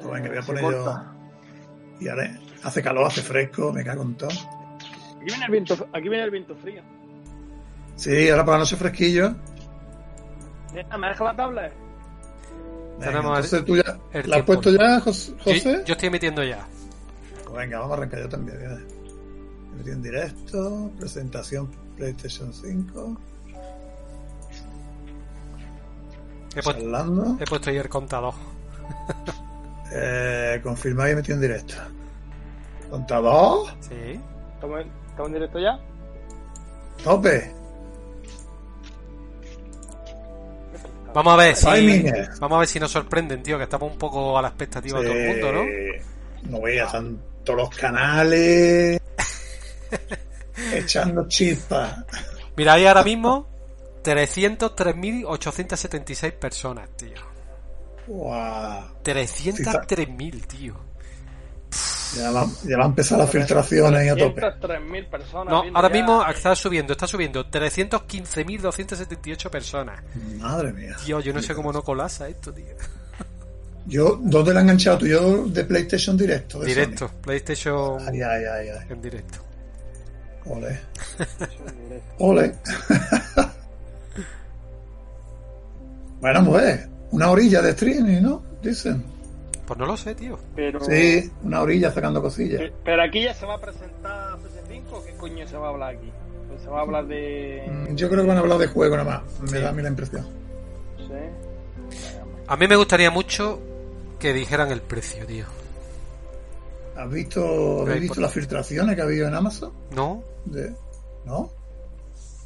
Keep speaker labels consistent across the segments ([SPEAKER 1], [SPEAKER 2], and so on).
[SPEAKER 1] Rubén, que voy a Pues poner yo. Y ahora hace calor, hace fresco, me cago en todo.
[SPEAKER 2] Aquí viene el viento, aquí viene el viento frío.
[SPEAKER 1] Sí, ahora para no ser fresquillo.
[SPEAKER 2] Venga, Eh, ah, ¿Me deja la tabla?
[SPEAKER 1] Venga,
[SPEAKER 3] Tenemos
[SPEAKER 1] entonces
[SPEAKER 3] el-
[SPEAKER 1] tú ya.
[SPEAKER 3] el
[SPEAKER 1] ¿La has
[SPEAKER 3] tiempo.
[SPEAKER 1] puesto ya, Jos- José?
[SPEAKER 3] Yo, yo estoy emitiendo ya.
[SPEAKER 1] Pues venga, vamos a arrancar yo también. Viene. Emitido en directo, presentación PlayStation 5,
[SPEAKER 3] He, puesto-
[SPEAKER 1] charlando.
[SPEAKER 3] he puesto yo el contador.
[SPEAKER 1] Eh, confirmado y emitido en directo. ¿Contador?
[SPEAKER 3] Sí.
[SPEAKER 2] ¿Estamos en, estamos en directo ya?
[SPEAKER 1] ¡Tope!
[SPEAKER 3] Vamos a ver si.
[SPEAKER 1] Timing.
[SPEAKER 3] Vamos a ver si nos sorprenden, tío, que estamos un poco a la expectativa de todo el mundo, ¿no?
[SPEAKER 1] ¿no? No veía, están todos los canales echando chispas.
[SPEAKER 3] Mira, hay ahora mismo 303.876 personas, tío.
[SPEAKER 1] ¡Guau!
[SPEAKER 3] 303.000, tío.
[SPEAKER 1] Ya va, ya va a empezar la filtración ahí a tope.
[SPEAKER 2] 3.000 personas.
[SPEAKER 3] No,
[SPEAKER 2] viendo
[SPEAKER 3] ahora
[SPEAKER 2] ya. Eh,
[SPEAKER 3] mismo está subiendo, está subiendo 315.278 personas.
[SPEAKER 1] Madre mía.
[SPEAKER 3] Tío, yo no sé cómo no colasa esto, tío.
[SPEAKER 1] Yo, ¿dónde la he enganchado tú? Yo de PlayStation directo. de
[SPEAKER 3] Directo,
[SPEAKER 1] Sony.
[SPEAKER 3] PlayStation
[SPEAKER 1] Pues Ay, ay, ay, ay.
[SPEAKER 3] en directo.
[SPEAKER 1] Ole. Ole. bueno, mujer. Una orilla de streaming, ¿no? Dicen.
[SPEAKER 3] Pues no lo sé, tío.
[SPEAKER 2] Pero,
[SPEAKER 1] Sí, una orilla sacando cosillas.
[SPEAKER 2] pe- pero aquí ya se va a presentar PS5 o qué coño se va a hablar aquí? Pues se va a hablar de.
[SPEAKER 1] Mm, Yo creo que van a hablar de juego nada más. Me da a mí la impresión.
[SPEAKER 2] No sé.
[SPEAKER 3] A mí me gustaría mucho que dijeran el precio, tío.
[SPEAKER 1] ¿Has visto,
[SPEAKER 3] Pero
[SPEAKER 1] ¿habéis
[SPEAKER 3] hay
[SPEAKER 1] visto
[SPEAKER 3] por-
[SPEAKER 1] las filtraciones que ha habido en Amazon?
[SPEAKER 3] ¿No?
[SPEAKER 1] De, ¿No?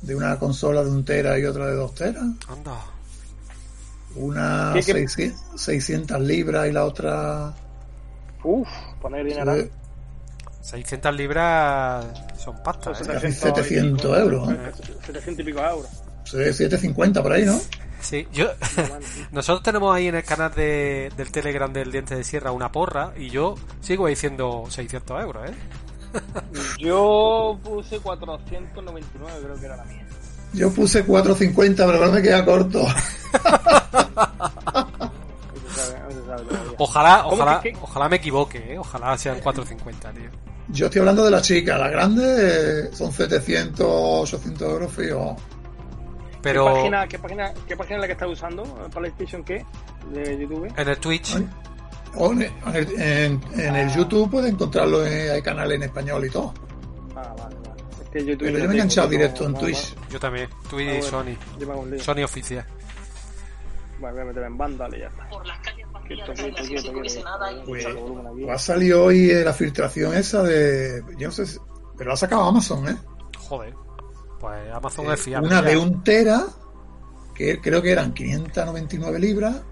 [SPEAKER 1] De una consola de un tera y otra de dos teras.
[SPEAKER 3] Anda.
[SPEAKER 1] Una
[SPEAKER 2] ¿Qué- qué-
[SPEAKER 1] 600, 600 libras y la otra...
[SPEAKER 2] Uf, poner dinero.
[SPEAKER 1] eh,
[SPEAKER 3] 600 libras son
[SPEAKER 2] Son
[SPEAKER 3] pastas, ¿eh?
[SPEAKER 1] Ah, casi
[SPEAKER 2] 700 y
[SPEAKER 1] 700
[SPEAKER 2] pico,
[SPEAKER 1] euros, ¿eh?
[SPEAKER 2] 700 y pico euros.
[SPEAKER 1] sí, 750 por ahí, ¿no?
[SPEAKER 3] Sí, yo...
[SPEAKER 2] ¿eh?
[SPEAKER 3] Nosotros tenemos ahí en el canal de, del Telegram del Diente de Sierra una porra y yo sigo diciendo 600 euros, ¿eh?
[SPEAKER 2] Yo puse 499, creo que era la mía.
[SPEAKER 1] Yo puse 450, pero ahora me queda corto.
[SPEAKER 2] No se sabe, no se sabe todavía.
[SPEAKER 3] Ojalá,
[SPEAKER 2] ¿Cómo
[SPEAKER 3] ojalá,
[SPEAKER 2] que qué?
[SPEAKER 3] ojalá me equivoque, ¿eh? Ojalá sean 450, tío.
[SPEAKER 1] Yo estoy hablando de la chica, la grande eh, son 700, 800 euros fijo.
[SPEAKER 3] Pero
[SPEAKER 2] ¿Qué, página, qué, página, ¿Qué página es la que estás usando? ¿PlayStation qué? ¿De YouTube?
[SPEAKER 3] en el Twitch,
[SPEAKER 1] Ay. O en, en- en- en el YouTube puede encontrarlo, eh, hay canales en español y todo.
[SPEAKER 2] Ah, vale, vale. Es que YouTube
[SPEAKER 1] Pero
[SPEAKER 2] no
[SPEAKER 1] yo me he
[SPEAKER 2] tengo,
[SPEAKER 1] enganchado
[SPEAKER 2] no,
[SPEAKER 1] directo en
[SPEAKER 2] no,
[SPEAKER 1] Twitch.
[SPEAKER 3] yo también, Twitch
[SPEAKER 2] Ah,
[SPEAKER 3] y
[SPEAKER 2] bueno.
[SPEAKER 3] Sony,
[SPEAKER 2] Yo me hago un lío.
[SPEAKER 3] Sony oficial.
[SPEAKER 2] Bueno, voy a meterme en Vandal y ya está.
[SPEAKER 4] por las calles vacías
[SPEAKER 2] Quieto,
[SPEAKER 4] de la
[SPEAKER 2] quieto,
[SPEAKER 4] ciudad
[SPEAKER 2] quieto,
[SPEAKER 4] sin
[SPEAKER 2] quieto.
[SPEAKER 4] nada y
[SPEAKER 1] Uy.
[SPEAKER 2] Mucho volumen aquí.
[SPEAKER 1] Va a salir hoy eh, la filtración esa de. Yo no sé si- Pero la ha sacado Amazon, ¿eh?
[SPEAKER 3] Joder, pues Amazon
[SPEAKER 1] Eh,
[SPEAKER 3] es fiable.
[SPEAKER 1] Una
[SPEAKER 3] ya.
[SPEAKER 1] de un tera, que creo que eran 599 libras.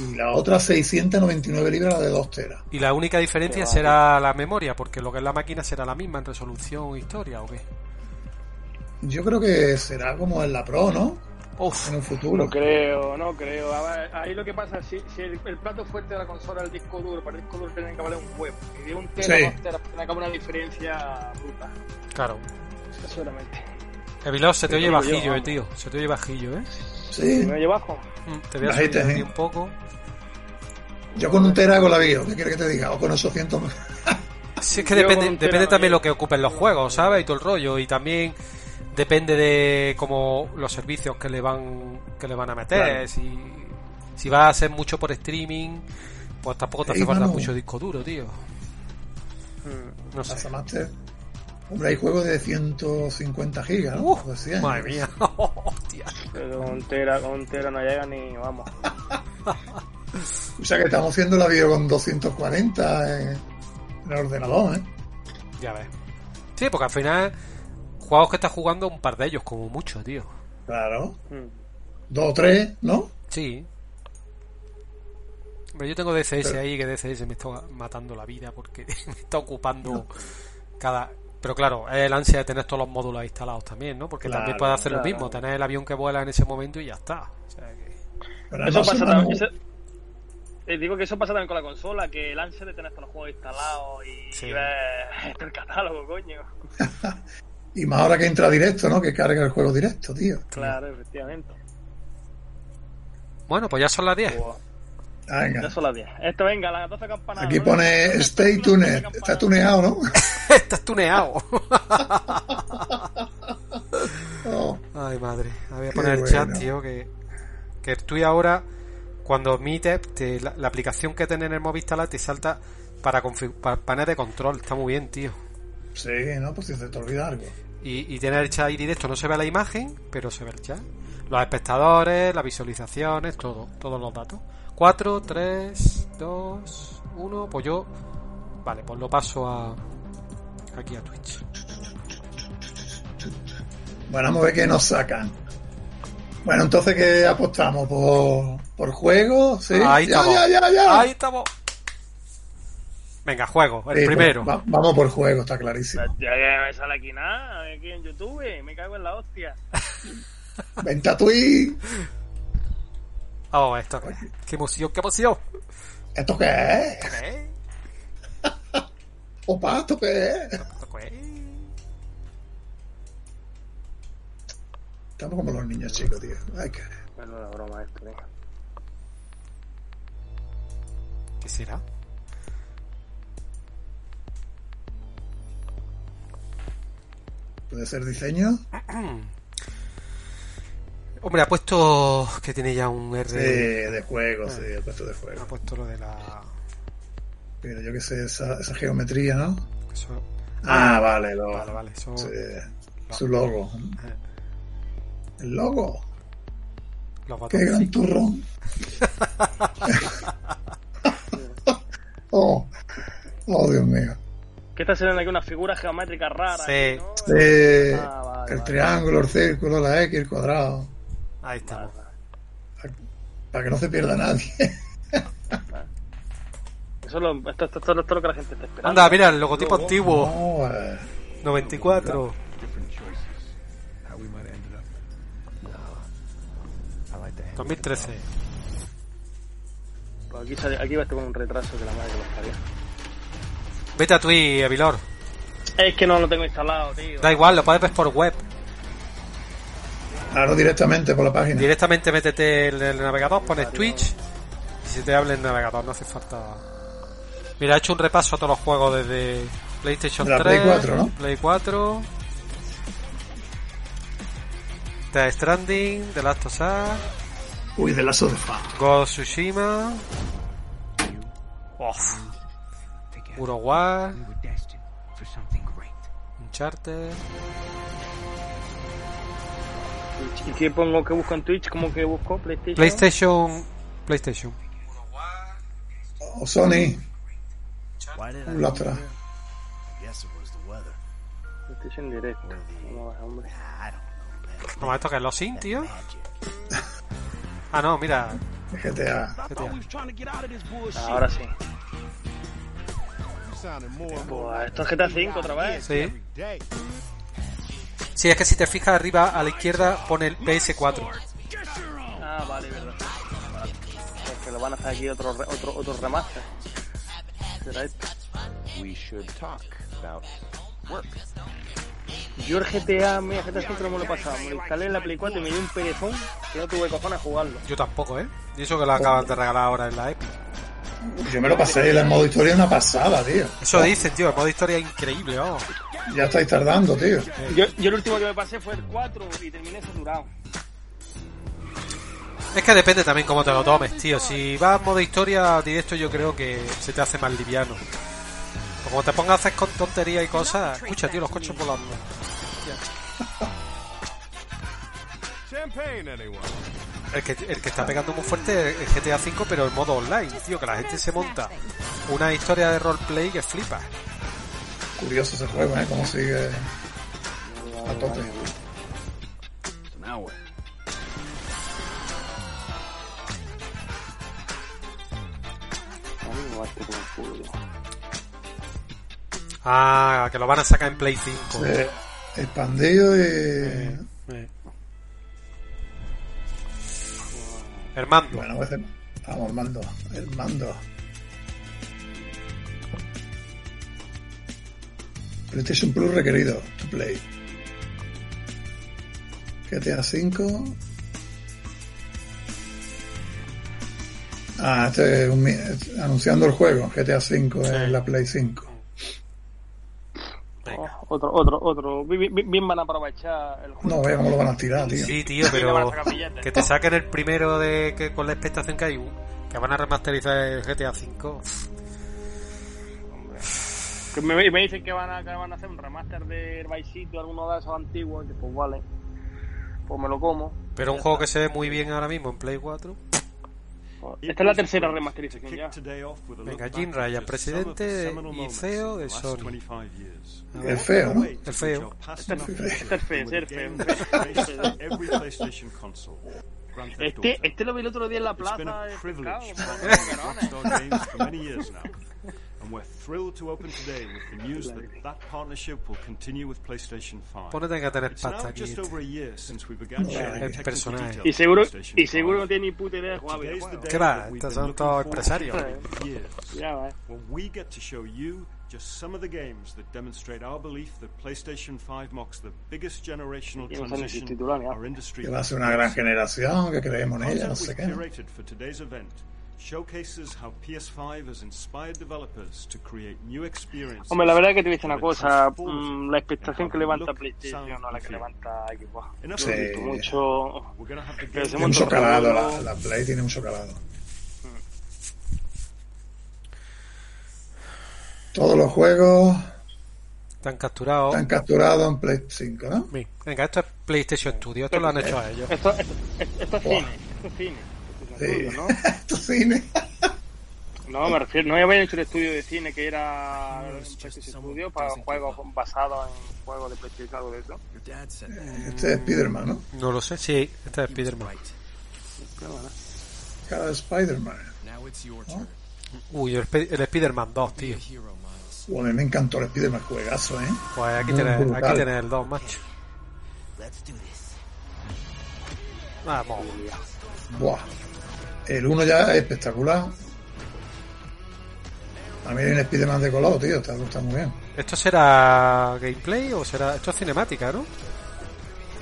[SPEAKER 1] Y la otra 699 libras, la de 2 teras.
[SPEAKER 3] Y la única diferencia
[SPEAKER 2] Qué va,
[SPEAKER 3] será la memoria, porque lo que es la máquina será la misma en resolución o historia, ¿o qué?
[SPEAKER 1] Yo creo que será como en la Pro, ¿no?
[SPEAKER 3] Uf,
[SPEAKER 1] En el futuro.
[SPEAKER 2] No creo, no creo. A ver, ahí lo que pasa, si, si el, el plato fuerte de la consola es el disco duro, para el disco duro tienen que valer un huevo. Y de un tera,
[SPEAKER 1] Sí.
[SPEAKER 2] dos tera, tiene que haber una diferencia brutal,
[SPEAKER 3] claro.
[SPEAKER 2] seguramente.
[SPEAKER 3] Evilos, se te
[SPEAKER 2] Pero
[SPEAKER 3] oye
[SPEAKER 2] como yo,
[SPEAKER 3] bajillo, eh,
[SPEAKER 2] vamos.
[SPEAKER 3] tío. Se te oye bajillo, eh.
[SPEAKER 1] Sí,
[SPEAKER 2] ¿Me oye bajo?
[SPEAKER 3] Mm, Te voy a
[SPEAKER 1] Bajito,
[SPEAKER 3] subir aquí
[SPEAKER 1] eh.
[SPEAKER 3] un poco.
[SPEAKER 1] yo con un tera hago la bio. ¿Qué quieres que te diga? O con 800.
[SPEAKER 3] Sí, es que
[SPEAKER 2] Yo
[SPEAKER 3] depende,
[SPEAKER 2] con un
[SPEAKER 3] depende
[SPEAKER 2] tera
[SPEAKER 3] también
[SPEAKER 2] no
[SPEAKER 3] lo que ocupen los juegos, ¿sabes? Y todo el rollo. Y también depende de como los servicios que le van que le van a meter.
[SPEAKER 1] Claro.
[SPEAKER 3] Si, si va a hacer mucho por streaming, pues tampoco te hace
[SPEAKER 1] Ey,
[SPEAKER 3] falta
[SPEAKER 1] mano.
[SPEAKER 3] mucho disco duro, tío. No sé.
[SPEAKER 1] Plaza Master. Hombre, hay juegos de 150 gigas, ¿no?
[SPEAKER 3] Uh,
[SPEAKER 1] O de 100.
[SPEAKER 3] madre mía. Hostia.
[SPEAKER 2] Pero un tera, un tera no llega ni, vamos.
[SPEAKER 1] O sea que estamos haciendo la video con 240 en, en el ordenador, ¿eh?
[SPEAKER 3] Ya ves. Sí, porque al final, juegos que estás jugando, un par de ellos, como mucho, tío.
[SPEAKER 1] Claro.
[SPEAKER 2] Mm.
[SPEAKER 1] Dos o tres, ¿no?
[SPEAKER 3] Sí. Hombre, yo tengo DCS
[SPEAKER 1] Pero-
[SPEAKER 3] ahí, que DCS me está matando la vida porque me está ocupando cada... Pero claro, es el ansia de tener todos los módulos instalados también, ¿no? Porque también
[SPEAKER 1] Claro,
[SPEAKER 3] puedes hacer lo
[SPEAKER 2] claro.
[SPEAKER 3] mismo, tener el avión que vuela en ese momento y ya está. O sea que-
[SPEAKER 1] Pero
[SPEAKER 2] Eso
[SPEAKER 1] no
[SPEAKER 2] pasa
[SPEAKER 1] son
[SPEAKER 2] también.
[SPEAKER 1] muy-
[SPEAKER 2] eso- eh, digo que eso pasa también con la consola, que el ansia de tener todos los juegos instalados y
[SPEAKER 3] Sí.
[SPEAKER 2] y ver el catálogo, coño.
[SPEAKER 1] Y más ahora que entra directo, ¿no? Que carga el juego directo, tío.
[SPEAKER 2] Claro, efectivamente.
[SPEAKER 3] Bueno, pues ya son las 10.
[SPEAKER 2] Buah,
[SPEAKER 1] Venga.
[SPEAKER 2] Ya son las 10. Esto venga, las 12 campanadas.
[SPEAKER 1] Aquí
[SPEAKER 2] ¿no?
[SPEAKER 1] pone
[SPEAKER 2] Las 12
[SPEAKER 1] Stay
[SPEAKER 2] campanadas,
[SPEAKER 1] Tuned. eh,
[SPEAKER 2] 12
[SPEAKER 1] Está
[SPEAKER 2] campanadas.
[SPEAKER 1] tuneado, ¿no?
[SPEAKER 3] Estás tuneado.
[SPEAKER 1] No.
[SPEAKER 3] Ay, madre. La Voy a
[SPEAKER 1] Qué
[SPEAKER 3] poner el
[SPEAKER 1] bueno.
[SPEAKER 3] chat, tío, que, que tú y ahora, cuando Meetup, te- la, la aplicación que tenés en el móvil instalada te salta para, config- para panel de control. Está muy bien, tío.
[SPEAKER 1] Sí, ¿no? Por si se te olvida algo.
[SPEAKER 3] Y, y tiene el chat ahí directo. No se ve la imagen, pero se ve el chat. Los espectadores, las visualizaciones, todo. Todos los datos. 4, 3, 2, 1. Pues yo... Vale, pues lo paso a... Aquí a Twitch.
[SPEAKER 1] Bueno, vamos a ver qué nos sacan. Bueno, entonces, ¿qué apostamos? ¿Por, por juego? ¿Sí?
[SPEAKER 3] Ah, Ahí
[SPEAKER 1] ya,
[SPEAKER 3] estamos.
[SPEAKER 1] ya, ya, ya.
[SPEAKER 3] Ahí estamos. Venga, juego. El
[SPEAKER 1] Sí, pues,
[SPEAKER 3] primero.
[SPEAKER 1] va- vamos por juego, está clarísimo.
[SPEAKER 2] Ya, ya me sale aquí nada, aquí en YouTube, me cago en la hostia.
[SPEAKER 1] Venta Twin.
[SPEAKER 3] Oh, esto qué. Qué emoción, qué emoción.
[SPEAKER 1] ¿Esto qué es?
[SPEAKER 3] ¿Qué?
[SPEAKER 1] Opa, ¿esto qué es?
[SPEAKER 3] ¿Esto qué?
[SPEAKER 1] Estamos como los niños chicos, tío. Ay, qué-
[SPEAKER 2] Bueno, una broma esto, venga.
[SPEAKER 3] ¿Qué será?
[SPEAKER 1] ¿Puede ser diseño?
[SPEAKER 3] Hombre, ha puesto que tiene ya un R.
[SPEAKER 1] Sí, de juego, sí, el puesto de
[SPEAKER 3] Ha
[SPEAKER 1] juego.
[SPEAKER 3] puesto lo de la.
[SPEAKER 1] Pero yo qué sé, esa, esa geometría, ¿no?
[SPEAKER 3] eso-
[SPEAKER 1] Ah, vale, lo, Eh.
[SPEAKER 3] Vale, vale. Eso...
[SPEAKER 1] sí, su logo. El logo.
[SPEAKER 3] Los
[SPEAKER 1] ¡Qué gran
[SPEAKER 3] botoncitos.
[SPEAKER 1] turrón! oh, oh, Dios mío.
[SPEAKER 2] ¿Qué está haciendo aquí una figura geométrica rara?
[SPEAKER 3] Sí.
[SPEAKER 2] ¿no?
[SPEAKER 1] Eh,
[SPEAKER 2] Ah, vale,
[SPEAKER 1] el
[SPEAKER 2] vale.
[SPEAKER 1] triángulo, el círculo, la X, el cuadrado.
[SPEAKER 3] Ahí estamos.
[SPEAKER 1] Para que no se pierda nadie.
[SPEAKER 2] Eso es lo, esto, esto- esto- esto es lo que la gente está esperando.
[SPEAKER 3] Anda, mira, el logotipo antiguo.
[SPEAKER 1] No, eh,
[SPEAKER 3] 94.
[SPEAKER 4] different choices. How we might have ended up.
[SPEAKER 3] 2013.
[SPEAKER 2] Pues Aquí, sale- aquí va esto con un retraso que la madre que los parió.
[SPEAKER 3] Vete a Twitch, Evilor.
[SPEAKER 2] Es que no lo tengo instalado, tío.
[SPEAKER 3] Da igual, lo puedes ver por web.
[SPEAKER 1] claro, directamente por la página.
[SPEAKER 3] Directamente métete en el navegador, pones Twitch y se te habla el navegador, no hace falta. Mira, he hecho un repaso a todos los juegos desde PlayStation
[SPEAKER 1] De la
[SPEAKER 3] 3,
[SPEAKER 1] Play 4, ¿no?
[SPEAKER 3] Play 4, Death Stranding, The Last of Us,
[SPEAKER 1] Uy, de lazo de fa.
[SPEAKER 3] Ghost of Tsushima, Uf,
[SPEAKER 5] Together,
[SPEAKER 3] Mm. Uruguay,
[SPEAKER 5] we were destined for something great.
[SPEAKER 3] Uncharted.
[SPEAKER 2] Twitch. ¿Y qué pongo? ¿Qué busco en Twitch? ¿Cómo que busco? ¿PlayStation?
[SPEAKER 3] PlayStation. PlayStation.
[SPEAKER 1] O Sony. Un lastra.
[SPEAKER 2] PlayStation directo.
[SPEAKER 4] Ah.
[SPEAKER 2] Vamos a ver, hombre.
[SPEAKER 3] No me toca los sin, tío. Ah, no, mira.
[SPEAKER 1] GTA.
[SPEAKER 3] GTA.
[SPEAKER 2] Ahora sí.
[SPEAKER 4] You sounded more and more
[SPEAKER 2] Buah, esto es GTA V otra vez.
[SPEAKER 3] Sí.
[SPEAKER 4] every day.
[SPEAKER 3] Sí, es que si te fijas arriba a la izquierda pone el PS4.
[SPEAKER 2] Ah, vale, verdad. Es que lo van a hacer aquí otro, re- otro, otro remaster. Será esto.
[SPEAKER 4] We should talk about work.
[SPEAKER 2] Yo el GTA, mira, GTA V no me lo he pasado. Me lo instalé en la Play 4 y me dio un perezón que no tuve cojones a jugarlo.
[SPEAKER 3] Yo tampoco, ¿eh? Y eso que lo acaban de regalar ahora en la Epic.
[SPEAKER 1] Yo me lo pasé el modo historia es una pasada, tío.
[SPEAKER 3] Eso dicen, tío, el modo historia es increíble, vamos.
[SPEAKER 1] Ya estáis tardando, tío.
[SPEAKER 2] Yo, yo el último que me pasé fue el 4 y terminé saturado.
[SPEAKER 3] Es que depende también cómo te lo tomes, tío. Si vas en modo historia directo, yo creo que se te hace más liviano. O como te pongas a hacer con tonterías y cosas. Escucha, tío, los coches volando.
[SPEAKER 4] Champagne, anyone?
[SPEAKER 3] El que, el que está pegando muy fuerte es GTA V, pero en modo online, tío, que la gente se monta una historia de roleplay que flipa.
[SPEAKER 1] Curioso ese juego, ¿eh? Cómo sigue a tope.
[SPEAKER 6] este conjuro.
[SPEAKER 3] Ah, que lo van a sacar en Play 5.
[SPEAKER 1] Eh, el pandeo de.
[SPEAKER 3] Eh. El mando.
[SPEAKER 1] Bueno, pues, vamos, el mando. El mando. PlayStation este Plus requerido. To play. GTA 5. Ah, este es un mi- es- anunciando el juego. GTA 5 en la Play 5.
[SPEAKER 3] Venga.
[SPEAKER 2] Oh, otro, otro, otro. Bi- bi- bi- Bien van a aprovechar el juego.
[SPEAKER 1] No vea cómo lo van a tirar, tío.
[SPEAKER 3] Sí, tío,
[SPEAKER 2] Sí, le van a
[SPEAKER 3] pero
[SPEAKER 2] sacar billetes.
[SPEAKER 3] que te saquen el primero de que con la expectación que hay, uh, que van a remasterizar el GTA V.
[SPEAKER 2] Que me, me dicen que van, a, que van a hacer un remaster de Vice City o alguno de esos antiguos. Que pues vale. Pues me lo como.
[SPEAKER 3] Pero un juego que se ve muy bien ahora mismo en Play 4.
[SPEAKER 2] Esta es la tercera remasterización ya.
[SPEAKER 3] Venga, Jim Ryan, presidente y CEO de Sony.
[SPEAKER 1] El feo, ¿no?
[SPEAKER 3] El feo.
[SPEAKER 2] Este es feo, este es feo. Este, este lo vi el otro día en la plaza. de pescado, comprando camarones.
[SPEAKER 3] Pónete que tener pasta aquí. este. El personaje.
[SPEAKER 2] Y seguro, y seguro no tiene ni puta idea de jugar videojuegos.
[SPEAKER 3] ¿Qué va? Estos son todos empresarios.
[SPEAKER 2] Ya va.
[SPEAKER 7] Well, we get to show you just some of the games that demonstrate our belief that PlayStation 5 marks the biggest generational
[SPEAKER 2] Y no saben ni si
[SPEAKER 7] transition
[SPEAKER 2] titular, ya.
[SPEAKER 7] our industry
[SPEAKER 1] Que va a ser una gran generación, que creemos en ella, no sé
[SPEAKER 7] we've
[SPEAKER 1] qué. ¿no?
[SPEAKER 7] curated for today's event showcases how PS5 has inspired developers to create new experiences.
[SPEAKER 2] Hombre, la verdad es que te dice una
[SPEAKER 7] that
[SPEAKER 2] cosa,
[SPEAKER 7] transform
[SPEAKER 2] mm, la expectación que
[SPEAKER 7] how we
[SPEAKER 2] levanta
[SPEAKER 7] look,
[SPEAKER 2] PlayStation
[SPEAKER 7] sound,
[SPEAKER 2] no la que
[SPEAKER 7] and feel.
[SPEAKER 2] levanta Xbox.
[SPEAKER 7] Enough
[SPEAKER 1] Sí.
[SPEAKER 7] of it.
[SPEAKER 2] Yo mucho...
[SPEAKER 7] We're gonna have the
[SPEAKER 2] Pero
[SPEAKER 7] game
[SPEAKER 2] se
[SPEAKER 1] Tiene un
[SPEAKER 2] monta
[SPEAKER 1] socalado,
[SPEAKER 2] todo.
[SPEAKER 1] la, la Play tiene un socalado. Todos los juegos
[SPEAKER 3] Te han capturado.
[SPEAKER 1] están capturados en Play 5, ¿no?
[SPEAKER 3] Mi. Venga, esto es PlayStation Studio. Esto lo han hecho a ellos.
[SPEAKER 2] Esto, esto, esto- esto es cine, esto es cine. Esto es un
[SPEAKER 1] Sí.
[SPEAKER 2] estudio, ¿no?
[SPEAKER 1] Esto es cine.
[SPEAKER 2] No, me refiero, no habían hecho el estudio de cine que era PlayStation Studio para juegos basados en juegos de PlayStation algo de eso.
[SPEAKER 1] Este es Spider-Man, ¿no?
[SPEAKER 3] No lo sé. Sí, este es Spider-Man.
[SPEAKER 1] Cara de Spider-Man.
[SPEAKER 3] Uy, el, Sp- el Spider-Man 2, tío.
[SPEAKER 1] Bueno, me encantó el Spider-Man juegazo, ¿eh?
[SPEAKER 3] Pues aquí
[SPEAKER 1] Muy
[SPEAKER 3] tenés,
[SPEAKER 1] brutal.
[SPEAKER 3] aquí tenés el 2, macho. Vamos.
[SPEAKER 1] Buah. El 1 ya es espectacular. A mí el Spider-Man de color, tío, está, está muy bien.
[SPEAKER 3] ¿Esto será gameplay o será.? Esto es cinemática, ¿no?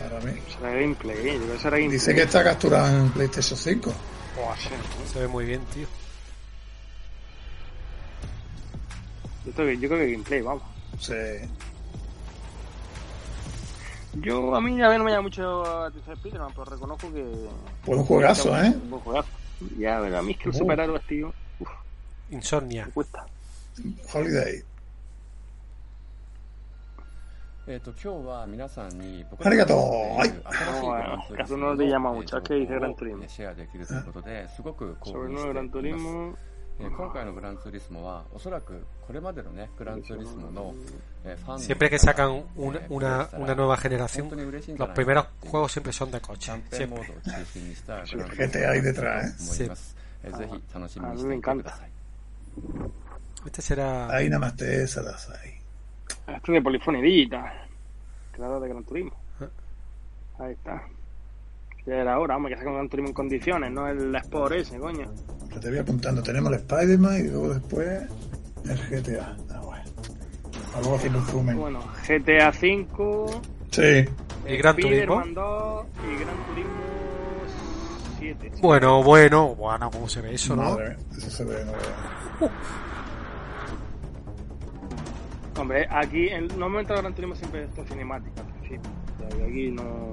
[SPEAKER 1] Para mí.
[SPEAKER 2] Será gameplay, debe ser gameplay.
[SPEAKER 1] Dice que está capturado en PlayStation 5.
[SPEAKER 2] Oh, sí.
[SPEAKER 3] Se ve muy bien, tío.
[SPEAKER 2] yo, creo que- yo creo que gameplay, vamos.
[SPEAKER 1] Se...
[SPEAKER 2] Yo, a mí a ver, no me llama mucho la atención Spider-Man, pero reconozco que...
[SPEAKER 1] Pues un juegazo, ¿eh?
[SPEAKER 2] Un buen juegazo. Ya, pero a mí es que el
[SPEAKER 1] Oh.
[SPEAKER 2] superhéroe, tío,
[SPEAKER 3] Insomnia.
[SPEAKER 2] me cuesta.
[SPEAKER 1] Holiday.
[SPEAKER 8] えっと今日は皆さんに僕
[SPEAKER 1] ありがとう
[SPEAKER 8] が持っている
[SPEAKER 2] はい
[SPEAKER 8] 新しいグランツーリスモ
[SPEAKER 2] はい
[SPEAKER 8] の
[SPEAKER 2] ガスの出山を着
[SPEAKER 8] 情報を
[SPEAKER 2] グランツーリスモ
[SPEAKER 8] シェアできるということですごく興
[SPEAKER 2] Sobre
[SPEAKER 8] 奮
[SPEAKER 2] el
[SPEAKER 9] este,
[SPEAKER 2] nuevo Gran
[SPEAKER 8] しています
[SPEAKER 2] Turismo...
[SPEAKER 8] えー今回のグランツーリスモはおそらくこれまでのねグランツーリスモのえーファンの方
[SPEAKER 3] Siempre que
[SPEAKER 8] が
[SPEAKER 3] sacan una,
[SPEAKER 8] えープレイし
[SPEAKER 3] una,
[SPEAKER 8] たら
[SPEAKER 3] una nueva
[SPEAKER 8] 本当に
[SPEAKER 3] generación,
[SPEAKER 8] 嬉しいんじ
[SPEAKER 3] los
[SPEAKER 8] ゃないか
[SPEAKER 3] primeros
[SPEAKER 8] っていう
[SPEAKER 3] juegos siempre son de
[SPEAKER 8] キャ
[SPEAKER 3] coche.
[SPEAKER 8] ンペーンモー
[SPEAKER 3] Siempre.
[SPEAKER 8] ドを中心にしたグランツーリスモ
[SPEAKER 1] GTA で辛い。
[SPEAKER 8] 思いますえーぜひ楽しみにしていてください
[SPEAKER 3] Este será.
[SPEAKER 1] Ahí nada más te esas ahí.
[SPEAKER 2] Ah, Esto de Polifonidita, creador de Gran Turismo. Ahí está. Ya era hora, hombre, que sacan Gran Turismo en condiciones, no el Sport ese, coño.
[SPEAKER 1] Yo te voy apuntando. Tenemos el Spider-Man y luego después el GTA. Ah, bueno. Ahora luego haciendo un resumen.
[SPEAKER 2] Bueno, GTA V,
[SPEAKER 1] Sí.
[SPEAKER 3] ¿Y Gran Turismo?
[SPEAKER 2] Spider-Man 2 y Gran Turismo 7.
[SPEAKER 3] Bueno, bueno, bueno, ¿cómo se ve eso, no?
[SPEAKER 1] Madre, mía, eso se ve. No veo.
[SPEAKER 2] Hombre, aquí en, normalmente los Gran Turismo siempre son cinemáticas, al principio. O sea, que aquí no.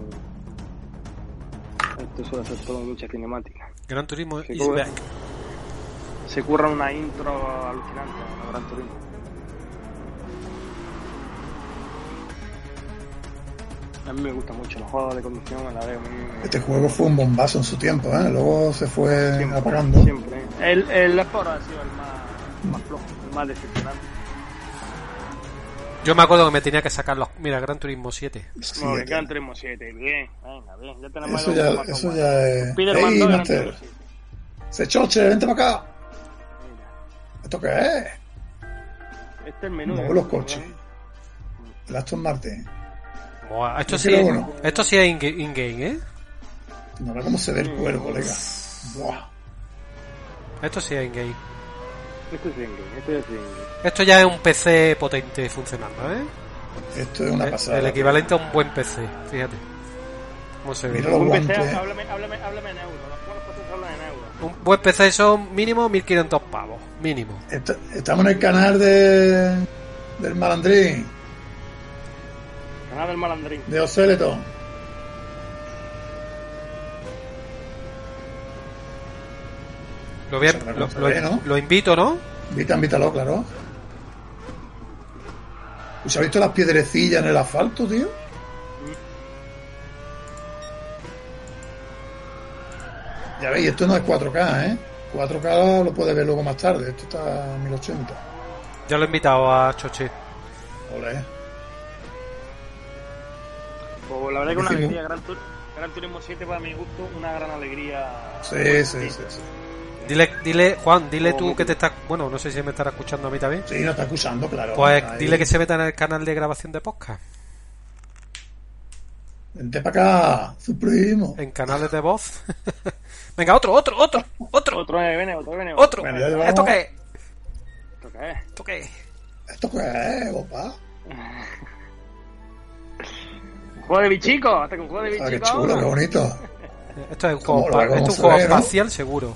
[SPEAKER 2] Esto suele ser todo mucha cinemática.
[SPEAKER 3] Gran Turismo
[SPEAKER 2] Sí,
[SPEAKER 3] is
[SPEAKER 2] como-
[SPEAKER 3] back.
[SPEAKER 2] Se curra una intro alucinante en el Gran Turismo. A mí me gusta mucho los juegos de conducción, la verdad que a mí me-
[SPEAKER 1] Este juego fue un bombazo en su tiempo, ¿eh? Luego se fue
[SPEAKER 2] siempre,
[SPEAKER 1] apagando.
[SPEAKER 2] siempre. El, el Sport ha sido el más, el más flojo, el más decepcionante.
[SPEAKER 3] Yo me acuerdo que me tenía que sacar los. Mira, Gran Turismo 7.
[SPEAKER 1] Sí,
[SPEAKER 2] Bueno,
[SPEAKER 1] tío.
[SPEAKER 2] Gran Turismo 7, bien, venga, bien, ya tenemos
[SPEAKER 1] eso
[SPEAKER 2] algo
[SPEAKER 1] ya,
[SPEAKER 2] más
[SPEAKER 1] eso
[SPEAKER 2] guay.
[SPEAKER 1] ya es.
[SPEAKER 2] Spider-Man
[SPEAKER 1] ¡Ey,
[SPEAKER 2] 2, Gran
[SPEAKER 1] Master!
[SPEAKER 2] Turismo 7.
[SPEAKER 1] ¡Se choche! ¡Vente para acá!
[SPEAKER 2] Mira.
[SPEAKER 1] ¿Esto qué es?
[SPEAKER 2] Este es el menú.
[SPEAKER 1] Muevo
[SPEAKER 2] ¿eh?
[SPEAKER 1] los coches. El Aston Martin.
[SPEAKER 3] Buah, esto,
[SPEAKER 1] Yo
[SPEAKER 3] sí,
[SPEAKER 1] creo uno.
[SPEAKER 3] esto sí es in-ga- in-game, ¿eh?
[SPEAKER 1] Tú No ve cómo se ve el cuero, colega. Buah.
[SPEAKER 3] Esto sí es in-game.
[SPEAKER 2] Este es Ringue, este es Ringue.
[SPEAKER 3] Esto ya es un PC potente funcionando, ¿eh?
[SPEAKER 1] Esto es una
[SPEAKER 3] El-
[SPEAKER 1] pasada.
[SPEAKER 3] Eh, El equivalente a un buen PC, fíjate. ¿Cómo se ve?
[SPEAKER 1] Mira los
[SPEAKER 2] Un PC,
[SPEAKER 1] guantes.
[SPEAKER 2] háblame, háblame, háblame en euros. Los buenos procesos hablan en euros.
[SPEAKER 3] Un buen PC son mínimo 1500 pavos, mínimo.
[SPEAKER 1] Est- Estamos en el canal de, del malandrín,
[SPEAKER 2] Canal del malandrín.
[SPEAKER 1] de Oceleton.
[SPEAKER 3] Lo, voy a-
[SPEAKER 1] Se ve,
[SPEAKER 3] lo-
[SPEAKER 1] se
[SPEAKER 3] lo-
[SPEAKER 1] ve, ¿no?
[SPEAKER 3] lo invito, ¿no?
[SPEAKER 1] Vita, invítalo, claro. ¿Pues has visto las piedrecillas en el asfalto, tío? Ya veis, esto no es 4K, ¿eh? 4K lo puedes ver luego más tarde. Esto está a 1080.
[SPEAKER 3] Ya lo he invitado a Choche.
[SPEAKER 1] Ole.
[SPEAKER 2] Pues la verdad que una
[SPEAKER 1] Buenísimo.
[SPEAKER 2] alegría. Gran, Tur- Gran Turismo 7 para mi gusto, una gran alegría.
[SPEAKER 1] Sí, sí, sí, sí.
[SPEAKER 3] Dile, dile, Juan, dile tú que te estás. Bueno, no sé si me estará escuchando a mí también.
[SPEAKER 1] Sí, nos está acusando, claro.
[SPEAKER 3] Pues
[SPEAKER 1] Ahí.
[SPEAKER 3] dile que se meta en el canal de grabación de podcast.
[SPEAKER 1] Vente para acá, su primo.
[SPEAKER 3] En canales de voz. Venga, otro, otro, otro, otro,
[SPEAKER 2] Otro eh, viene, otro viene.
[SPEAKER 3] otro.
[SPEAKER 1] Bueno, ya llevamos-
[SPEAKER 3] ¿Esto qué es?
[SPEAKER 2] Otro que es.
[SPEAKER 3] ¿Esto qué es?
[SPEAKER 1] ¿Esto qué es, papá?
[SPEAKER 2] Juego de bichicos, hasta que un juego de
[SPEAKER 1] Ah, qué
[SPEAKER 2] bichicos.
[SPEAKER 1] chulo, qué bonito.
[SPEAKER 3] Esto es un
[SPEAKER 1] ¿Cómo
[SPEAKER 3] juego,
[SPEAKER 1] lo-
[SPEAKER 3] pa-
[SPEAKER 1] cómo
[SPEAKER 3] esto es un
[SPEAKER 1] se
[SPEAKER 3] juego
[SPEAKER 1] ve, no?
[SPEAKER 3] espacial seguro.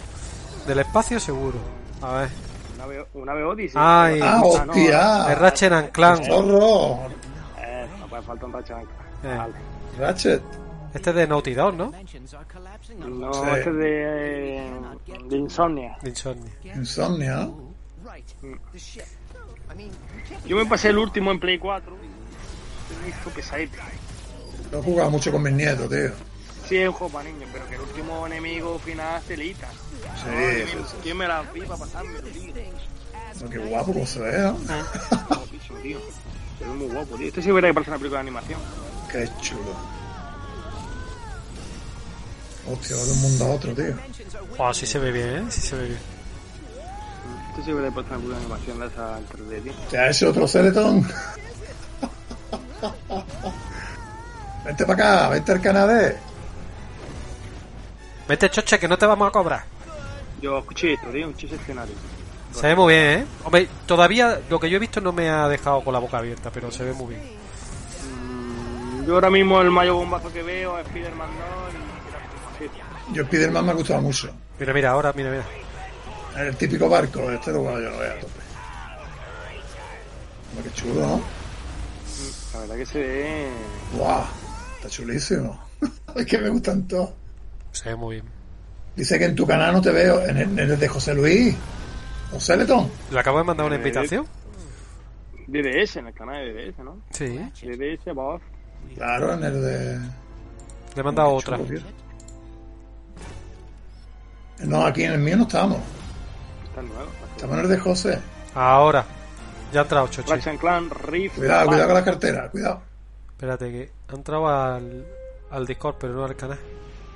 [SPEAKER 3] Del espacio seguro. A ver.
[SPEAKER 2] Una vez- Una vez Odyssey.
[SPEAKER 3] Ay.
[SPEAKER 1] Ah, hostia.
[SPEAKER 3] El Ratchet and Clank.
[SPEAKER 1] Zorro.
[SPEAKER 2] Eh, no puede faltar un Ratchet and Clank.
[SPEAKER 3] Eh,
[SPEAKER 2] Vale.
[SPEAKER 1] Ratchet.
[SPEAKER 3] Este es de Naughty Dog, ¿no?
[SPEAKER 5] Dimensions are collapsing on
[SPEAKER 2] No,
[SPEAKER 1] Sí.
[SPEAKER 2] este es de, de Insomnia.
[SPEAKER 3] De Insomnia.
[SPEAKER 1] Insomnia. ¿no?
[SPEAKER 5] right. The ship. I mean, you can't
[SPEAKER 2] Yo me pasé el último en Play 4. Me hizo pesadito.
[SPEAKER 1] Lo he jugado mucho con mis nietos, tío.
[SPEAKER 2] Sí, es un juego para niños, pero que el último enemigo final celita.
[SPEAKER 1] Sí, sí, sí.
[SPEAKER 2] ¿Quién me la vi para pasármelo, tío?
[SPEAKER 1] Pero qué guapo como se ve, ¿no?
[SPEAKER 2] Guapísimo, tío. Se ve muy guapo, tío. Esto sí hubiera que parece una película de animación.
[SPEAKER 1] Qué chulo. Hostia, va de un mundo a otro, tío.
[SPEAKER 3] Oh, sí se ve bien, ¿eh? Sí se ve bien.
[SPEAKER 2] Esto Este sí hubiera que parece una película de animación de esa en 3D, tío.
[SPEAKER 1] ¿Te ha hecho otro Celeton? vente para acá, vente al Canadá.
[SPEAKER 3] Vete, choche, que no te vamos a cobrar.
[SPEAKER 2] Yo escuché esto, tío, un chiste escenario.
[SPEAKER 3] Se ve muy bien, ¿eh? Hombre, todavía lo que yo he visto no me ha dejado con la boca abierta, pero se ve muy bien.
[SPEAKER 2] Mm, Yo ahora mismo el mayor bombazo que veo es Spider-Man 2 y Gran Turismo
[SPEAKER 1] Yo Spiderman me ha gustado mucho.
[SPEAKER 3] Mira, mira, ahora, mira, mira.
[SPEAKER 1] El típico barco, este lo bueno, yo lo veo a tope. Hombre, Qué chulo, ¿no?
[SPEAKER 2] 7. La verdad que se ve...
[SPEAKER 1] ¡Guau! Está chulísimo. es que me gustan todos.
[SPEAKER 3] Se ve muy bien.
[SPEAKER 1] Dice que en tu canal no te veo, en el, en el de José Luis. José Letón.
[SPEAKER 3] ¿Le acabo de mandar una invitación?
[SPEAKER 2] DDS, en el canal de DDS, ¿no?
[SPEAKER 3] Sí.
[SPEAKER 2] DDS, voz.
[SPEAKER 1] Claro, en el de.
[SPEAKER 3] Le he mandado otra.
[SPEAKER 1] Chulo, tío. No, aquí en el mío no estamos.
[SPEAKER 2] Está nuevo.
[SPEAKER 1] Estamos en el de José.
[SPEAKER 3] Ahora. Ya ha entrado, choche.
[SPEAKER 2] Ratchet and Clank, Rift...
[SPEAKER 1] Cuidado, cuidado con
[SPEAKER 2] Vale.
[SPEAKER 1] la cartera, cuidado.
[SPEAKER 3] Espérate, que ha entrado al, al Discord, pero no al canal.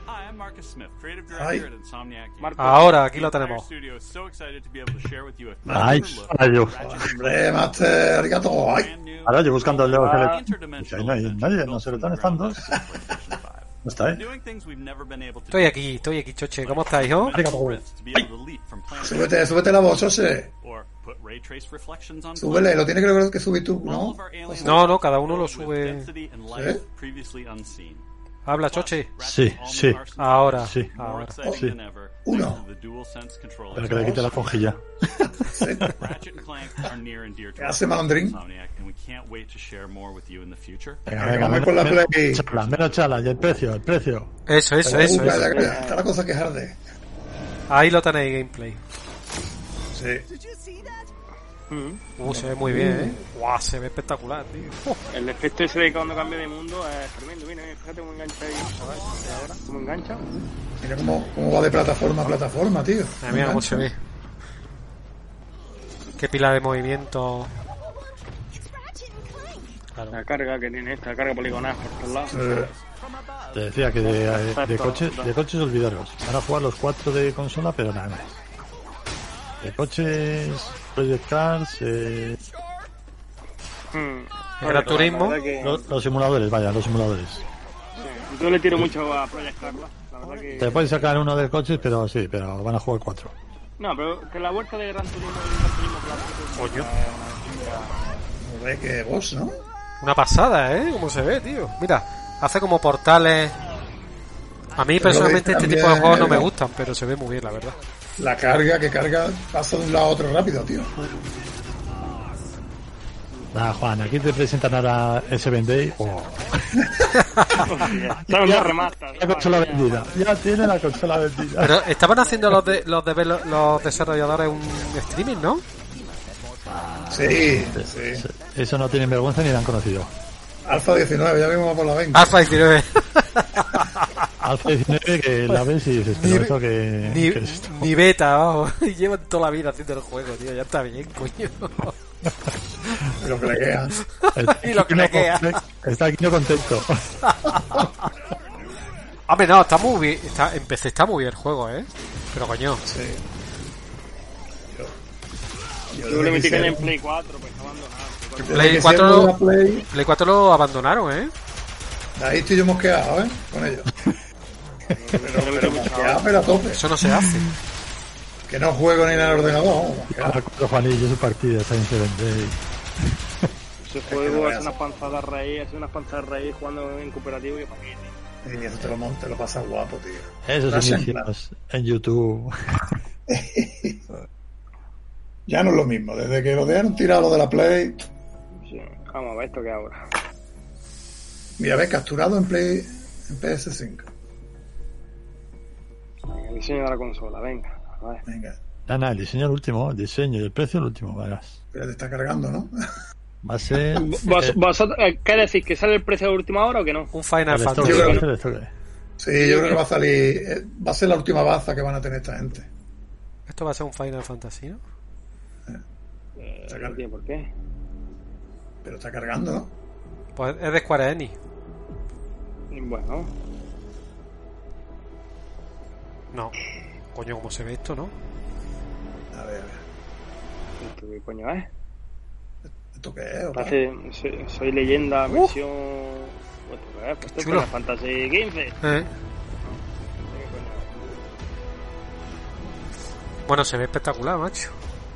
[SPEAKER 6] Hi, I'm Marcus Smith, creative
[SPEAKER 1] Ay.
[SPEAKER 6] director at Insomniac. Games.
[SPEAKER 2] Marco.
[SPEAKER 3] Ahora, aquí lo
[SPEAKER 6] Entire
[SPEAKER 3] tenemos.
[SPEAKER 6] Studio is so excited to be able to share with you a
[SPEAKER 10] Ay,
[SPEAKER 6] closer look
[SPEAKER 10] ahora yo.
[SPEAKER 1] Hombre, Master, arigato. Ay,
[SPEAKER 6] brand new
[SPEAKER 10] Ahora yo buscando al Leo
[SPEAKER 2] Ah.
[SPEAKER 10] Celet.
[SPEAKER 6] interdimensional
[SPEAKER 10] Ahí no hay
[SPEAKER 6] adventure
[SPEAKER 10] nadie,
[SPEAKER 6] built
[SPEAKER 10] no se lo
[SPEAKER 6] from
[SPEAKER 10] dan,
[SPEAKER 6] the ground
[SPEAKER 10] están
[SPEAKER 6] up for PlayStation 5.
[SPEAKER 10] No está, ¿eh?
[SPEAKER 6] Doing things we've never been able to
[SPEAKER 3] Estoy
[SPEAKER 6] do
[SPEAKER 3] aquí, estoy aquí, choche. ¿Cómo estáis, hijo?
[SPEAKER 6] Prince to be able to leap from planet to
[SPEAKER 1] súbete, súbete la voz, José.
[SPEAKER 6] planet, or put ray trace reflections on
[SPEAKER 1] Súbele, lo tienes que, que subir tú,
[SPEAKER 6] All
[SPEAKER 1] ¿no? ¿eh?
[SPEAKER 6] of our aliens
[SPEAKER 3] No, no, cada uno lo
[SPEAKER 6] with
[SPEAKER 3] sube.
[SPEAKER 6] density and life previously unseen.
[SPEAKER 3] Habla, choche.
[SPEAKER 10] Sí,
[SPEAKER 6] Ratchet's
[SPEAKER 10] sí.
[SPEAKER 6] all-new arsenal
[SPEAKER 3] Ahora,
[SPEAKER 10] Sí.
[SPEAKER 6] is more
[SPEAKER 3] ahora.
[SPEAKER 6] exciting
[SPEAKER 10] Sí.
[SPEAKER 6] than ever,
[SPEAKER 1] Oh, Uno.
[SPEAKER 6] thanks to the DualSense controller.
[SPEAKER 10] Para que le quite la esponjilla.
[SPEAKER 6] Ratchet and Clank are near and dear to
[SPEAKER 1] ¿Qué
[SPEAKER 6] our
[SPEAKER 1] hace Malandrín?
[SPEAKER 6] Insomniac, and we can't wait to share more with you in the future.
[SPEAKER 10] Venga,
[SPEAKER 1] Venga,
[SPEAKER 10] venga,
[SPEAKER 1] vamos con la
[SPEAKER 10] menos,
[SPEAKER 1] Play.
[SPEAKER 10] menos chala, menos chala. Y el precio, el precio.
[SPEAKER 3] Eso, eso, eso, eso.
[SPEAKER 1] Uh, ya, ya, Está la cosa que arde.
[SPEAKER 3] Ahí lo tenéis, gameplay.
[SPEAKER 1] Sí.
[SPEAKER 2] Mm.
[SPEAKER 3] Uh, se ve muy bien, ¿eh? Guau, se ve espectacular, tío.
[SPEAKER 2] El efecto ese de cuando cambia de mundo es tremendo. Mira, mira, fíjate cómo engancha ahí. a ver, Ahora, cómo engancha.
[SPEAKER 1] Mira cómo, cómo va de plataforma a plataforma, tío.
[SPEAKER 3] Mira, mira cómo se ve. Qué pila de movimiento.
[SPEAKER 2] La carga que tiene esta, la carga poligonal por todos lados.
[SPEAKER 1] Eh,
[SPEAKER 10] Te decía que de, eh, de coches, de coches olvidaros. Van a jugar los cuatro de consola, pero nada más. de coches, Project Cars, eh,
[SPEAKER 2] Mm,
[SPEAKER 3] Gran Turismo.
[SPEAKER 10] lo- los simuladores, vaya, los simuladores.
[SPEAKER 2] Sí, Yo le tiro mucho a Project Carla. La verdad que...
[SPEAKER 10] Te pueden sacar uno de coches, pero sí, pero van a jugar cuatro.
[SPEAKER 2] No, pero que la vuelta de Gran Turismo y
[SPEAKER 10] Ah,
[SPEAKER 2] Gran Turismo Clásico.
[SPEAKER 1] Hombre, que vos, ¿no?
[SPEAKER 3] Una pasada, ¿eh? Como se ve, tío. Mira, hace como portales. A mí
[SPEAKER 1] Pero
[SPEAKER 3] personalmente
[SPEAKER 1] veis
[SPEAKER 3] este tipo de
[SPEAKER 1] también-
[SPEAKER 3] juegos no me gustan, pero se ve muy bien, la verdad.
[SPEAKER 1] La carga que carga pasa de un lado a otro rápido, tío.
[SPEAKER 10] Nada, Juan, aquí te presentan ahora ese Day. Oh,
[SPEAKER 2] Hostia, Son dos rematas.
[SPEAKER 10] la consola vendida. Ya tiene la consola vendida.
[SPEAKER 3] Pero estaban haciendo los de, los, de, los desarrolladores un streaming, ¿no?
[SPEAKER 1] Sí,
[SPEAKER 10] sí. Eso no tienen vergüenza ni la han conocido.
[SPEAKER 1] Alfa 19, ya mismo va por la 20.
[SPEAKER 3] Alfa 19.
[SPEAKER 10] Alfa 19 que la ves y dices, pero esto que...
[SPEAKER 3] Ni,
[SPEAKER 10] que es esto?
[SPEAKER 3] ni beta, vamos. Y Llevan toda la vida haciendo el juego, tío. Ya está bien, coño.
[SPEAKER 1] Lo que le queda.
[SPEAKER 3] y lo que
[SPEAKER 10] no
[SPEAKER 3] le queda.
[SPEAKER 10] con- Está aquí no contento.
[SPEAKER 3] Hombre, no, está muy bien. Está, en PC está muy bien el juego, ¿eh? Pero coño.
[SPEAKER 1] Sí.
[SPEAKER 2] Yo le metí caña en Play 4, pues está abandonado.
[SPEAKER 3] Play
[SPEAKER 1] que
[SPEAKER 3] 4
[SPEAKER 1] seamos
[SPEAKER 3] lo,
[SPEAKER 1] la Play-
[SPEAKER 3] Play 4 lo abandonaron, ¿eh?
[SPEAKER 1] Ahí estoy yo mosqueado, ¿eh? Con ellos. pero, pero mosqueado, pero a tope.
[SPEAKER 3] Eso no se hace.
[SPEAKER 1] Que no juego ni en el ordenador. vamos,
[SPEAKER 10] Ya recuerdo, Juanillo, su partida está en 7
[SPEAKER 2] Ese juego hace unas panzadas raíz, hace unas panzadas raíz jugando en cooperativo que para mí, tío.
[SPEAKER 1] Y eso te lo, mon- te lo pasas guapo, tío.
[SPEAKER 10] Esos
[SPEAKER 1] Gracias.
[SPEAKER 10] inicios en YouTube.
[SPEAKER 1] Ya no es lo mismo. Desde que lo dejaron tirado lo de la Play.
[SPEAKER 2] Sí, Vamos a ver esto que ahora.
[SPEAKER 1] Mira, ves, capturado en Play. En PS5.
[SPEAKER 2] Venga, El diseño de la consola, venga. A ver.
[SPEAKER 1] Venga.
[SPEAKER 10] Nada, nada, el diseño el último, el diseño y el precio el último. verás.
[SPEAKER 1] Pero te está cargando, ¿no?
[SPEAKER 10] Va a ser...
[SPEAKER 2] ¿Vos,
[SPEAKER 10] eh,
[SPEAKER 2] vosotros, eh, ¿Qué decís? ¿Que sale el precio de última hora o que no?
[SPEAKER 3] Un Final
[SPEAKER 10] el
[SPEAKER 3] Fantasy.
[SPEAKER 10] estoque,
[SPEAKER 1] Yo creo-
[SPEAKER 10] el estoque.
[SPEAKER 1] Sí, yo creo que va a salir. eh, Va a ser la última baza que van a tener esta gente.
[SPEAKER 3] Esto va a ser un Final Fantasy, ¿no?
[SPEAKER 1] Está
[SPEAKER 2] No
[SPEAKER 1] car-
[SPEAKER 2] tiene por qué.
[SPEAKER 1] Pero está cargando, ¿no?
[SPEAKER 3] Pues es de Square Enix.
[SPEAKER 2] Bueno,
[SPEAKER 3] No. Coño, ¿cómo se ve esto, no?
[SPEAKER 1] A ver, a ver.
[SPEAKER 2] ¿esto este, ¿qué coño ¿eh? es?
[SPEAKER 1] ¿Esto qué es? Opa?
[SPEAKER 2] Parece, soy, soy leyenda, versión. Pues, eh, pues esto es
[SPEAKER 3] Chulo.
[SPEAKER 2] Final Fantasy XV.
[SPEAKER 3] ¿Eh? Bueno, se ve espectacular, macho.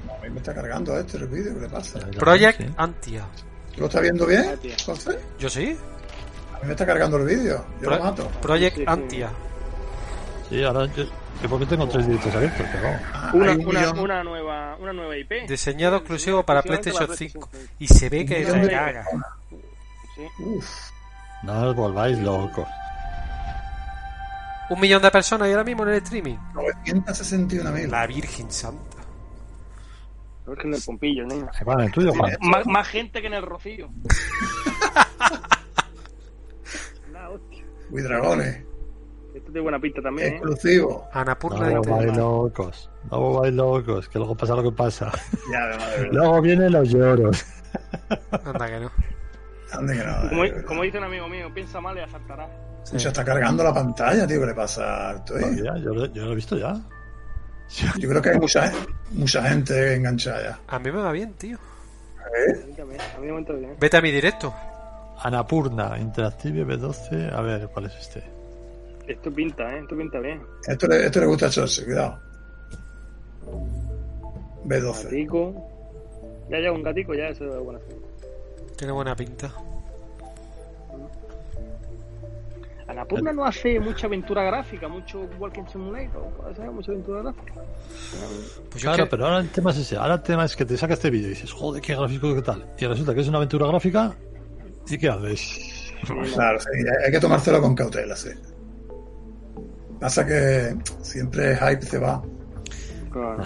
[SPEAKER 1] No, a mí me está cargando este el vídeo. ¿Qué le pasa?
[SPEAKER 3] Project
[SPEAKER 10] Sí.
[SPEAKER 3] Antia.
[SPEAKER 1] ¿Tú lo estás viendo bien,
[SPEAKER 2] Ah, tío.
[SPEAKER 1] José?
[SPEAKER 3] ¿Yo sí?
[SPEAKER 1] A mí me está cargando el vídeo. Yo
[SPEAKER 3] Pro-
[SPEAKER 1] lo mato.
[SPEAKER 3] Project
[SPEAKER 2] Sí, sí, sí.
[SPEAKER 3] Antia.
[SPEAKER 10] Sí, ahora yo... yo porque tengo tres directos abiertos, pero vamos.
[SPEAKER 1] Ah,
[SPEAKER 2] Una,
[SPEAKER 1] hay un
[SPEAKER 2] una,
[SPEAKER 1] millón-
[SPEAKER 2] una, nueva, una nueva IP.
[SPEAKER 3] Diseñado exclusivo para
[SPEAKER 2] Exclusivamente
[SPEAKER 3] PlayStation
[SPEAKER 2] para
[SPEAKER 3] 5.
[SPEAKER 2] PlayStation
[SPEAKER 3] Y se ve que
[SPEAKER 1] un
[SPEAKER 3] te
[SPEAKER 1] millón de
[SPEAKER 3] caga.
[SPEAKER 1] personas.
[SPEAKER 2] Sí.
[SPEAKER 1] Uf,
[SPEAKER 10] No os volváis locos.
[SPEAKER 3] Un millón de personas y ahora mismo en el streaming.
[SPEAKER 1] 961 mil.
[SPEAKER 3] La Virgen Santa.
[SPEAKER 2] La Virgen del Pompillo, niño.
[SPEAKER 10] Se van en el tuyo, Eh, Juan.
[SPEAKER 1] eh,
[SPEAKER 2] Más, más gente que en el Rocío. La hostia.
[SPEAKER 1] dragones.
[SPEAKER 2] Esto tiene buena pinta también, ¿eh?
[SPEAKER 1] Exclusivo.
[SPEAKER 3] Anapurna
[SPEAKER 10] No
[SPEAKER 3] de
[SPEAKER 10] os volváis
[SPEAKER 3] Internet.
[SPEAKER 10] locos. No os volváis locos, que luego pasa lo que pasa.
[SPEAKER 1] Ya, de madre, de verdad.
[SPEAKER 10] Luego vienen los lloros.
[SPEAKER 3] Anda que no.
[SPEAKER 1] Ande que no, de
[SPEAKER 2] Como,
[SPEAKER 1] verdad.
[SPEAKER 2] como dice un amigo mío, piensa mal y acertará.
[SPEAKER 1] Escucha, está cargando la pantalla, tío. ¿Qué le pasa a Arto, eh?
[SPEAKER 10] Todavía, yo, lo- yo lo he visto ya.
[SPEAKER 1] Yo creo que hay mucha, mucha gente enganchada.
[SPEAKER 3] A mí me va bien, tío.
[SPEAKER 2] A mí también, a mí me entra bien.
[SPEAKER 3] Vete a mi directo.
[SPEAKER 10] Anapurna, Interactive B12. A ver, ¿cuál es este?
[SPEAKER 2] Esto pinta, ¿eh? Esto pinta bien.
[SPEAKER 1] Esto le, esto le gusta a Chorsi, cuidado. B12.
[SPEAKER 2] Gatico. Ya llega un gatico, ya eso es buena señal.
[SPEAKER 3] Tiene buena pinta.
[SPEAKER 2] Anapurna no hace mucha aventura gráfica, mucho Walking Simulator, puede ser, mucha aventura gráfica.
[SPEAKER 3] Pues yo
[SPEAKER 10] Claro,
[SPEAKER 3] que-
[SPEAKER 10] pero ahora el tema es ese. Ahora el tema es que te saca este vídeo y dices, joder, qué gráfico, qué tal. Y resulta que es una aventura gráfica. ¿Y qué haces?
[SPEAKER 1] Claro, sí, hay- hay que tomárselo con cautela, sí. Pasa que siempre hype se va.
[SPEAKER 3] Ah.
[SPEAKER 2] Claro.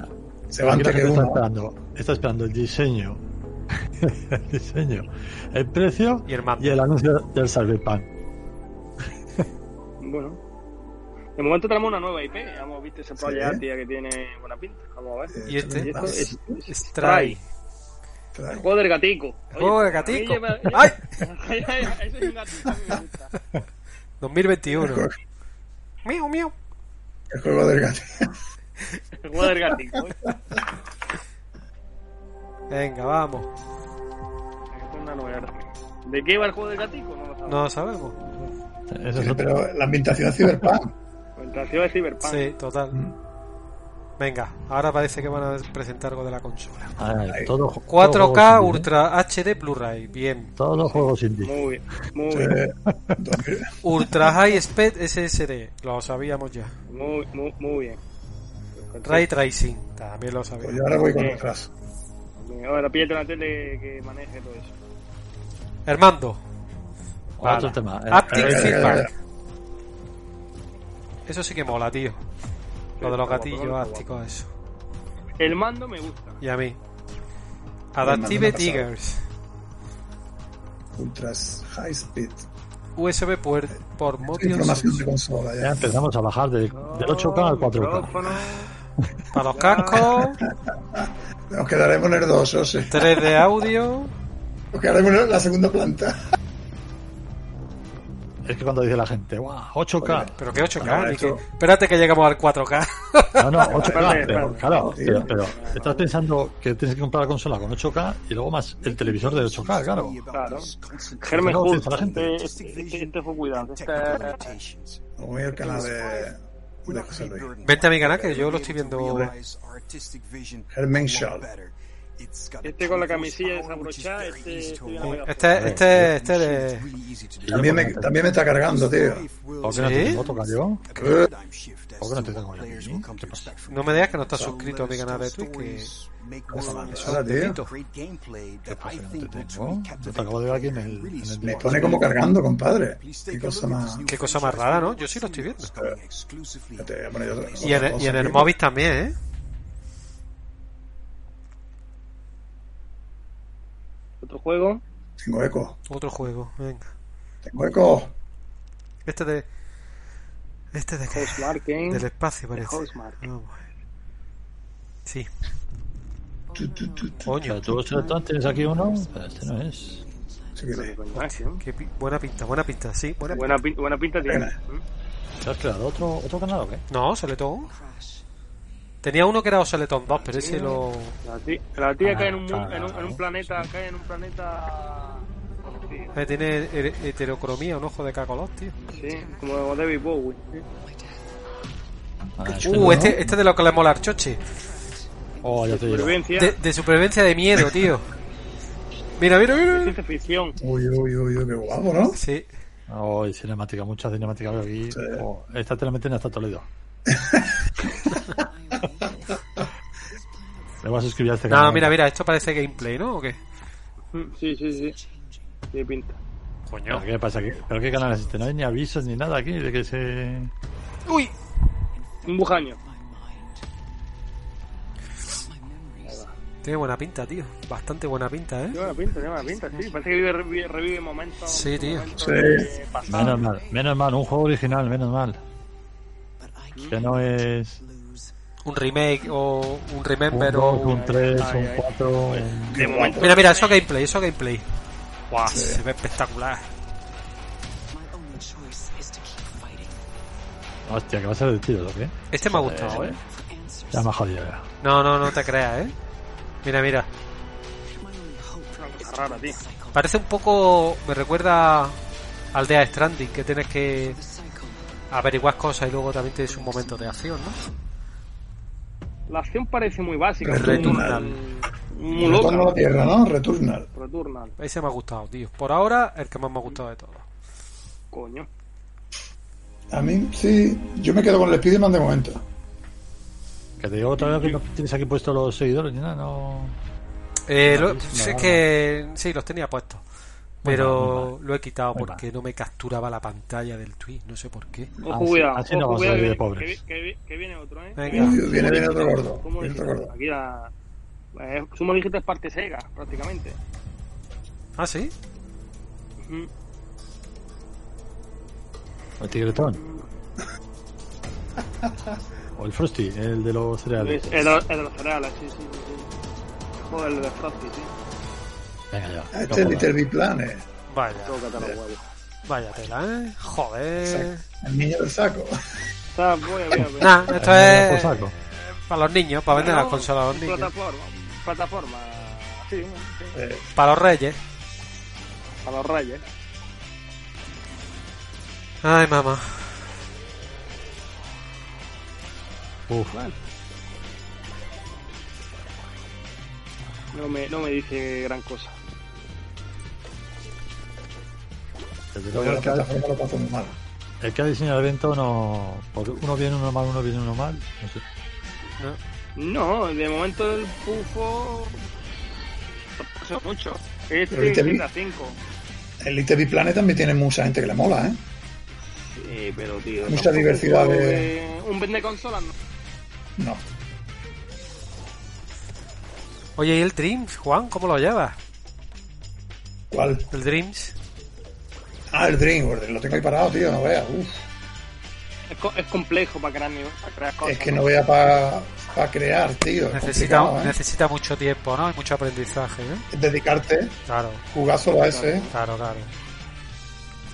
[SPEAKER 1] Se va
[SPEAKER 10] Aquí la
[SPEAKER 1] antes que
[SPEAKER 10] gente está
[SPEAKER 1] uno.
[SPEAKER 10] esperando. Está esperando el diseño. el diseño. El precio
[SPEAKER 3] Y el mando.
[SPEAKER 10] anuncio del Cyberpunk.
[SPEAKER 2] Bueno. De momento tenemos una nueva IP, ya hemos visto ese Project
[SPEAKER 1] Sí.
[SPEAKER 2] Atia que tiene buena pinta, vamos a ver.
[SPEAKER 1] Eh,
[SPEAKER 3] ¿Y este?
[SPEAKER 2] Y esto
[SPEAKER 1] más,
[SPEAKER 2] es
[SPEAKER 3] Stray.
[SPEAKER 1] trae.
[SPEAKER 2] el juego del gatico. Oye,
[SPEAKER 3] Juego del
[SPEAKER 2] a mí
[SPEAKER 3] gatico.
[SPEAKER 2] lleva-
[SPEAKER 3] ¡Ay!
[SPEAKER 2] Eso es un gatito, a mí me gusta.
[SPEAKER 3] 2021.
[SPEAKER 1] El juego-
[SPEAKER 3] Miau, miau.
[SPEAKER 1] el juego del gato.
[SPEAKER 2] El juego del gatito. ¿eh?
[SPEAKER 3] Venga, vamos.
[SPEAKER 2] Esto es una novedad. ¿De qué va el juego del gatito? No lo sabemos.
[SPEAKER 3] No lo sabemos.
[SPEAKER 10] Eso es otro.
[SPEAKER 1] Pero la ambientación es Cyberpunk.
[SPEAKER 2] Orientación de Cyberpunk.
[SPEAKER 3] Sí, total. Mm. Venga, ahora parece que van a presentar algo de la consola.
[SPEAKER 10] Ah, todo- todos los
[SPEAKER 3] 4K
[SPEAKER 10] juegos indie, ¿eh?
[SPEAKER 3] Ultra HD Blu-ray, bien.
[SPEAKER 10] Todos los juegos indie.
[SPEAKER 2] Muy bien, muy bien.
[SPEAKER 1] Eh, 2000.
[SPEAKER 3] Ultra High Speed SSD, lo sabíamos ya.
[SPEAKER 2] Muy, muy, muy bien. Perfecto.
[SPEAKER 3] Ray Tracing, también lo
[SPEAKER 1] Pues yo
[SPEAKER 3] sabíamos.
[SPEAKER 1] ahora voy con retraso.
[SPEAKER 2] Ahora pídete una tele que maneje todo eso.
[SPEAKER 3] Armando,
[SPEAKER 10] Otro tema. eh,
[SPEAKER 3] Haptic
[SPEAKER 10] eh,
[SPEAKER 3] Feedback.
[SPEAKER 1] eh.
[SPEAKER 3] Eso sí que mola, tío. Lo de los gatillos hápticos, eso.
[SPEAKER 2] El mando me gusta.
[SPEAKER 3] Y a mí.
[SPEAKER 1] Me
[SPEAKER 3] Adaptive
[SPEAKER 1] ha pasado.
[SPEAKER 3] Diggers.
[SPEAKER 1] Ultras High Speed.
[SPEAKER 3] USB por, por motion
[SPEAKER 1] Información de
[SPEAKER 3] sensor.
[SPEAKER 1] consola
[SPEAKER 10] Ya
[SPEAKER 1] ya.
[SPEAKER 10] empezamos a bajar del, del 8K al 4K.
[SPEAKER 2] Micrófono.
[SPEAKER 3] Para los cascos,
[SPEAKER 1] Nos quedaremos en el 2, o sea,
[SPEAKER 3] 3D audio.
[SPEAKER 1] Nos quedaremos en la segunda planta.
[SPEAKER 10] Es que cuando dice la gente, ¡guau! 8K.
[SPEAKER 3] Pero que
[SPEAKER 1] Ahora
[SPEAKER 3] 8K, ni
[SPEAKER 1] eso-
[SPEAKER 3] que- espérate que llegamos al 4K.
[SPEAKER 10] No, no, 8K.
[SPEAKER 2] Espérate,
[SPEAKER 10] Pero,
[SPEAKER 2] espérate.
[SPEAKER 10] claro, pero, pero estás pensando que tienes que comprar la consola con 8K y luego más el televisor de 8K, claro.
[SPEAKER 2] Claro. Germen
[SPEAKER 10] No,
[SPEAKER 2] Hulk.
[SPEAKER 10] piensa la gente.
[SPEAKER 2] Este, este, este- este fue cuidado. Este,
[SPEAKER 1] Nos voy al canal de, de José Luis.
[SPEAKER 3] Vente a mi canal que yo lo estoy viendo.
[SPEAKER 1] Germen Schall.
[SPEAKER 2] este con la camisilla desabrochada. Este, este de la mega-
[SPEAKER 3] Este, este, este de.
[SPEAKER 1] También me, también me está cargando, tío.
[SPEAKER 10] ¿Por qué no
[SPEAKER 3] ¿Sí?
[SPEAKER 10] te tengo 8K yo?
[SPEAKER 1] Eh,
[SPEAKER 10] ¿Por qué no te tengo yo? ¿Qué pasa?
[SPEAKER 3] No me digas que no estás suscrito a mi canal de Twitch. Que...
[SPEAKER 1] Ahora, tío.
[SPEAKER 10] ¿Qué pasa que no te tengo? Yo te acabo de ver aquí en el... en el-
[SPEAKER 1] Me pone como cargando, compadre. Qué cosa más. eh,
[SPEAKER 3] Qué cosa más rara, ¿no? Yo sí lo estoy viendo.
[SPEAKER 1] Ya te voy a poner otra-
[SPEAKER 3] Y en,
[SPEAKER 1] otra
[SPEAKER 3] el- y
[SPEAKER 1] cosa
[SPEAKER 3] en el
[SPEAKER 1] aquí.
[SPEAKER 3] móvil también, ¿eh? eh.
[SPEAKER 2] Otro juego.
[SPEAKER 1] Tengo eco.
[SPEAKER 3] Otro juego, venga.
[SPEAKER 1] Tengo eco.
[SPEAKER 3] Este de. Este de qué?
[SPEAKER 2] Housemarque.
[SPEAKER 3] Del espacio parece.
[SPEAKER 2] Housemarque.
[SPEAKER 3] Vamos a ver. Sí,
[SPEAKER 1] Tu, tu, tu, tu.
[SPEAKER 3] coño.
[SPEAKER 10] Tú, Stratton, tienes aquí uno, pero este no es.
[SPEAKER 1] Sí que te-
[SPEAKER 3] Qué pi- buena pinta, buena pinta, sí. Buena pinta.
[SPEAKER 2] Buena, pin- buena pinta tiene.
[SPEAKER 1] Venga.
[SPEAKER 2] ¿Mm?
[SPEAKER 10] ¿Te has creado otro, otro canal o qué?
[SPEAKER 3] No, Soletón. Tenía uno que era Soletón 2, pero ese lo.
[SPEAKER 2] La tía, la tía
[SPEAKER 10] Ah,
[SPEAKER 2] cae en un, mu-
[SPEAKER 10] ah,
[SPEAKER 2] en un, en un planeta. Cae en un planeta. Sí,
[SPEAKER 3] eh, tiene he- heterocromía, un ojo de cacolot, tío.
[SPEAKER 2] sí, como David Bowie. ¿sí?
[SPEAKER 10] Ah, este
[SPEAKER 3] Uh,
[SPEAKER 10] no,
[SPEAKER 3] este, este de lo que le mola al choche.
[SPEAKER 10] Oh, ya te digo.
[SPEAKER 2] Supervivencia.
[SPEAKER 3] De, de supervivencia de miedo, tío. Mira, mira, mira. mira.
[SPEAKER 2] Ciencia ficción.
[SPEAKER 1] Uy, uy, uy, uy, qué guapo, ¿no?
[SPEAKER 3] Sí,
[SPEAKER 10] Oh, y cinemática, mucha cinemática veo aquí. Oh, esta te la meten hasta Toledo. Le vas a escribir a este
[SPEAKER 3] No, mira, mira, esto parece gameplay, ¿no? ¿O qué?
[SPEAKER 2] Mm, Sí, sí, sí. Tiene pinta.
[SPEAKER 10] Coño. ¿Qué pasa? aquí? ¿Pero qué canal es este? No hay ni avisos ni nada aquí de que se.
[SPEAKER 3] ¡Uy!
[SPEAKER 2] Un bujaño.
[SPEAKER 3] Tiene buena pinta, tío. Bastante buena pinta, ¿eh?
[SPEAKER 2] Tiene buena pinta, tiene buena pinta, sí. Parece que vive, revive, revive momentos.
[SPEAKER 3] Sí, tío.
[SPEAKER 2] momentos
[SPEAKER 1] Sí.
[SPEAKER 2] de pasado.
[SPEAKER 10] Menos mal, menos mal, un juego original, menos mal. Que no es
[SPEAKER 3] Un remake o un
[SPEAKER 10] un
[SPEAKER 3] remember
[SPEAKER 10] 2,
[SPEAKER 3] o...
[SPEAKER 10] un 3,
[SPEAKER 2] ay,
[SPEAKER 10] un
[SPEAKER 2] ay.
[SPEAKER 10] 4. un-
[SPEAKER 2] De momento.
[SPEAKER 3] Mira, mira, eso gameplay, eso gameplay. ¡Guau! Se ve espectacular.
[SPEAKER 10] Hostia, que va a ser de tiro, ¿o qué?
[SPEAKER 3] Este me ha gustado, ¿eh?
[SPEAKER 10] Ya me ha jodido ya.
[SPEAKER 3] No, no, no te creas, ¿eh? Mira, mira.
[SPEAKER 2] Una cosa rara, tío.
[SPEAKER 3] Parece un poco... Me recuerda al Death Stranding, que tienes que averiguar cosas y luego también tienes un momento de acción, ¿no?
[SPEAKER 2] La acción parece muy básica.
[SPEAKER 3] Returnal.
[SPEAKER 2] Muy, muy
[SPEAKER 1] Retorno a la
[SPEAKER 2] loca.
[SPEAKER 1] tierra, ¿no? Returnal.
[SPEAKER 2] Returnal.
[SPEAKER 3] Ese me ha gustado, tío. Por ahora, el que más me ha gustado de todos.
[SPEAKER 2] Coño.
[SPEAKER 1] A mí, sí. Yo me quedo con el Spiderman de momento.
[SPEAKER 10] Que te digo otra vez que no tienes aquí puesto los seguidores ni nada, no.
[SPEAKER 3] Eh, lo-
[SPEAKER 10] Malísimo,
[SPEAKER 3] sí, es
[SPEAKER 10] vamos.
[SPEAKER 3] que sí, los tenía puestos.
[SPEAKER 10] Muy
[SPEAKER 3] Pero
[SPEAKER 10] mal, muy
[SPEAKER 3] lo he quitado
[SPEAKER 10] Muy
[SPEAKER 3] porque no me capturaba la pantalla del tweet, no sé por qué.
[SPEAKER 2] Ojo,
[SPEAKER 10] Así-
[SPEAKER 2] cuidado.
[SPEAKER 10] así
[SPEAKER 2] ojo,
[SPEAKER 10] no vamos a
[SPEAKER 2] cuidado,
[SPEAKER 10] salir
[SPEAKER 2] que,
[SPEAKER 10] de
[SPEAKER 2] vi-
[SPEAKER 10] pobres.
[SPEAKER 2] que vi- que vi- que viene otro, ¿eh?
[SPEAKER 3] Venga.
[SPEAKER 1] Uy, viene, viene otro gordo.
[SPEAKER 2] Sumo
[SPEAKER 1] Viene otro
[SPEAKER 2] Digital.
[SPEAKER 1] gordo.
[SPEAKER 2] Aquí la... eh, Sumo Digital es parte Sega, prácticamente.
[SPEAKER 3] Ah, sí.
[SPEAKER 2] Ujú.
[SPEAKER 10] O el tigretón. o el frosty, el de los cereales.
[SPEAKER 2] Es el, de- el de los cereales, sí, sí, sí, sí. Joder, el de Frosty, sí.
[SPEAKER 10] Venga ya.
[SPEAKER 1] Ah,
[SPEAKER 10] no
[SPEAKER 1] Este es
[SPEAKER 10] jodas.
[SPEAKER 1] Little Big Planet.
[SPEAKER 3] Vaya,
[SPEAKER 2] Tócate los huevos.
[SPEAKER 3] vaya tela, ¿eh? Joder.
[SPEAKER 1] El niño del saco.
[SPEAKER 2] Está, voy a ver,
[SPEAKER 3] Nah, esto
[SPEAKER 10] Ah, por
[SPEAKER 3] es
[SPEAKER 10] saco.
[SPEAKER 3] Para los niños, para vender
[SPEAKER 2] No,
[SPEAKER 3] las consolas a los niños.
[SPEAKER 2] Plataforma, plataforma, sí, bueno, sí.
[SPEAKER 3] Para los reyes.
[SPEAKER 2] Para los reyes.
[SPEAKER 3] Ay, mamá.
[SPEAKER 10] Uf.
[SPEAKER 2] No me, no me dice gran cosa.
[SPEAKER 1] Luego la plataforma lo pasó muy mal.
[SPEAKER 10] El que ha diseñado el evento no. Porque uno viene uno mal, uno viene uno mal. No sé.
[SPEAKER 2] No, de momento el pufo. Pasó mucho.
[SPEAKER 1] Pero
[SPEAKER 2] Este
[SPEAKER 1] viste,
[SPEAKER 2] es la 5.
[SPEAKER 1] El ITV Planet también tiene mucha gente que le mola, ¿eh?
[SPEAKER 2] Sí, pero tío.
[SPEAKER 1] Mucha
[SPEAKER 2] tampoco
[SPEAKER 1] diversidad
[SPEAKER 2] un juego
[SPEAKER 1] de-
[SPEAKER 2] Eh, Un vende consolas, no.
[SPEAKER 1] No.
[SPEAKER 3] Oye, ¿y el Dreams, Juan? ¿Cómo lo llevas?
[SPEAKER 1] ¿Cuál?
[SPEAKER 3] El Dreams.
[SPEAKER 1] Ah, el Dreamworld, lo tengo ahí parado, tío, no veas. Uf,
[SPEAKER 2] Es, co- es complejo para crear, nivel- para crear cosas.
[SPEAKER 1] es que no vea para crear, tío. es complicado,
[SPEAKER 3] Necesita,
[SPEAKER 1] ¿eh?
[SPEAKER 3] necesita mucho tiempo, ¿no? Y mucho aprendizaje, ¿eh?
[SPEAKER 1] Dedicarte,
[SPEAKER 3] Claro,
[SPEAKER 1] jugar solo a ese. ¿eh?
[SPEAKER 3] claro, claro.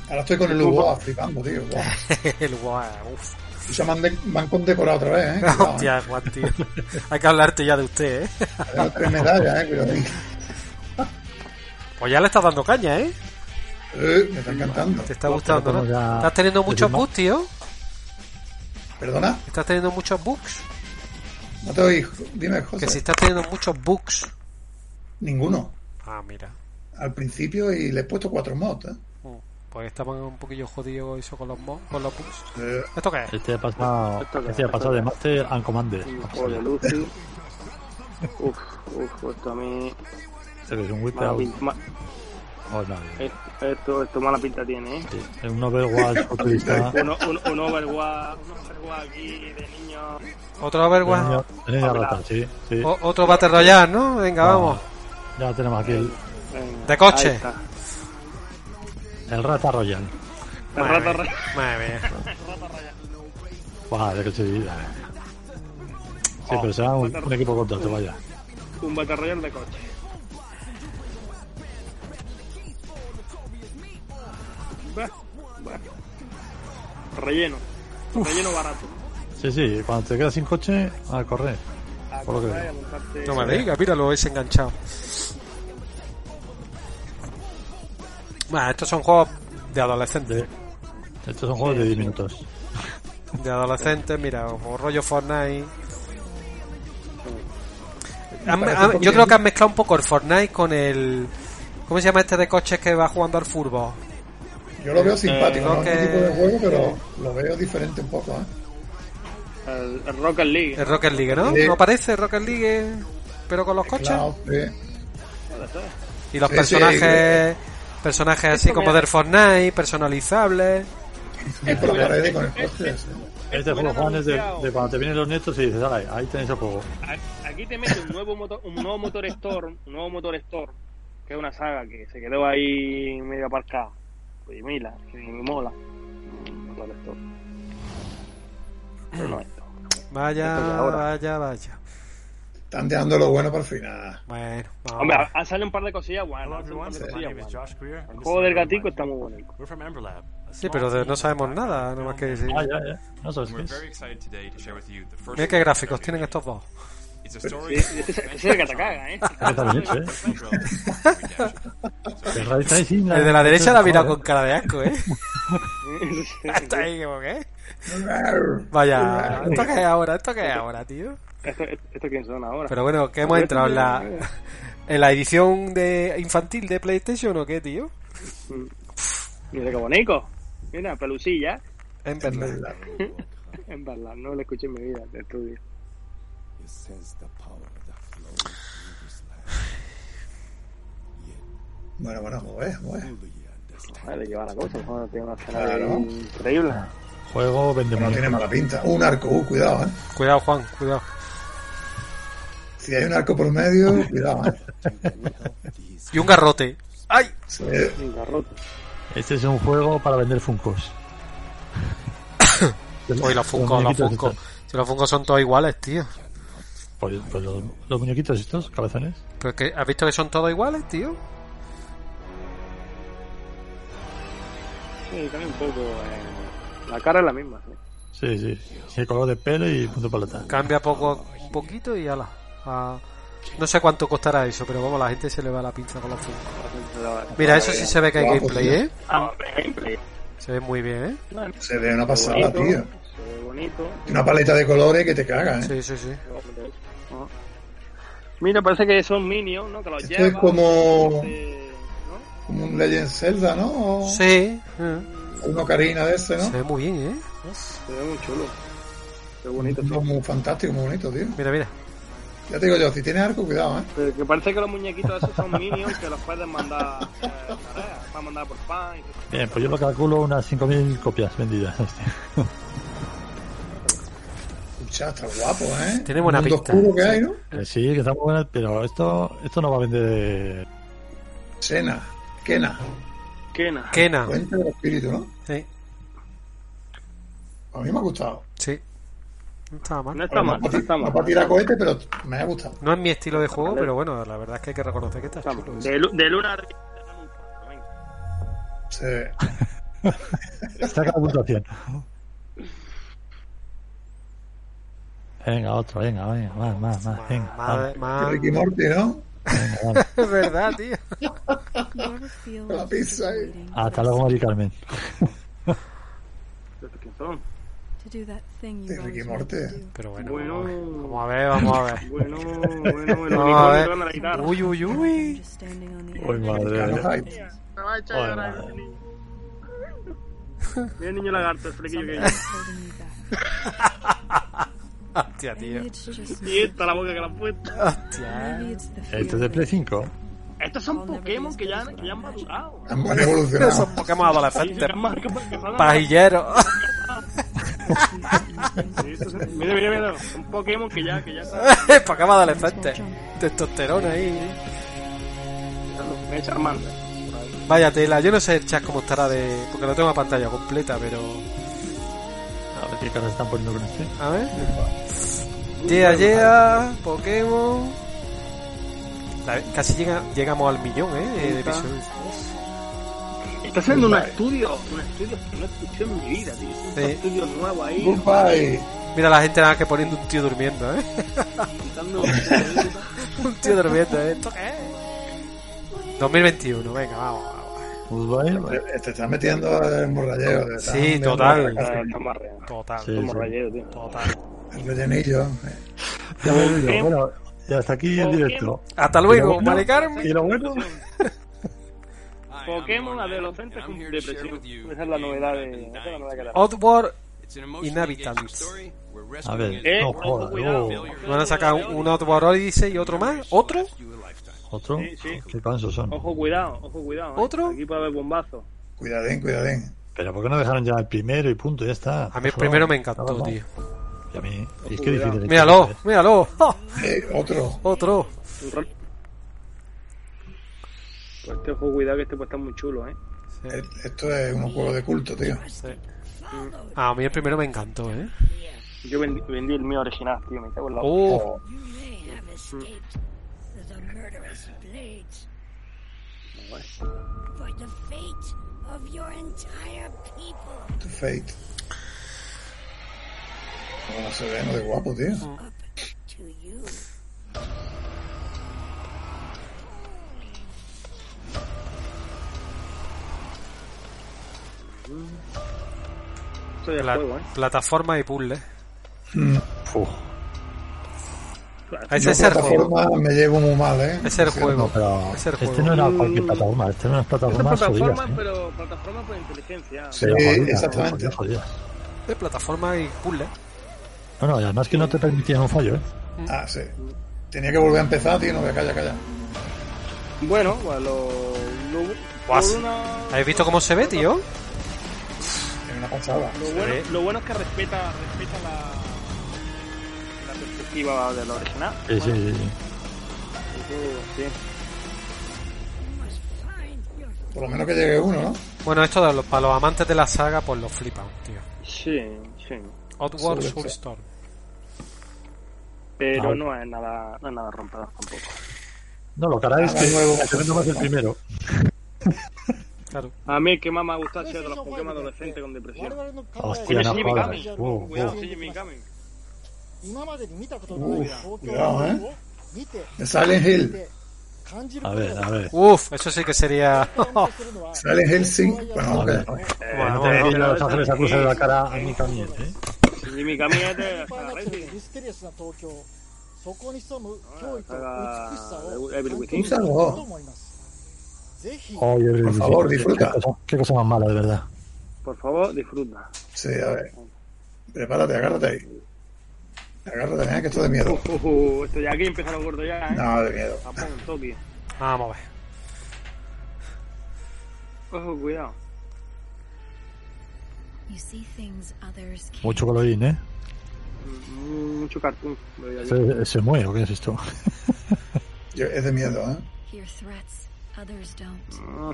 [SPEAKER 1] Ahora estoy con el Uboa flipando, tío. Wow.
[SPEAKER 3] el guau, uff.
[SPEAKER 1] Y ya me han, de- me han condecorado otra vez, ¿eh? Cuidado, ¿eh?
[SPEAKER 3] Hostia, Juan, tío. Hay que hablarte ya de usted, ¿eh?
[SPEAKER 1] Me dan tres medallas, ¿eh? Cuidado.
[SPEAKER 3] Pues ya le estás dando caña, ¿eh?
[SPEAKER 1] Eh, me está encantando.
[SPEAKER 3] Te está gustando, ¿no?
[SPEAKER 10] como ya-
[SPEAKER 3] Estás teniendo muchos
[SPEAKER 10] Encima-
[SPEAKER 3] bugs, tío.
[SPEAKER 1] Perdona,
[SPEAKER 3] Estás teniendo muchos bugs.
[SPEAKER 1] no te oí. Dime, José.
[SPEAKER 3] Que si estás teniendo muchos bugs.
[SPEAKER 1] Ninguno.
[SPEAKER 3] Ah, mira.
[SPEAKER 1] Al principio y le he puesto cuatro mods, ¿eh?
[SPEAKER 3] Mm, Pues estaban un poquillo jodidos eso con los, mo- con los bugs.
[SPEAKER 1] Eh,
[SPEAKER 3] ¿Esto qué es?
[SPEAKER 10] Este ha pasado, este ha pasado de Master and Commander.
[SPEAKER 2] Un juego de Lucy. Uf, uf, esto a mí.
[SPEAKER 10] Se ve este un
[SPEAKER 2] Mala
[SPEAKER 10] Wipeout.
[SPEAKER 2] pinta, ma-
[SPEAKER 10] Oh, no,
[SPEAKER 2] eh, esto, esto mala pinta tiene, ¿eh?
[SPEAKER 10] sí. Es un Overwatch futurista.
[SPEAKER 2] Un, un, un Overwatch, un Overwatch aquí de niños.
[SPEAKER 3] Otro Overwatch.
[SPEAKER 10] El niño rata, sí. sí.
[SPEAKER 3] O- otro Battle Royale, ¿no? Venga, vamos.
[SPEAKER 10] Ya tenemos aquí el,
[SPEAKER 2] Venga,
[SPEAKER 3] De coche.
[SPEAKER 2] ahí está.
[SPEAKER 10] el Rata Royal.
[SPEAKER 2] El
[SPEAKER 3] Madre
[SPEAKER 2] rato
[SPEAKER 3] mía. Madre mía.
[SPEAKER 10] Buah, de que se divida. eh. Sí, pero será un, un equipo contrato, vaya.
[SPEAKER 2] Un Battle Royale de coche. Bah, bah. Relleno. Relleno barato.
[SPEAKER 10] Sí, sí, cuando te quedas sin coche, a correr.
[SPEAKER 2] A
[SPEAKER 10] Por lo que
[SPEAKER 2] comprar y
[SPEAKER 10] veo.
[SPEAKER 2] a montarte-
[SPEAKER 3] No me digas, míralo, es enganchado. Bueno, estos son juegos de adolescentes.
[SPEAKER 10] Estos son juegos de 10 minutos.
[SPEAKER 3] De adolescentes, mira, como rollo Fortnite. Han-
[SPEAKER 1] Parece
[SPEAKER 3] han-
[SPEAKER 1] un poquito-
[SPEAKER 3] yo creo que han mezclado un poco el Fortnite con el. ¿Cómo se llama este de coches que va jugando al fútbol?
[SPEAKER 1] Yo
[SPEAKER 3] Eh,
[SPEAKER 1] lo veo simpático,
[SPEAKER 3] creo
[SPEAKER 1] no es
[SPEAKER 3] que-
[SPEAKER 1] mi tipo de juego, pero lo veo diferente un poco, ¿eh?
[SPEAKER 2] El, el Rocket League.
[SPEAKER 10] Er-
[SPEAKER 3] El Rocket League, ¿no?
[SPEAKER 1] Sí.
[SPEAKER 3] ¿No parece Rocket League, pero con los coches?
[SPEAKER 1] Claro, sí.
[SPEAKER 3] Y los
[SPEAKER 1] Sí,
[SPEAKER 3] personajes. Personajes así como del Fortnite, personalizables.
[SPEAKER 1] Y por la pared y con el coche. sí.
[SPEAKER 10] Este juego,
[SPEAKER 2] hubieran
[SPEAKER 10] Juan, es de,
[SPEAKER 2] anunciado-
[SPEAKER 10] de cuando te vienen los nietos y dices, "Ala, ahí tenéis el juego.
[SPEAKER 2] A- Aquí te mete un nuevo motor, un nuevo motor Storm, un nuevo motor Storm, que es una saga que se quedó ahí medio aparcada. Oye, mira, que me mola. Un Motor Storm. Pero no esto.
[SPEAKER 3] Vaya,
[SPEAKER 2] Esto de ahora.
[SPEAKER 3] vaya, vaya.
[SPEAKER 1] Están dejando lo bueno para el final.
[SPEAKER 3] Bueno, vamos.
[SPEAKER 2] Hombre, ah. han salido un par de cosillas
[SPEAKER 6] Hello
[SPEAKER 2] buenas. han salido un
[SPEAKER 6] everyone,
[SPEAKER 2] par de
[SPEAKER 6] my
[SPEAKER 2] cosillas
[SPEAKER 6] name is
[SPEAKER 2] buenas.
[SPEAKER 6] Josh Greer.
[SPEAKER 2] El juego del gatico está muy bonito.
[SPEAKER 6] We're from Emberlab. a
[SPEAKER 3] Sí,
[SPEAKER 6] small
[SPEAKER 3] pero de-
[SPEAKER 6] team
[SPEAKER 3] no sabemos
[SPEAKER 6] of
[SPEAKER 3] nada,
[SPEAKER 6] background
[SPEAKER 3] nada más que
[SPEAKER 6] film
[SPEAKER 3] decir.
[SPEAKER 10] Ah, ya, ya. No
[SPEAKER 6] And
[SPEAKER 10] sabes qué
[SPEAKER 6] we're
[SPEAKER 10] es.
[SPEAKER 6] very excited today to share with you the first
[SPEAKER 3] Mira qué gráficos tienen estos dos.
[SPEAKER 6] It's a story.
[SPEAKER 2] Este, este, es el que te caga, ¿eh?
[SPEAKER 10] Está bien hecho, ¿eh? El Ray Tracing,
[SPEAKER 3] El de la derecha la ha mirado con
[SPEAKER 10] Joder.
[SPEAKER 3] cara de asco, ¿eh? Está ahí como que. Vaya, ¿esto qué es ahora? ¿Esto qué es ahora, tío?
[SPEAKER 2] ¿Esto, esto quién son ahora?
[SPEAKER 3] Pero bueno, que hemos entrado en la, en la edición de infantil de PlayStation o qué, tío?
[SPEAKER 2] Mira qué bonito. Mira, pelusilla.
[SPEAKER 3] En verdad.
[SPEAKER 2] En verdad, no lo escuché en mi vida de estudio.
[SPEAKER 1] Bueno, bueno, joder, joder.
[SPEAKER 2] Vale, lleva la cosa. Joder, tiene una escena
[SPEAKER 1] Claro.
[SPEAKER 2] increíble.
[SPEAKER 10] Juego vende
[SPEAKER 1] No tiene
[SPEAKER 10] muñecos.
[SPEAKER 1] mala pinta. Un arco, uh, cuidado, ¿eh?
[SPEAKER 3] Cuidado, Juan, cuidado.
[SPEAKER 1] Si hay un arco por medio, cuidado, ¿eh?
[SPEAKER 3] Y un garrote. ¡Ay!
[SPEAKER 1] Sí. Eh,
[SPEAKER 2] Un garrote.
[SPEAKER 10] Este es un juego para vender Funkos.
[SPEAKER 3] Hoy los Funko, los
[SPEAKER 10] muñequitos
[SPEAKER 3] Funko.
[SPEAKER 10] estos.
[SPEAKER 3] Si los Funko son todos iguales, tío.
[SPEAKER 10] Pues, pues los, los muñequitos estos, cabezones.
[SPEAKER 3] ¿Pero que ¿Has visto que son todos iguales, tío?
[SPEAKER 2] Sí, cambia un poco. eh, La cara es la misma, sí.
[SPEAKER 10] Sí, sí. Y el color de pelo y punto paleta.
[SPEAKER 3] Cambia poco, un poquito y ala. a- no sé cuánto costará eso, pero vamos, la gente se le va la pinza con los Funko. Mira, eso sí se ve que hay gameplay, ¿eh?
[SPEAKER 2] Ah, gameplay.
[SPEAKER 3] Se ve muy bien, ¿eh?
[SPEAKER 1] Se ve una pasada,
[SPEAKER 2] bonito,
[SPEAKER 1] tío.
[SPEAKER 2] Se ve bonito.
[SPEAKER 1] Una paleta de colores que te caga, ¿eh?
[SPEAKER 3] Sí, sí, sí.
[SPEAKER 2] Ah. Mira, parece que son minions, ¿no? Que los
[SPEAKER 1] Esto
[SPEAKER 2] llevan.
[SPEAKER 1] es como-
[SPEAKER 2] eh,
[SPEAKER 1] Como un Legend Zelda, ¿no? O
[SPEAKER 3] Sí, eh.
[SPEAKER 1] Una ocarina de ese,
[SPEAKER 3] se
[SPEAKER 1] ¿no?
[SPEAKER 3] ve muy bien, ¿eh? Uf.
[SPEAKER 2] Se ve muy chulo. Se ve bonito,
[SPEAKER 1] Bonito,
[SPEAKER 2] tío.
[SPEAKER 1] Muy fantástico, muy bonito, tío.
[SPEAKER 3] Mira, mira.
[SPEAKER 1] Ya te digo yo, si tienes arco, cuidado, ¿eh?
[SPEAKER 2] Pero que parece que los muñequitos esos son minions que los pueden mandar eh, tareas, para mandar por pan y cosas.
[SPEAKER 10] Bien, pues yo lo calculo unas 5.000 copias vendidas. Este.
[SPEAKER 1] Escucha, está guapo, ¿eh?
[SPEAKER 3] Tiene buena
[SPEAKER 1] Un mundo
[SPEAKER 3] pinta.
[SPEAKER 1] oscuro que hay, ¿no?
[SPEAKER 10] Eh, Sí, que está muy buena, pero esto, esto no va a vender.
[SPEAKER 1] Sena, Kena,
[SPEAKER 2] Kena.
[SPEAKER 3] Kena.
[SPEAKER 1] Puente del Espíritu, ¿no?
[SPEAKER 3] Sí,
[SPEAKER 1] A mí me ha gustado.
[SPEAKER 3] sí. No estaba
[SPEAKER 2] No
[SPEAKER 3] mal.
[SPEAKER 2] está mal, no está
[SPEAKER 1] No
[SPEAKER 2] mal.
[SPEAKER 1] para tirar cohete, pero me ha gustado.
[SPEAKER 3] No es mi estilo de juego, pero bueno, la verdad es que hay que reconocer que está
[SPEAKER 2] Está
[SPEAKER 3] chulo.
[SPEAKER 2] mal.
[SPEAKER 3] eso.
[SPEAKER 2] De, lu- de luna a diez, dame un cuatro, venga.
[SPEAKER 1] Sí.
[SPEAKER 10] Saca la puntuación. Venga, otro, venga, venga, más, más, más. Venga,
[SPEAKER 3] Madre,
[SPEAKER 1] Ricky
[SPEAKER 3] madre.
[SPEAKER 1] Morty, ¿no?
[SPEAKER 3] Es verdad, tío.
[SPEAKER 1] La pizza ahí.
[SPEAKER 10] vamos. Hasta luego, Mari Carmen.
[SPEAKER 2] Pero ¿Quién son?
[SPEAKER 1] Sí, Ricky Morty.
[SPEAKER 3] Pero bueno,
[SPEAKER 2] Bueno.
[SPEAKER 3] vamos a ver, vamos a ver, vamos a ver.
[SPEAKER 2] Bueno, bueno, el
[SPEAKER 3] Vamos
[SPEAKER 2] unicornio
[SPEAKER 3] a ver.
[SPEAKER 2] tocando la guitarra.
[SPEAKER 3] Uy, uy, uy.
[SPEAKER 10] Uy, madre
[SPEAKER 1] Carlos
[SPEAKER 10] mía.
[SPEAKER 1] Hyde.
[SPEAKER 2] Me va a echar a
[SPEAKER 10] Joder,
[SPEAKER 2] llorar
[SPEAKER 10] madre.
[SPEAKER 2] el niño. Mira el niño lagarto, el flequillo que
[SPEAKER 3] Hostia, tío.
[SPEAKER 2] Y esta la boca que la han puesto.
[SPEAKER 3] Hostia.
[SPEAKER 2] Eh.
[SPEAKER 10] Este es de Play 5.
[SPEAKER 2] Estos son Pokémon que ya, que ya han madurado.
[SPEAKER 1] Han han evolucionado.
[SPEAKER 3] Son Pokémon adolescentes.
[SPEAKER 2] Que han mar- que- que son-
[SPEAKER 3] Pajilleros.
[SPEAKER 2] Sí, estos son- Mira, mira, mira. Son Pokémon que ya, que ya están.
[SPEAKER 3] Pokémon adolescentes. Testosterona ahí.
[SPEAKER 2] Me Charmander.
[SPEAKER 3] Vaya tela, yo no sé el chat cómo estará de. Porque lo tengo a pantalla completa, pero.
[SPEAKER 10] A ver qué caras están poniendo con este.
[SPEAKER 3] A ver. Yeah, yeah, Pokémon. La- Casi llega, llegamos al millón, eh, de episodios.
[SPEAKER 2] Está haciendo un estudio, un estudio que no he escuchado en mi vida, tío. Un
[SPEAKER 3] Sí.
[SPEAKER 2] estudio nuevo ahí,
[SPEAKER 1] Goodbye.
[SPEAKER 3] Mira la gente nada que poniendo un tío durmiendo, eh.
[SPEAKER 2] pintando.
[SPEAKER 3] Un tío durmiendo, ¿eh? ¿Esto qué es? 2021, venga, vamos. vamos.
[SPEAKER 10] Goodbye.
[SPEAKER 1] Te- Te estás metiendo en morrayeo. te estás
[SPEAKER 3] Sí,
[SPEAKER 1] metiendo
[SPEAKER 3] total.
[SPEAKER 1] en la
[SPEAKER 2] Ah,
[SPEAKER 1] cara.
[SPEAKER 3] Total,
[SPEAKER 10] Sí,
[SPEAKER 3] tomo-
[SPEAKER 10] sí.
[SPEAKER 2] rayado, tío.
[SPEAKER 3] total.
[SPEAKER 1] El rellenillo. eh.
[SPEAKER 10] Ya me olvido. Bueno, ya hasta aquí el directo.
[SPEAKER 3] Hasta luego,
[SPEAKER 10] Pero no.
[SPEAKER 3] Mari Carmen.
[SPEAKER 10] Y lo bueno,
[SPEAKER 6] Hi, I'm
[SPEAKER 2] Pokémon
[SPEAKER 6] Lorne Adams,
[SPEAKER 2] adolescentes
[SPEAKER 6] and I'm
[SPEAKER 2] con
[SPEAKER 6] here to share
[SPEAKER 2] depresión.
[SPEAKER 6] with you
[SPEAKER 2] Esa es la
[SPEAKER 6] a game
[SPEAKER 2] novedad
[SPEAKER 6] I've
[SPEAKER 2] de.
[SPEAKER 6] been
[SPEAKER 2] Esa es la
[SPEAKER 6] dying
[SPEAKER 2] novedad que
[SPEAKER 6] to
[SPEAKER 2] la.
[SPEAKER 3] Oh, Outward
[SPEAKER 6] tell. It's an emotionally engaging
[SPEAKER 3] Inhabitants.
[SPEAKER 6] story. We're
[SPEAKER 10] a
[SPEAKER 6] rescuing
[SPEAKER 10] ver,
[SPEAKER 6] an
[SPEAKER 2] Eh,
[SPEAKER 10] no
[SPEAKER 2] ojo,
[SPEAKER 10] jodas.
[SPEAKER 2] cuidado.
[SPEAKER 10] oh.
[SPEAKER 6] failure
[SPEAKER 3] van a sacar un, un Outward Odyssey y otro más. ¿Otro?
[SPEAKER 10] Otro.
[SPEAKER 2] Sí, sí.
[SPEAKER 10] Qué cansos son.
[SPEAKER 2] Ojo, cuidado, ojo, cuidado. ¿eh?
[SPEAKER 3] ¿Otro?
[SPEAKER 2] Aquí puede haber bombazo.
[SPEAKER 1] Cuidadín, cuidadín.
[SPEAKER 10] Pero ¿por qué no dejaron ya el primero y punto? Ya está.
[SPEAKER 3] A mí el
[SPEAKER 10] Ojo.
[SPEAKER 3] primero me encantó,
[SPEAKER 10] Vamos.
[SPEAKER 3] tío.
[SPEAKER 10] Y a mí. Y es que difícil. es.
[SPEAKER 3] Míralo, míralo. ¡Ja!
[SPEAKER 1] Eh, otro.
[SPEAKER 3] Otro.
[SPEAKER 2] Un rol- Pues este ojo, cuidado, que este puede estar muy chulo, ¿eh?
[SPEAKER 1] Eh, Esto es un juego de culto, tío.
[SPEAKER 3] A mí el primero me encantó, ¿eh?
[SPEAKER 2] Yo vendí, vendí el mío original, tío, me cago en la.
[SPEAKER 3] Uh,
[SPEAKER 1] To Fate. Como se ve, no de guapo, tío.
[SPEAKER 2] Esto ya es
[SPEAKER 3] pla-
[SPEAKER 2] juego, ¿eh?
[SPEAKER 3] plataforma y puzzle.
[SPEAKER 1] Mm.
[SPEAKER 10] Uf.
[SPEAKER 3] Ese es el juego.
[SPEAKER 1] plataforma me llevo muy mal, ¿eh?
[SPEAKER 3] Ese es el
[SPEAKER 10] No,
[SPEAKER 3] juego.
[SPEAKER 10] pero
[SPEAKER 3] Es el
[SPEAKER 10] este
[SPEAKER 3] juego.
[SPEAKER 10] no era cualquier plataforma, este era una
[SPEAKER 2] Esta
[SPEAKER 10] plataforma ¿eh?
[SPEAKER 2] plataforma,
[SPEAKER 10] jodida.
[SPEAKER 2] pero plataforma por inteligencia.
[SPEAKER 1] Sí, exactamente.
[SPEAKER 3] Es plataforma y puzzle.
[SPEAKER 10] No, no, y además que no te permitían un fallo, ¿eh?
[SPEAKER 1] Ah, sí. Tenía que volver a empezar, tío. No, voy a callar, callar.
[SPEAKER 2] Bueno, pues lo. lo-
[SPEAKER 3] Guas.
[SPEAKER 2] por una-
[SPEAKER 3] ¿Habéis visto cómo se ve, tío?
[SPEAKER 1] Es una pasada.
[SPEAKER 2] Lo bueno, lo bueno es que respeta, respeta la, la perspectiva de lo original.
[SPEAKER 10] Sí, sí, sí. sí.
[SPEAKER 2] Eso, sí.
[SPEAKER 1] Por lo menos que llegue uno, ¿no?
[SPEAKER 3] Bueno, esto de los- para los amantes de la saga, pues lo flipan, tío.
[SPEAKER 2] Sí, sí.
[SPEAKER 3] Outward
[SPEAKER 1] Sí, lo sé.
[SPEAKER 3] Soulstorm.
[SPEAKER 2] Pero no es nada, no es nada rompedor tampoco.
[SPEAKER 10] No, lo cara es que
[SPEAKER 1] nuevo.
[SPEAKER 10] el segundo más el primero.
[SPEAKER 3] Claro.
[SPEAKER 2] A mí el que más me ha gustado ha sido de los Pokémon adolescentes con depresión.
[SPEAKER 10] Hostia, no
[SPEAKER 2] Shinji
[SPEAKER 10] jodas. Eh,
[SPEAKER 2] Mikami.
[SPEAKER 10] Wow,
[SPEAKER 2] Cuidado,
[SPEAKER 10] wow.
[SPEAKER 2] Shinji Mikami.
[SPEAKER 10] Uh.
[SPEAKER 1] Uf, cuidado, ¿eh? De Silent Hill.
[SPEAKER 3] A
[SPEAKER 10] ver, a
[SPEAKER 1] Eh,
[SPEAKER 10] ver.
[SPEAKER 3] Uf, eso sí que sería.
[SPEAKER 1] Silent Hill 5. Bueno,
[SPEAKER 10] A ver.
[SPEAKER 1] ok.
[SPEAKER 10] Bueno, no te diría que los ángeles acusa de la cara a mi camión, ¿eh?
[SPEAKER 2] Shinji Mikami es de hasta Rating. Saga Evil Within.
[SPEAKER 1] Úsalo.
[SPEAKER 10] Oye,
[SPEAKER 1] Por favor, disfruta.
[SPEAKER 10] Qué cosa, qué cosa más mala, de verdad.
[SPEAKER 2] Por favor, disfruta.
[SPEAKER 1] Sí, a ver. Prepárate, agárrate ahí. Agárrate, ¿eh? que esto es de miedo.
[SPEAKER 2] Uh, uh, uh, esto ya aquí empieza lo gordo ya, ¿eh?
[SPEAKER 1] No, de miedo.
[SPEAKER 2] Japón, Tokio.
[SPEAKER 3] Vamos a ver.
[SPEAKER 2] Ojo, cuidado.
[SPEAKER 10] Mucho colorín, ¿eh?
[SPEAKER 2] Mm, Mucho cartoon. lo digo yo.
[SPEAKER 10] ¿Se, se mueve o qué es esto?
[SPEAKER 1] Yo- es de miedo, ¿eh?
[SPEAKER 2] Ah,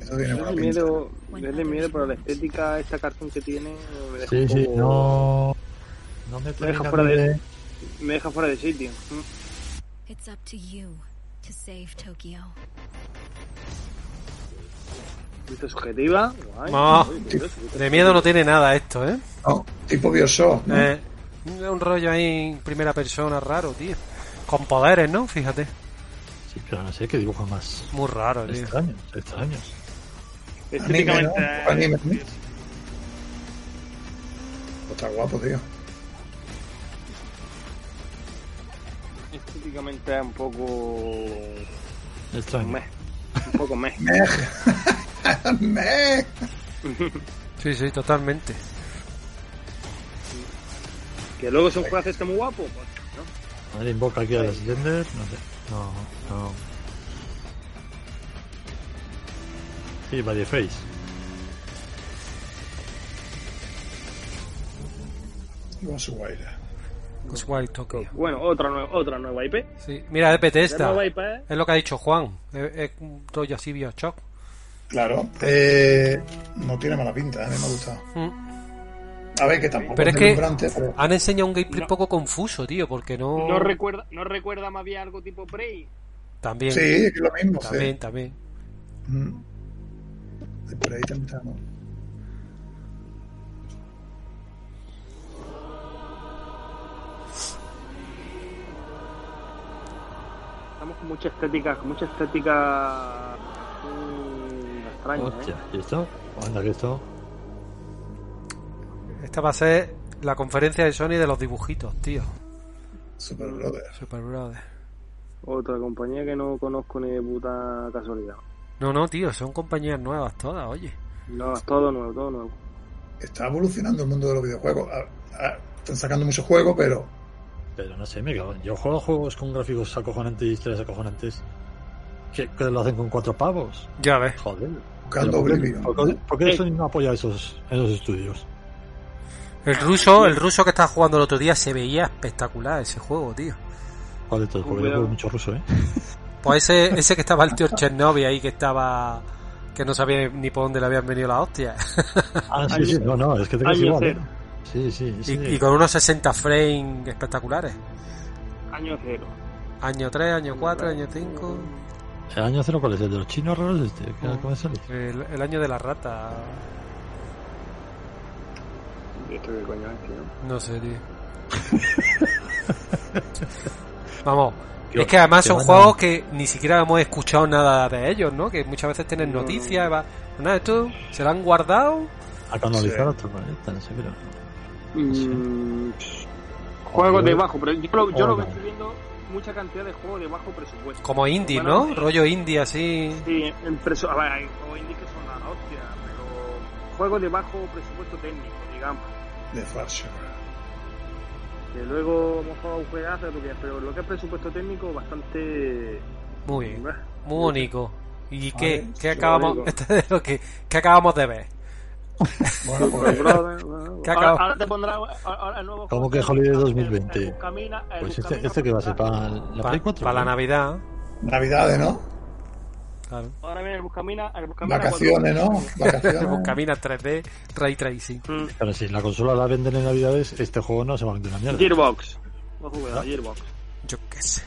[SPEAKER 1] Eso tiene
[SPEAKER 2] Es
[SPEAKER 1] buena
[SPEAKER 2] de
[SPEAKER 1] pinta.
[SPEAKER 2] miedo, es de miedo, pero la estética, esta cartoon que tiene, eh, me deja,
[SPEAKER 10] Sí,
[SPEAKER 2] un
[SPEAKER 10] sí,
[SPEAKER 2] poco-
[SPEAKER 10] no. No me
[SPEAKER 2] deja
[SPEAKER 10] termina
[SPEAKER 2] fuera de-
[SPEAKER 10] de-
[SPEAKER 2] me deja fuera de sitio. Mm.
[SPEAKER 11] It's up to you to save Tokyo.
[SPEAKER 2] Vista subjetiva. Guay.
[SPEAKER 3] No.
[SPEAKER 2] Uy, curioso.
[SPEAKER 3] De miedo no tiene nada esto, ¿eh?
[SPEAKER 1] No, Oh, tipo Bioshock, ¿no?
[SPEAKER 3] Eh, un rollo ahí en primera persona raro, tío. Con poderes, ¿no? Fíjate.
[SPEAKER 10] Sí, pero no sé qué dibujos más
[SPEAKER 3] Muy raro, tío.
[SPEAKER 10] extraños, extraños.
[SPEAKER 1] Anime, ¿no?
[SPEAKER 2] Estéticamente. eh,
[SPEAKER 1] Anime, ¿no? Pues Está guapo, tío.
[SPEAKER 2] Estéticamente es un poco.
[SPEAKER 10] Extraños.
[SPEAKER 2] meh. Un poco meh.
[SPEAKER 1] ¡Meh!
[SPEAKER 3] Sí, sí, totalmente.
[SPEAKER 2] Que luego son frases muy guapo. pues, ¿no?
[SPEAKER 10] A ver, invoca aquí a los Slender, no sé. No, no. Sí, Varie Face.
[SPEAKER 1] Con su guaira.
[SPEAKER 3] Ghostwire Tokyo.
[SPEAKER 2] Bueno, otra, nue- otra nueva IP.
[SPEAKER 3] Sí, mira, EPT
[SPEAKER 2] La
[SPEAKER 3] esta.
[SPEAKER 2] nueva IP es
[SPEAKER 3] Es lo que ha dicho Juan. Es, es un rollo así Bioshock.
[SPEAKER 1] Claro. Eh, no tiene mala pinta, ¿eh? a mí me ha gustado.
[SPEAKER 3] Mm.
[SPEAKER 1] A ver, que tampoco
[SPEAKER 3] Pero es que- Ah,
[SPEAKER 1] deslumbrante, pero-
[SPEAKER 3] Han enseñado un gameplay
[SPEAKER 2] No.
[SPEAKER 3] poco confuso, tío, porque
[SPEAKER 10] Oh.
[SPEAKER 3] no.
[SPEAKER 2] ¿No recuerda, ¿No recuerda más bien algo tipo Prey?
[SPEAKER 3] También,
[SPEAKER 1] Sí, es que lo mismo. sí.
[SPEAKER 3] también, también.
[SPEAKER 1] Mm. Por ahí tentamos.
[SPEAKER 2] Estamos con mucha estética, con mucha estética mm, extraña, ¿eh?
[SPEAKER 10] Hostia, ¿y esto? Anda, que esto.
[SPEAKER 3] Esta va a ser la conferencia de Sony de los dibujitos, tío.
[SPEAKER 1] Super Brother.
[SPEAKER 3] Super Brother.
[SPEAKER 2] Otra compañía que no conozco ni de puta casualidad.
[SPEAKER 3] No, no, tío, son compañías nuevas todas, oye.
[SPEAKER 2] No, es todo nuevo, todo nuevo.
[SPEAKER 1] Está evolucionando el mundo de los videojuegos. Ah, ah, están sacando muchos juegos, pero
[SPEAKER 10] Pero no sé, me cago. en- Yo juego a juegos con gráficos acojonantes y historias acojonantes. Que, que lo hacen con cuatro pavos.
[SPEAKER 3] Ya ves.
[SPEAKER 10] Joder.
[SPEAKER 1] buscando
[SPEAKER 10] Pero ¿por qué-
[SPEAKER 1] Oblivion.
[SPEAKER 10] ¿Por qué, por qué Sony no apoya esos, esos estudios?
[SPEAKER 3] El ruso, el ruso que estaba jugando el otro día se veía espectacular ese juego, tío.
[SPEAKER 10] ¿Cuál de todos? Porque yo
[SPEAKER 2] Cuidado.
[SPEAKER 10] juego mucho ruso, ¿eh?
[SPEAKER 3] Pues ese, ese que estaba el tío Chernobyl ahí que estaba. que no sabía ni por dónde le habían venido las hostias.
[SPEAKER 10] Ah, sí, sí, no, no, es que te quedas
[SPEAKER 2] Año
[SPEAKER 10] igual. ¿eh?
[SPEAKER 2] cero.
[SPEAKER 10] Sí, sí, sí.
[SPEAKER 3] Y, y con unos 60 frames espectaculares.
[SPEAKER 2] Año cero.
[SPEAKER 3] Año 3, año 4, año 5.
[SPEAKER 10] ¿El año cero cuál es? ¿El de los chinos raros este? ¿Qué-
[SPEAKER 3] Mm.
[SPEAKER 10] ¿Cómo sale?
[SPEAKER 3] El, el año de la rata.
[SPEAKER 2] ¿Y esto qué coño es, tío?
[SPEAKER 3] No sé, tío. Vamos. Es que además
[SPEAKER 10] que
[SPEAKER 3] son
[SPEAKER 10] van a-
[SPEAKER 3] juegos que ni siquiera hemos escuchado nada de ellos, ¿no? Que muchas veces tienen
[SPEAKER 2] No.
[SPEAKER 3] noticias. Va... Nada, esto se lo han guardado.
[SPEAKER 10] A canalizar
[SPEAKER 1] Sí.
[SPEAKER 10] a otro planeta, no sé, pero...
[SPEAKER 2] Mm,
[SPEAKER 10] Pues,
[SPEAKER 2] juegos de bajo, pero yo, lo- yo lo que
[SPEAKER 10] Joder.
[SPEAKER 2] estoy viendo mucha cantidad de juegos de bajo presupuesto.
[SPEAKER 3] Como indie,
[SPEAKER 2] Bueno,
[SPEAKER 3] ¿no? Rollo indie así.
[SPEAKER 2] Sí, en presu- a ver, hay juegos indie que son la hostia, pero juegos de bajo presupuesto técnico, digamos.
[SPEAKER 1] de Farshore.
[SPEAKER 2] Que luego hemos jugado un juegazo, lo que- pero lo que es presupuesto técnico, bastante.
[SPEAKER 3] Muy bien. Muy bonito. ¿Y qué,
[SPEAKER 1] Vale,
[SPEAKER 3] qué
[SPEAKER 2] lo
[SPEAKER 3] acabamos
[SPEAKER 2] digo.
[SPEAKER 3] esto es lo que, qué acabamos de ver?
[SPEAKER 1] Bueno,
[SPEAKER 2] Pero,
[SPEAKER 1] pues,
[SPEAKER 2] brother, bueno,
[SPEAKER 3] ¿Qué
[SPEAKER 2] ahora,
[SPEAKER 3] acaba?
[SPEAKER 2] ahora te pondrá ahora el nuevo
[SPEAKER 10] ¿Cómo
[SPEAKER 2] juego
[SPEAKER 10] que Holiday
[SPEAKER 2] el- el
[SPEAKER 10] 2020?
[SPEAKER 2] Buscamina- el
[SPEAKER 10] Pues este,
[SPEAKER 2] Buscamina
[SPEAKER 10] este que va a ser
[SPEAKER 2] pondrá-
[SPEAKER 10] para la
[SPEAKER 3] Pa-
[SPEAKER 10] Play 4.
[SPEAKER 3] para la
[SPEAKER 10] ¿no?
[SPEAKER 3] Navidad.
[SPEAKER 1] Navidades, ¿no?
[SPEAKER 3] Claro.
[SPEAKER 2] Ahora viene el Buscamina. El Buscamina
[SPEAKER 1] Vacaciones,
[SPEAKER 2] cuatro.
[SPEAKER 1] ¿no? Vacaciones.
[SPEAKER 3] Buscamina 3D, Ray Tracing.
[SPEAKER 10] Pero si la consola la venden en Navidades, este juego no se va a vender en Navidades.
[SPEAKER 2] Gearbox. No jugué
[SPEAKER 3] ¿Ah?
[SPEAKER 2] a Gearbox.
[SPEAKER 3] Yo qué sé.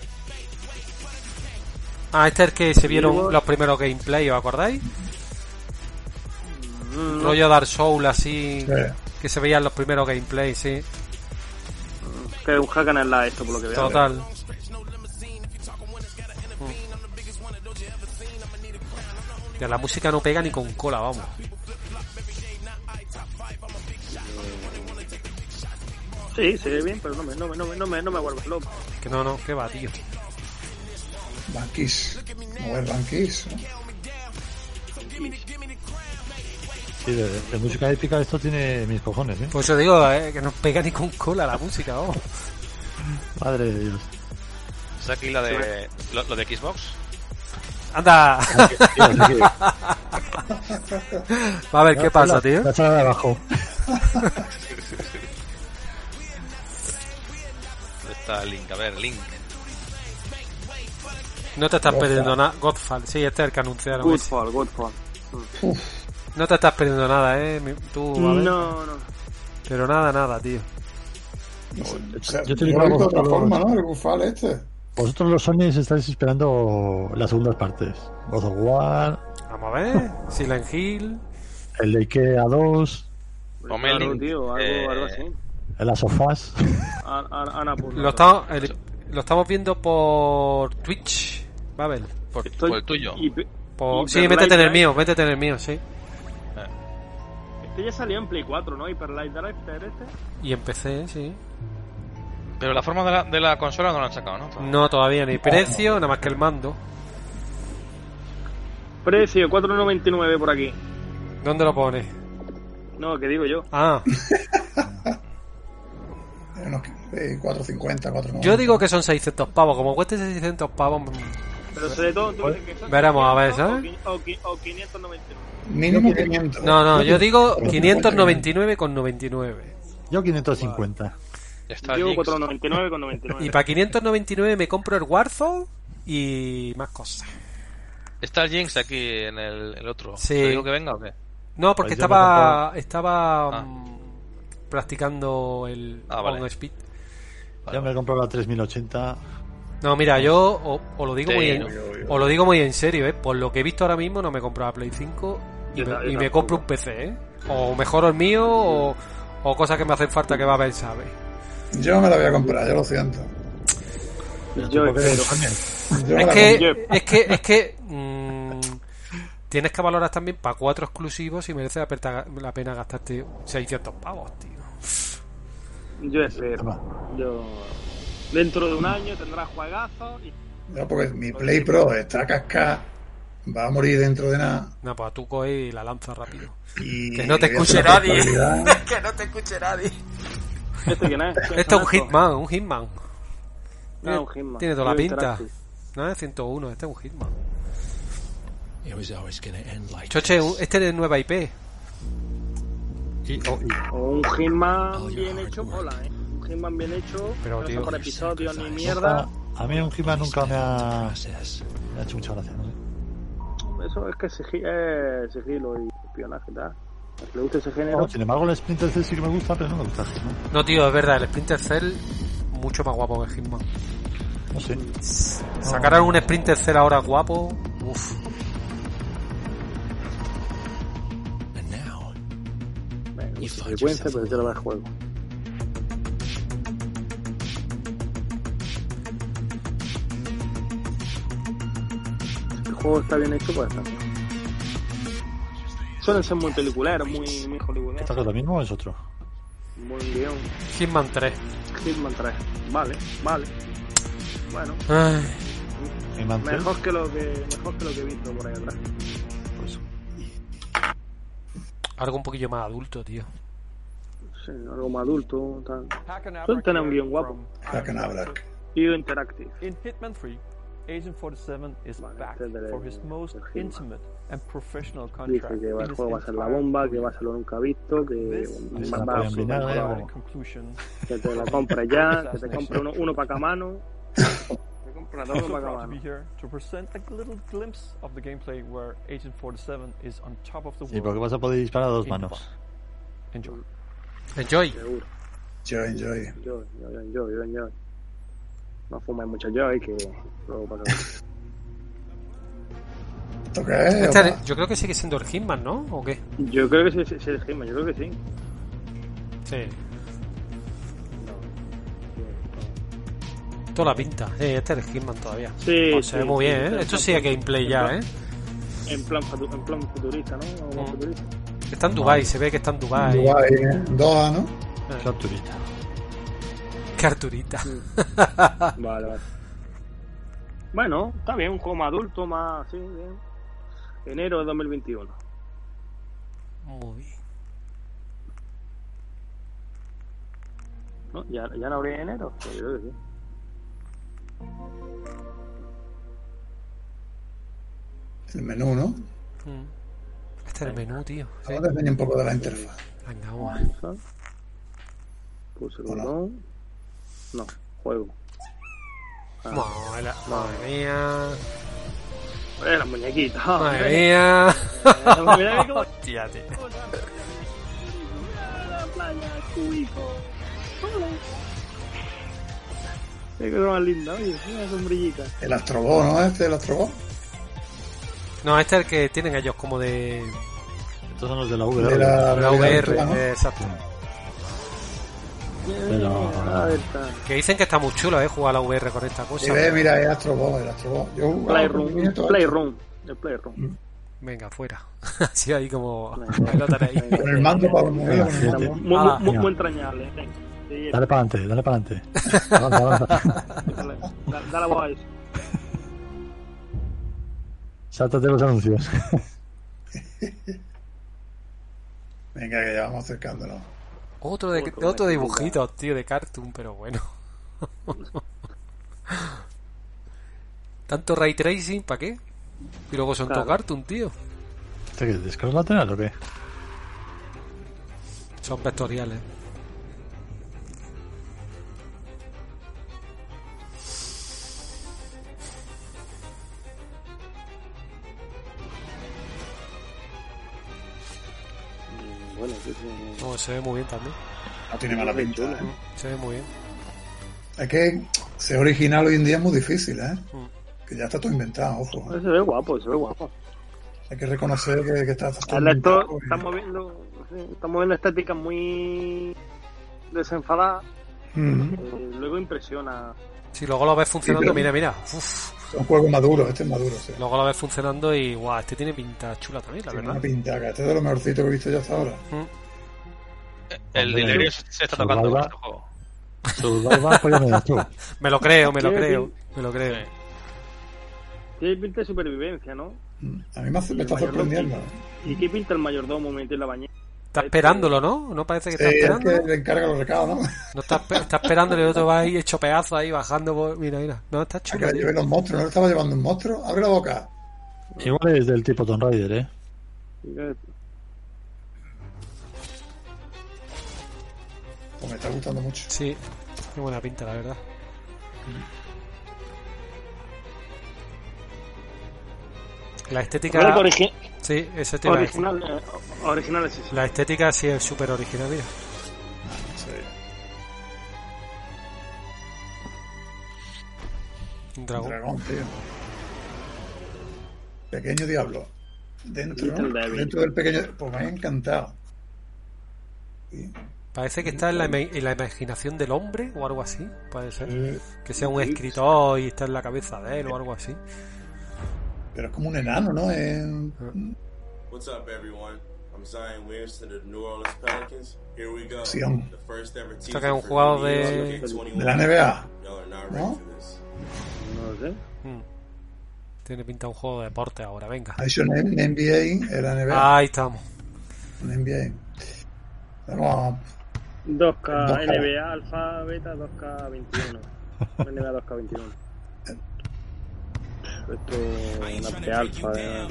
[SPEAKER 3] Ah, este es el que se vieron
[SPEAKER 2] Gearbox.
[SPEAKER 3] los primeros gameplay, ¿os acordáis?
[SPEAKER 2] Mm,
[SPEAKER 3] Rollo Dark Souls así,
[SPEAKER 1] Sí.
[SPEAKER 3] que se veían los primeros gameplay, sí.
[SPEAKER 2] Que es un hack and slash esto, por lo que veo.
[SPEAKER 3] Total. Ya, la música no pega ni con cola, vamos.
[SPEAKER 2] Sí, se ve bien, pero no me, no me, no me, no me, no me vuelvas loco.
[SPEAKER 3] Que no, no, que va, tío.
[SPEAKER 1] Banquís. No es Banquís. ¿no?
[SPEAKER 10] Sí, de, de música épica esto tiene mis cojones, ¿eh?
[SPEAKER 3] Pues yo digo, eh, que no pega ni con cola la música, vamos.
[SPEAKER 10] Madre de Dios.
[SPEAKER 12] ¿Es aquí la de, lo, lo de Xbox?
[SPEAKER 3] Anda.
[SPEAKER 10] sí.
[SPEAKER 3] Va a ver qué
[SPEAKER 10] La-
[SPEAKER 3] pasa,
[SPEAKER 10] la-
[SPEAKER 3] tío.
[SPEAKER 10] La sala de abajo.
[SPEAKER 12] ¿Dónde está Link? A ver, Link.
[SPEAKER 3] No te estás
[SPEAKER 12] Godfall.
[SPEAKER 3] perdiendo nada. Godfall, sí, este es el que anunciaron. ese.
[SPEAKER 2] Goodfall, Goodfall.
[SPEAKER 3] No te estás perdiendo nada, eh. mi- Tú, a ver.
[SPEAKER 2] No, no.
[SPEAKER 3] Pero nada, nada, tío.
[SPEAKER 1] O sea,
[SPEAKER 10] Yo
[SPEAKER 1] yo
[SPEAKER 10] te
[SPEAKER 1] te
[SPEAKER 10] digo
[SPEAKER 1] lo he
[SPEAKER 10] una
[SPEAKER 1] visto
[SPEAKER 10] cosa,
[SPEAKER 1] de otra
[SPEAKER 10] Pablo.
[SPEAKER 1] forma, ¿no? El bufal este.
[SPEAKER 10] Vosotros los Sonys estáis esperando las segundas partes. God of War,
[SPEAKER 3] Vamos a ver. Silent Hill.
[SPEAKER 10] el de Ikea 2,
[SPEAKER 12] Hombre,
[SPEAKER 2] Claro,
[SPEAKER 12] Link.
[SPEAKER 2] tío, algo,
[SPEAKER 12] eh,
[SPEAKER 2] algo así.
[SPEAKER 10] el Last of Us.
[SPEAKER 2] A- a- Ana, por
[SPEAKER 3] Lo, estamos el- lo estamos viendo por Twitch, Babel.
[SPEAKER 12] Por,
[SPEAKER 2] Estoy-
[SPEAKER 12] por el tuyo.
[SPEAKER 2] Y pe-
[SPEAKER 3] Por-
[SPEAKER 2] y
[SPEAKER 3] sí,
[SPEAKER 2] Hyper
[SPEAKER 3] métete en el
[SPEAKER 2] Light
[SPEAKER 3] mío, métete en el mío, sí.
[SPEAKER 2] Drive. Este ya salió en Play 4, ¿no? Hyper Light Drive, ¿te este?
[SPEAKER 3] Y empecé, sí.
[SPEAKER 12] Pero la forma de la, de la consola no la han sacado, ¿no?
[SPEAKER 3] No, todavía ni precio, nada más que el mando.
[SPEAKER 2] Precio, 4.99 por aquí.
[SPEAKER 3] ¿Dónde lo pones?
[SPEAKER 2] No, que digo yo.
[SPEAKER 3] Ah,
[SPEAKER 1] Eh, unos eh, 450, 490.
[SPEAKER 3] yo digo que son 600 pavos. Como cueste 600 pavos, mm,
[SPEAKER 2] Pero sobre todo, tú dices que son
[SPEAKER 3] veremos, a ver,
[SPEAKER 2] 500
[SPEAKER 3] ¿sabes?
[SPEAKER 2] O, qui- o 599.
[SPEAKER 1] Mínimo 500.
[SPEAKER 3] No, no, yo digo
[SPEAKER 1] 599.
[SPEAKER 3] 599,99.
[SPEAKER 10] Yo 550.
[SPEAKER 12] Ya está
[SPEAKER 2] Digo
[SPEAKER 12] Jinx.
[SPEAKER 2] 499 con
[SPEAKER 3] Y
[SPEAKER 2] 99.
[SPEAKER 3] para 599 me compro el Warzone y más cosas.
[SPEAKER 12] Está el Jinx aquí en el, el otro.
[SPEAKER 3] Sí.
[SPEAKER 12] ¿Te digo que venga o qué?
[SPEAKER 3] No, porque
[SPEAKER 10] Pues yo me
[SPEAKER 3] estaba estaba mm, practicando el
[SPEAKER 12] Ah, vale.
[SPEAKER 3] on speed.
[SPEAKER 10] Ya me he comprado la 3080.
[SPEAKER 3] No, mira, yo o- os lo digo
[SPEAKER 12] Sí,
[SPEAKER 3] muy en, os lo digo muy en serio, eh. Por lo que he visto ahora mismo no me compro la Play 5 y,
[SPEAKER 2] Yo ta-
[SPEAKER 3] me,
[SPEAKER 2] yo
[SPEAKER 3] y me
[SPEAKER 2] tampoco.
[SPEAKER 3] compro un PC, eh. O mejoro el mío o, o cosas que me hacen falta que va a ver, ¿sabes?
[SPEAKER 1] Yo me la voy a comprar, yo lo siento.
[SPEAKER 2] Pues Yo espero.
[SPEAKER 1] Yo me
[SPEAKER 3] es
[SPEAKER 1] la
[SPEAKER 3] que,
[SPEAKER 2] Yo-
[SPEAKER 3] es que, es que mm, tienes que valorar también para cuatro exclusivos si merece la pena, la pena gastarte 600 pavos, tío.
[SPEAKER 2] Yo espero. Yo... Dentro de un año tendrás juegazos y
[SPEAKER 1] compro. No, porque mi Play Pro está cascada, va a morir dentro de nada.
[SPEAKER 3] No, pues tú coges y la lanza rápido.
[SPEAKER 1] Y
[SPEAKER 3] Que no te
[SPEAKER 1] voy a
[SPEAKER 3] escuche
[SPEAKER 1] hacer la
[SPEAKER 3] nadie.
[SPEAKER 1] portabilidad.
[SPEAKER 3] que no te escuche nadie.
[SPEAKER 2] ¿Este quién es? ¿Quién
[SPEAKER 3] Este es
[SPEAKER 2] son
[SPEAKER 3] un
[SPEAKER 2] estos?
[SPEAKER 3] Hitman, un Hitman.
[SPEAKER 2] No, un Hitman.
[SPEAKER 3] Tiene toda la
[SPEAKER 2] Yo
[SPEAKER 3] pinta.
[SPEAKER 2] Interactive.
[SPEAKER 3] No, es 101, este es un Hitman. Choche, un- este es nueva IP.
[SPEAKER 10] Y, oh, y-
[SPEAKER 2] O un Hitman bien hecho, hola, ¿eh? Un Hitman bien hecho,
[SPEAKER 3] Pero,
[SPEAKER 2] no
[SPEAKER 3] tío.
[SPEAKER 2] son por episodios ni
[SPEAKER 10] Ah,
[SPEAKER 2] mierda.
[SPEAKER 10] A mí un He-Man nunca me ha, me ha hecho mucha gracia. ¿no?
[SPEAKER 2] Eso es que es sigi- eh, sigilo y espionaje, tal. Al que le gusta ese género,
[SPEAKER 10] Oh, sin embargo, el Splinter Cell sí que me gusta, pero no me gusta el He-Man.
[SPEAKER 3] No, tío, es verdad, el Splinter Cell mucho más guapo que el Hitman.
[SPEAKER 10] No sé.
[SPEAKER 3] Sacaran un Splinter Cell ahora guapo. Uf.
[SPEAKER 2] bueno, mucha frecuencia, pero yo lo el juego. Si el juego está bien hecho, pues está. Suelen ser muy peliculares, muy, muy
[SPEAKER 10] ¿Está
[SPEAKER 2] hollywooderos,
[SPEAKER 10] lo mismo o es otro?
[SPEAKER 2] muy guión.
[SPEAKER 3] Hitman 3.
[SPEAKER 2] Hitman 3. Vale, vale. Bueno,
[SPEAKER 3] Ay,
[SPEAKER 10] He-Man tres.
[SPEAKER 2] mejor que lo que, mejor que, lo que he visto por ahí atrás.
[SPEAKER 3] algo un poquillo más adulto, tío.
[SPEAKER 2] Sí, algo más adulto, tal. Suelen tener un guión guapo.
[SPEAKER 1] Hakanabra.
[SPEAKER 2] Y Interactive.
[SPEAKER 13] In Hitman 3, Agent 47 is back
[SPEAKER 2] este es del-
[SPEAKER 13] for his most intimate and professional
[SPEAKER 2] Dice
[SPEAKER 13] contract
[SPEAKER 2] que
[SPEAKER 13] in
[SPEAKER 2] el
[SPEAKER 13] his
[SPEAKER 2] juego va a ser la
[SPEAKER 13] entire
[SPEAKER 2] bomba, eh, que
[SPEAKER 13] career.
[SPEAKER 2] va a ser lo nunca visto, que
[SPEAKER 13] This
[SPEAKER 10] Ahí
[SPEAKER 13] is
[SPEAKER 10] está,
[SPEAKER 13] an
[SPEAKER 10] Napoleón
[SPEAKER 13] absolute
[SPEAKER 10] Vinagre,
[SPEAKER 13] and
[SPEAKER 2] ¿eh?
[SPEAKER 10] vamos.
[SPEAKER 13] final conclusion
[SPEAKER 2] que te la compres ya, que te compre uno, uno para cada mano. Ratón
[SPEAKER 13] I'm so
[SPEAKER 2] con
[SPEAKER 13] proud to
[SPEAKER 2] Bacabano.
[SPEAKER 13] be here to present a little glimpse of the gameplay where Agent 47 is on top of the
[SPEAKER 10] Sí,
[SPEAKER 13] world.
[SPEAKER 10] porque vas a poder disparar a dos
[SPEAKER 13] in
[SPEAKER 10] manos.
[SPEAKER 13] the- Enjoy.
[SPEAKER 3] Enjoy.
[SPEAKER 2] Seguro.
[SPEAKER 1] Yo, enjoy.
[SPEAKER 2] Yo, yo, yo, yo, yo, yo. No fumáis mucho yo y que luego para acá.
[SPEAKER 1] ¿Esto qué es?
[SPEAKER 3] Este
[SPEAKER 1] Opa.
[SPEAKER 3] es- yo creo que sigue siendo el Hitman, ¿no? ¿O qué?
[SPEAKER 2] Yo creo que sí, sí, sí, el Gima, yo creo que sí.
[SPEAKER 3] Sí. Toda la pinta. Sí, este es el Hitman todavía.
[SPEAKER 2] Sí,
[SPEAKER 3] Pues se ve
[SPEAKER 2] sí,
[SPEAKER 3] muy
[SPEAKER 2] sí, este
[SPEAKER 3] bien,
[SPEAKER 2] sí,
[SPEAKER 3] ¿eh? Esto
[SPEAKER 2] sí,
[SPEAKER 3] sí es
[SPEAKER 2] sí.
[SPEAKER 3] gameplay ya, ¿eh?
[SPEAKER 2] En plan, fatu- en plan futurista, ¿no? O
[SPEAKER 3] Mm.
[SPEAKER 2] más futurista.
[SPEAKER 3] Está en Dubai, se ve que está en Dubai.
[SPEAKER 1] Dubái, ¿eh? Doha, ¿no?
[SPEAKER 3] Qué Arturita. Qué Arturita.
[SPEAKER 2] vale, vale. Bueno, está bien, un juego más adulto, más así, bien. Enero de 2021.
[SPEAKER 3] Muy bien.
[SPEAKER 2] ¿No? ¿Ya, ¿Ya no habría enero? Pues yo creo que sí.
[SPEAKER 1] El menú, ¿no?
[SPEAKER 3] Este es el menú, tío. Sí.
[SPEAKER 1] Ahora enseña un poco de la interfaz.
[SPEAKER 3] Venga, vamos.
[SPEAKER 2] Puse el botón. No, juego. Ah.
[SPEAKER 3] Madre, madre mía.
[SPEAKER 2] Eh, la muñequita.
[SPEAKER 3] Madre mía.
[SPEAKER 2] Mira cómo-
[SPEAKER 3] Hostia, tío.
[SPEAKER 2] Mira qué cosa más linda, oye, mira la sombrillita.
[SPEAKER 1] El astrobó, ¿no? Este, el astrobó.
[SPEAKER 3] No, este es el que tienen ellos como de.
[SPEAKER 10] Estos son los de la
[SPEAKER 1] VR. De la-
[SPEAKER 3] la
[SPEAKER 1] de la
[SPEAKER 3] VR,
[SPEAKER 1] virtual, ¿no?
[SPEAKER 3] eh, exacto.
[SPEAKER 10] Pero-
[SPEAKER 2] Ah, está.
[SPEAKER 3] Que dicen que está muy chulo, eh, jugar a la VR con esta cosa.
[SPEAKER 1] Y ve, mira, el astrobó, el astrobó. Yo jugaba con eh,
[SPEAKER 2] Playroom,
[SPEAKER 1] muñequitos,
[SPEAKER 2] un Playroom, el Playroom.
[SPEAKER 3] Venga, fuera. Así ahí como. Ahí lo tenéis.
[SPEAKER 1] Con el mando para un
[SPEAKER 10] Venga,
[SPEAKER 2] Está
[SPEAKER 10] siguiente.
[SPEAKER 2] Muy,
[SPEAKER 3] Ah,
[SPEAKER 2] muy, muy,
[SPEAKER 10] Venga.
[SPEAKER 2] muy entrañable. venga. Sí,
[SPEAKER 10] Dale para adelante, dale para adelante. Avanza, avanza.
[SPEAKER 2] dale, dale, dale voz a eso.
[SPEAKER 10] Sáltate los anuncios.
[SPEAKER 1] Venga, que ya vamos acercándonos.
[SPEAKER 3] Otro, de, otro dibujito, tío, de cartoon, pero bueno. Tanto ray tracing, ¿para qué? Y luego son todo
[SPEAKER 2] Claro.
[SPEAKER 3] cartoon, tío.
[SPEAKER 10] ¿Este qué es? ¿Discos lateral o qué?
[SPEAKER 3] Son vectoriales.
[SPEAKER 2] Mm, Bueno, sí, sí,
[SPEAKER 3] No, Oh, se ve muy bien también.
[SPEAKER 1] No tiene mala pinta. ¿eh?
[SPEAKER 3] Se ve muy bien.
[SPEAKER 1] Es que ser original hoy en día es muy difícil, ¿eh?
[SPEAKER 3] Mm.
[SPEAKER 1] Que ya está todo inventado, ojo. ¿eh?
[SPEAKER 2] Se ve guapo, se ve guapo.
[SPEAKER 1] Hay que reconocer que, que está todo
[SPEAKER 2] El lector
[SPEAKER 1] inventado y-
[SPEAKER 2] está moviendo, sí, está moviendo estéticas muy desenfadadas.
[SPEAKER 1] Mm.
[SPEAKER 2] eh, luego impresiona.
[SPEAKER 3] Si luego lo ves funcionando,
[SPEAKER 1] pero-
[SPEAKER 3] mira, mira. Uf.
[SPEAKER 1] Es un juego maduro, este es maduro, sí.
[SPEAKER 3] Luego lo ves funcionando y, guau, este tiene pinta chula también, la
[SPEAKER 1] Tiene
[SPEAKER 3] verdad.
[SPEAKER 1] una pintaca. Este es de los mejorcitos que he visto yo hasta ahora.
[SPEAKER 12] El
[SPEAKER 10] Hombre,
[SPEAKER 12] delirio se se está
[SPEAKER 10] Survival-
[SPEAKER 12] tocando con este juego.
[SPEAKER 10] Survival, pues ya me das tú.
[SPEAKER 3] Me lo creo, me lo
[SPEAKER 2] Tiene
[SPEAKER 3] creo, me lo creo.
[SPEAKER 2] Tiene pinta de supervivencia, ¿no?
[SPEAKER 1] A mí me, hace- me está sorprendiendo. Eh,
[SPEAKER 2] ¿Y qué pinta el mayordomo metido en la bañera?
[SPEAKER 3] Está esperándolo, ¿no? No parece que
[SPEAKER 1] Sí,
[SPEAKER 3] está
[SPEAKER 1] es el
[SPEAKER 3] esperando.
[SPEAKER 1] que le encarga los recados, ¿no?
[SPEAKER 3] No está, espe- está esperando y el otro va ahí hecho pedazo ahí bajando por... Mira, mira. No, está
[SPEAKER 1] A que
[SPEAKER 3] chulo.
[SPEAKER 1] le
[SPEAKER 3] tío.
[SPEAKER 1] lleven los monstruos, no le estaba llevando un monstruo. Abre la boca.
[SPEAKER 10] Igual es del tipo Tomb Raider, ¿eh?
[SPEAKER 1] Pues me está gustando mucho.
[SPEAKER 3] Sí, qué buena pinta, la verdad. La
[SPEAKER 2] Mira
[SPEAKER 3] estética...
[SPEAKER 2] que origi-
[SPEAKER 3] Sí, eso te iba a decir.
[SPEAKER 2] original, eh, o- original es eso.
[SPEAKER 3] La estética sí es súper original, mira.
[SPEAKER 1] Sí.
[SPEAKER 3] Un
[SPEAKER 1] Un
[SPEAKER 3] dragón.
[SPEAKER 1] dragón, tío. Pequeño diablo. Dentro,
[SPEAKER 2] Little Devil.
[SPEAKER 1] dentro del pequeño. Pues me ha encantado. Sí.
[SPEAKER 3] Parece que está en la, ima- en la imaginación del hombre o algo así, puede ser.
[SPEAKER 1] Eh,
[SPEAKER 3] Que sea un escritor y está en la cabeza de él o algo así.
[SPEAKER 1] Pero es como un enano, ¿no? Es-
[SPEAKER 14] What's up, everyone? I'm Zion Williamson of the New Orleans Pelicans. Here we go.
[SPEAKER 1] Sion.
[SPEAKER 14] The first ever
[SPEAKER 3] Esto
[SPEAKER 14] teaser
[SPEAKER 3] que es un
[SPEAKER 14] for
[SPEAKER 3] jugador
[SPEAKER 14] the
[SPEAKER 3] de...
[SPEAKER 14] 2021.
[SPEAKER 1] de la NBA.
[SPEAKER 14] Y'all are not
[SPEAKER 1] ¿No?
[SPEAKER 14] ready for this.
[SPEAKER 2] No lo sé.
[SPEAKER 3] Mm. Tiene pinta de un juego de deporte ahora, venga.
[SPEAKER 1] Ha hecho un NBA, era
[SPEAKER 12] Ah.
[SPEAKER 1] NBA.
[SPEAKER 3] Ahí estamos.
[SPEAKER 1] Un NBA. Vamos,
[SPEAKER 2] 2K,
[SPEAKER 1] 2K.
[SPEAKER 2] NBA, alfa, beta, 2K21. NBA 2K21. Esto es una pre-alfa. eh,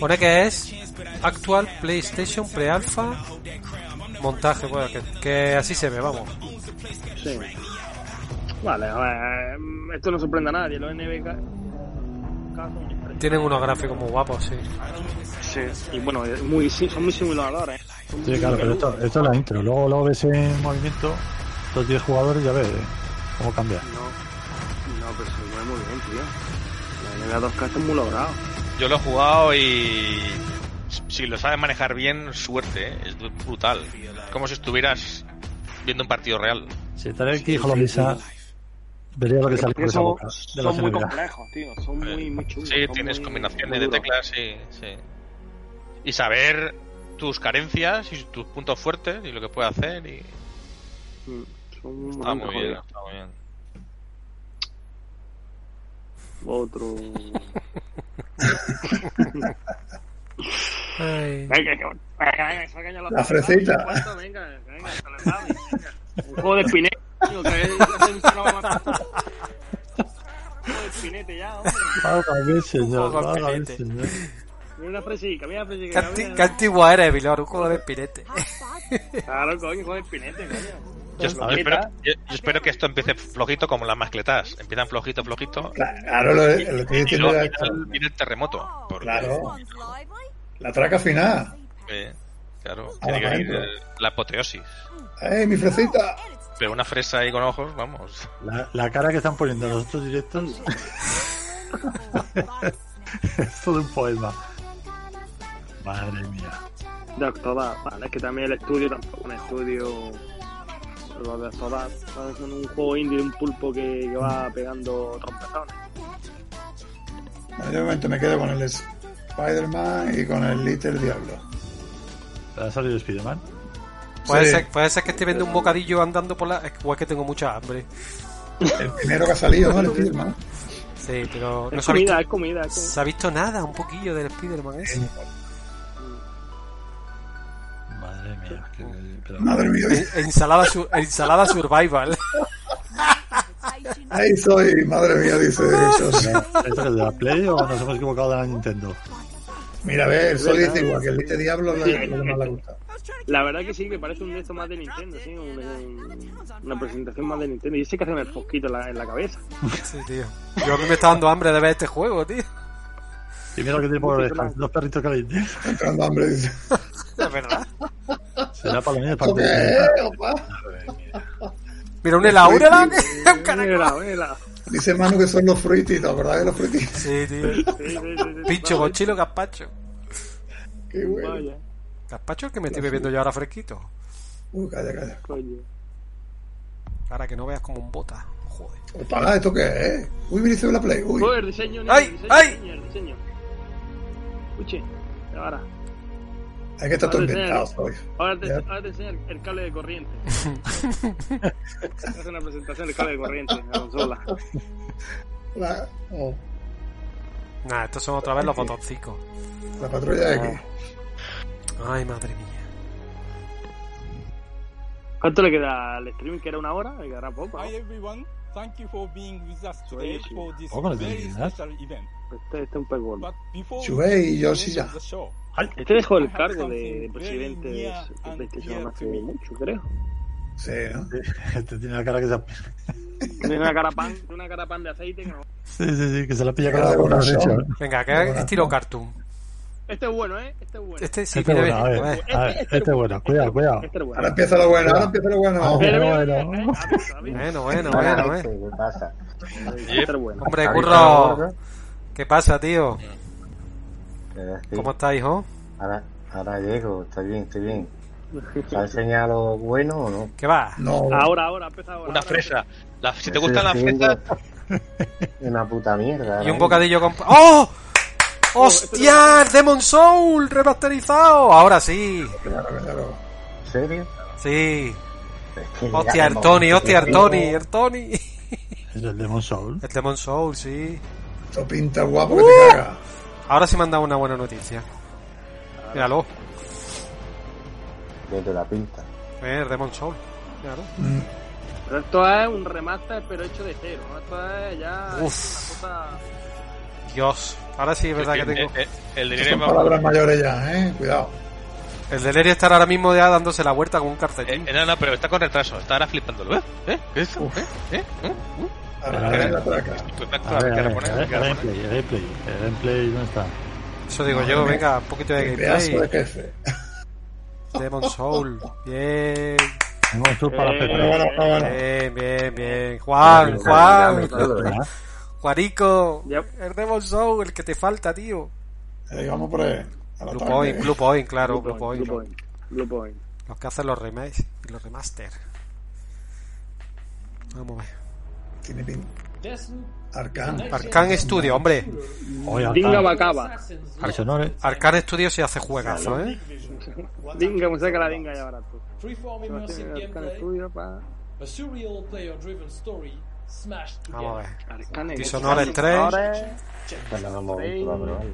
[SPEAKER 3] Pone que es actual PlayStation pre-alpha montaje, bueno, que, que así se ve, vamos.
[SPEAKER 2] Sí. Vale, a ver, mm, esto no sorprende a nadie. Los NBK son impresionantes.
[SPEAKER 3] Tienen unos gráficos muy guapos, sí.
[SPEAKER 2] Sí, y bueno, es muy, sí, son muy simuladores. Son muy
[SPEAKER 10] Sí, claro, pero
[SPEAKER 2] simuladores.
[SPEAKER 10] esto, esto es la intro. Luego lo ves en movimiento, estos 10 jugadores, ya ves eh, cómo cambia.
[SPEAKER 2] No, pero se mueve muy bien, tío. La NBA 2K está muy logrado.
[SPEAKER 12] Yo lo he jugado y si lo sabes manejar bien, suerte, ¿eh? es brutal. Como si estuvieras viendo un partido real.
[SPEAKER 10] Si Tarek hijo lo visa, vería lo que sale por
[SPEAKER 12] Porque
[SPEAKER 10] esa
[SPEAKER 12] son-
[SPEAKER 10] boca de la
[SPEAKER 2] Son muy
[SPEAKER 10] NBA.
[SPEAKER 2] complejos, tío. Son muy, muy chulos.
[SPEAKER 12] Sí,
[SPEAKER 2] son
[SPEAKER 12] tienes
[SPEAKER 2] muy-
[SPEAKER 12] combinaciones
[SPEAKER 2] muy
[SPEAKER 12] de
[SPEAKER 2] duros.
[SPEAKER 12] teclas, Ah, sí, sí. Y saber tus carencias y tus puntos fuertes y lo que puedes hacer. Y...
[SPEAKER 2] Son
[SPEAKER 12] Está
[SPEAKER 2] bonitos,
[SPEAKER 12] muy
[SPEAKER 2] joder.
[SPEAKER 12] bien, está muy bien.
[SPEAKER 2] Otro.
[SPEAKER 3] Ay.
[SPEAKER 2] Venga, que- venga, venga, saca ya los-
[SPEAKER 1] La fresita.
[SPEAKER 2] Venga, venga, venga, se lo sabe, venga. Un juego de espinete, tío, que es- es un programa más- Un juego de espinete ya, hombre.
[SPEAKER 10] Válgame, señor,
[SPEAKER 3] Ojo,
[SPEAKER 10] válgame,
[SPEAKER 3] golpete.
[SPEAKER 10] señor.
[SPEAKER 2] Mira una fresica, mira una
[SPEAKER 3] ¿Qué,
[SPEAKER 2] fresica.
[SPEAKER 3] anti-
[SPEAKER 2] mira.
[SPEAKER 3] qué antigua eres, Vilor? Un juego de pirete.
[SPEAKER 2] Claro, coño, juego de espinete, coño.
[SPEAKER 12] Yo,
[SPEAKER 2] Pues,
[SPEAKER 12] yo
[SPEAKER 2] ¿qué
[SPEAKER 12] espero,
[SPEAKER 2] tal?
[SPEAKER 12] yo- yo espero que esto empiece flojito como las mascletas. Empiezan flojito, flojito.
[SPEAKER 1] Claro, lo- lo que
[SPEAKER 12] y
[SPEAKER 1] dice
[SPEAKER 12] luego
[SPEAKER 1] la-
[SPEAKER 12] al final viene el terremoto. porque-
[SPEAKER 1] Claro. La traca final.
[SPEAKER 12] Eh, claro,
[SPEAKER 1] Ah,
[SPEAKER 12] tiene que ir
[SPEAKER 1] dentro.
[SPEAKER 12] eh, la apoteosis.
[SPEAKER 1] ¡Eh, mi fresita!
[SPEAKER 12] Pero una fresa ahí con ojos, vamos.
[SPEAKER 10] La, la cara que están poniendo los otros directos es todo un poema. Madre mía.
[SPEAKER 2] De Octodad, vale, es que también el estudio tampoco es un estudio. Lo de Octodad, es un juego indie de un pulpo que, que va pegando trompetones.
[SPEAKER 1] No, yo de momento me quedo con el Spider-Man y con el Little Diablo.
[SPEAKER 10] ¿Ha salido Spider-Man?
[SPEAKER 3] Puede,
[SPEAKER 1] Sí.
[SPEAKER 3] ser, puede ser que esté viendo un bocadillo andando por la. Es que, o es que tengo mucha hambre.
[SPEAKER 1] El primero que ha salido, ¿no? El Spider-Man.
[SPEAKER 3] Sí, pero.
[SPEAKER 2] Es
[SPEAKER 3] se ha
[SPEAKER 2] comida,
[SPEAKER 3] visto-
[SPEAKER 2] es comida, es comida.
[SPEAKER 3] Se ha visto nada, un poquillo del Spider-Man ese.
[SPEAKER 10] Madre mía. qué- pero-
[SPEAKER 3] En- Ensalada, sur- ensalada Survival.
[SPEAKER 1] Ahí soy, madre mía, dice Jesús.
[SPEAKER 10] ¿Esto que es de la Play o nos hemos equivocado de la Nintendo?
[SPEAKER 1] Mira, a ver, eso
[SPEAKER 2] ¿Verdad?
[SPEAKER 1] dice igual que el Little Diablo lo, lo que más le gusta.
[SPEAKER 2] La verdad que sí, que parece un de estos más de Nintendo, sí, un- un- una presentación más de Nintendo. Yo sé que hacen el fosquito en la, en la cabeza.
[SPEAKER 3] Sí, tío. Yo a mí me está dando hambre de ver este juego, tío.
[SPEAKER 10] Y mira lo que tiene por oreja, dos perritos calientes.
[SPEAKER 1] Entrando hambre, dice.
[SPEAKER 3] Es verdad.
[SPEAKER 10] Será para mí de
[SPEAKER 1] ¿Esto
[SPEAKER 10] parte
[SPEAKER 1] qué
[SPEAKER 10] de...
[SPEAKER 1] es, opa?
[SPEAKER 3] Mira, un helado, un helado. Un
[SPEAKER 2] helado, un helado.
[SPEAKER 1] Dice Manu que son los frutitos, ¿verdad? Que los frutitos.
[SPEAKER 3] Sí, tío.
[SPEAKER 2] Sí, sí, sí, sí.
[SPEAKER 3] Pincho, cochilo, gazpacho.
[SPEAKER 1] Qué bueno.
[SPEAKER 2] Vaya,
[SPEAKER 3] Gazpacho que me estoy bebiendo yo ahora fresquito.
[SPEAKER 1] Uy, calla, calla.
[SPEAKER 2] coño.
[SPEAKER 3] Ahora que no veas como un bota. Joder.
[SPEAKER 1] Opa, ¿esto qué es? Uy, mira, dice la Play. Uy.
[SPEAKER 2] Joder, el diseño, niño,
[SPEAKER 3] ¡Ay!
[SPEAKER 2] el diseño,
[SPEAKER 3] ¡Ay!
[SPEAKER 2] niño, el diseño. Escuche, ahora.
[SPEAKER 1] Es que está todo
[SPEAKER 2] Ahora te
[SPEAKER 1] inventado, pues.
[SPEAKER 2] enseña-
[SPEAKER 1] soy.
[SPEAKER 2] Ahora te,
[SPEAKER 1] Ya.
[SPEAKER 2] ahora te enseña el cable de corriente. Hace una presentación del cable de corriente en la consola.
[SPEAKER 1] La, oh,
[SPEAKER 3] Nah, estos son otra vez los botoncicos.
[SPEAKER 1] la patrulla X.
[SPEAKER 3] Ay, madre mía.
[SPEAKER 2] ¿Cuánto le queda al streaming? Que era una hora, le quedará poco. ¿no?
[SPEAKER 15] Hi everyone, thank you for being with us today
[SPEAKER 2] Shueisha.
[SPEAKER 15] for this
[SPEAKER 10] Oh, gonna be
[SPEAKER 15] very
[SPEAKER 10] that.
[SPEAKER 15] special event.
[SPEAKER 2] Este, este es un pegón.
[SPEAKER 15] But before we
[SPEAKER 1] Shuei
[SPEAKER 15] begin
[SPEAKER 1] Yoshida.
[SPEAKER 15] the show,
[SPEAKER 2] Este dejó
[SPEAKER 15] I
[SPEAKER 2] el
[SPEAKER 15] have
[SPEAKER 2] cargo de,
[SPEAKER 15] something
[SPEAKER 2] de presidente
[SPEAKER 15] very
[SPEAKER 2] de,
[SPEAKER 15] near
[SPEAKER 2] de
[SPEAKER 15] and
[SPEAKER 2] PlayStation
[SPEAKER 15] dear
[SPEAKER 2] no hace
[SPEAKER 15] to me.
[SPEAKER 2] mucho, creo.
[SPEAKER 1] Sí, ¿no?
[SPEAKER 10] Este tiene la cara que se... ha-
[SPEAKER 2] Tiene una cara pan, tiene una cara pan de aceite. que no.
[SPEAKER 10] Sí, sí, sí, que se la pilla con
[SPEAKER 1] Cara
[SPEAKER 10] la
[SPEAKER 1] de
[SPEAKER 10] boca
[SPEAKER 1] corazón.
[SPEAKER 10] derecha.
[SPEAKER 3] Venga, que es estilo cartoon.
[SPEAKER 2] Este es bueno, ¿eh? Este es bueno.
[SPEAKER 3] Este sí,
[SPEAKER 10] este es
[SPEAKER 3] mira,
[SPEAKER 10] bueno,
[SPEAKER 3] mira, a
[SPEAKER 10] a ver,
[SPEAKER 3] ver.
[SPEAKER 10] a ver, este es bueno, cuidado, cuidado.
[SPEAKER 2] Este es bueno.
[SPEAKER 1] Ahora empieza lo bueno, ahora empieza lo bueno.
[SPEAKER 2] Mira, mira,
[SPEAKER 10] bueno.
[SPEAKER 2] mira, eh, ha visto, ha visto.
[SPEAKER 3] Bueno, bueno, bueno, bueno.
[SPEAKER 9] ¿Qué pasa?
[SPEAKER 2] Este es bueno.
[SPEAKER 3] Hombre,
[SPEAKER 9] ¿Habéis
[SPEAKER 3] curro.
[SPEAKER 9] estado
[SPEAKER 3] ¿Qué pasa, tío?
[SPEAKER 9] Eh, sí.
[SPEAKER 3] ¿Cómo estás, hijo?
[SPEAKER 9] Ahora, ahora llego, estoy bien, estoy bien. ¿Se ha enseñado lo bueno o no?
[SPEAKER 3] ¿Qué va?
[SPEAKER 1] No,
[SPEAKER 2] Ahora, ahora, empieza ahora.
[SPEAKER 12] Una
[SPEAKER 2] ahora.
[SPEAKER 12] fresa. La- si te
[SPEAKER 9] Estoy
[SPEAKER 12] gustan las
[SPEAKER 9] haciendo
[SPEAKER 12] fresas,
[SPEAKER 9] Una puta mierda.
[SPEAKER 3] Y un
[SPEAKER 9] ¿no?
[SPEAKER 3] bocadillo con... pa- ¡Oh!
[SPEAKER 9] Oh,
[SPEAKER 3] ¡Hostia! ¡El Demon Soul remasterizado! Ahora sí.
[SPEAKER 1] claro, claro.
[SPEAKER 9] ¿En serio?
[SPEAKER 3] Sí.
[SPEAKER 9] Es que
[SPEAKER 3] Hostia,
[SPEAKER 9] ya
[SPEAKER 3] el
[SPEAKER 9] hemos-
[SPEAKER 3] Tony, hostia, el
[SPEAKER 9] Sí,
[SPEAKER 3] Tony, el Tony.
[SPEAKER 10] Es el Demon Soul.
[SPEAKER 3] El Demon Soul, sí.
[SPEAKER 1] Esto pinta guapo que te caga.
[SPEAKER 3] Ahora sí me han dado una buena noticia. Míralo.
[SPEAKER 9] Desde la pinta.
[SPEAKER 3] Eh, el Demon Soul. Míralo.
[SPEAKER 2] Pero esto es un remaster, pero hecho de cero. ¿no? Esto es ya una
[SPEAKER 3] Uf.
[SPEAKER 2] cosa.
[SPEAKER 3] Dios. Ahora sí es verdad que
[SPEAKER 12] el,
[SPEAKER 3] tengo...
[SPEAKER 12] el- el
[SPEAKER 1] Estas son
[SPEAKER 12] dinero
[SPEAKER 1] palabras mayores ya, ¿eh? Cuidado.
[SPEAKER 3] El Deleria estará ahora mismo ya dándose la vuelta con un cartelín.
[SPEAKER 12] Eh, no, no, pero está con retraso. Está ahora flipándolo. ¿Ves? ¿Eh? ¿Qué es eso? ¿Eh? ¿Eh? Pues, ¿Eh?
[SPEAKER 1] Ah.
[SPEAKER 10] A ver, a ver, a ver, gameplay, el gameplay, el gameplay, ¿dónde está?
[SPEAKER 3] Eso digo
[SPEAKER 10] Madre
[SPEAKER 3] yo,
[SPEAKER 10] mía.
[SPEAKER 3] venga, un poquito de
[SPEAKER 10] Qué
[SPEAKER 3] gameplay.
[SPEAKER 10] pedazo de jefe.
[SPEAKER 3] Demon Soul, bien.
[SPEAKER 10] Demon Soul para PC. Eh, Bueno, bueno, bueno.
[SPEAKER 3] Bien, bien, bien. Juan, Juan.
[SPEAKER 10] eh.
[SPEAKER 3] Juanico, el Demon Soul, el que te falta, tío.
[SPEAKER 1] vamos por ahí. Al
[SPEAKER 3] Blue
[SPEAKER 1] ataque.
[SPEAKER 3] Point, Blue Point, claro,
[SPEAKER 2] Blue
[SPEAKER 3] Blue
[SPEAKER 2] Point,
[SPEAKER 3] Point.
[SPEAKER 2] Blue
[SPEAKER 3] los-
[SPEAKER 2] Blue Point.
[SPEAKER 3] Los que hacen los remakes y los remaster. Vamos a ver.
[SPEAKER 1] Tiene pin. Arcan.
[SPEAKER 3] Arcan Studio, hombre.
[SPEAKER 10] Oye,
[SPEAKER 9] Ah.
[SPEAKER 2] Dinga Bacaba.
[SPEAKER 10] Sonores.
[SPEAKER 3] Arcan Studio se hace juegazo, ¿eh?
[SPEAKER 2] Dinga, me saca la dinga ya barato.
[SPEAKER 16] Freeform immersive gameplay, a surreal player-driven story smashed
[SPEAKER 3] Vamos
[SPEAKER 16] together.
[SPEAKER 3] a
[SPEAKER 2] Arcane.
[SPEAKER 3] ver. Dishonored 3.
[SPEAKER 2] eh.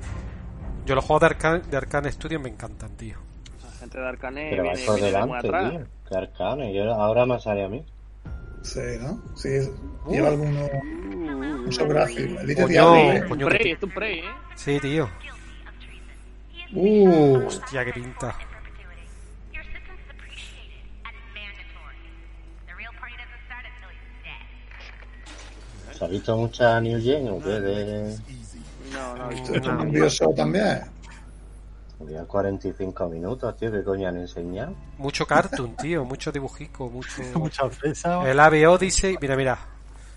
[SPEAKER 3] Yo los juegos de Arcan, de Arcan Studio me encantan, tío.
[SPEAKER 2] La gente de Arcane
[SPEAKER 9] Pero va
[SPEAKER 2] viene,
[SPEAKER 9] por
[SPEAKER 2] viene de muy
[SPEAKER 9] delante,
[SPEAKER 2] atrás.
[SPEAKER 9] tío. Qué arcane. Yo, ahora me sale a mí.
[SPEAKER 1] Sí, ¿no? Sí, lleva algunos. Mucho gráfico. Elite
[SPEAKER 3] Coño,
[SPEAKER 1] Diablo, ¿eh?
[SPEAKER 3] coño,
[SPEAKER 2] Prey,
[SPEAKER 3] que-
[SPEAKER 2] es un Prey, ¿eh?
[SPEAKER 3] Sí, tío.
[SPEAKER 1] Uh,
[SPEAKER 3] Hostia, qué pinta.
[SPEAKER 9] ¿Se ha visto mucha New Gen o qué? De...
[SPEAKER 2] No, no,
[SPEAKER 1] esto es un Bioshock también.
[SPEAKER 9] Había 45 minutos, tío. ¿Qué coño han enseñado?
[SPEAKER 3] Mucho cartoon, tío. Mucho dibujico, mucho...
[SPEAKER 10] Mucha fresa.
[SPEAKER 3] El AVE Odyssey. Mira, mira.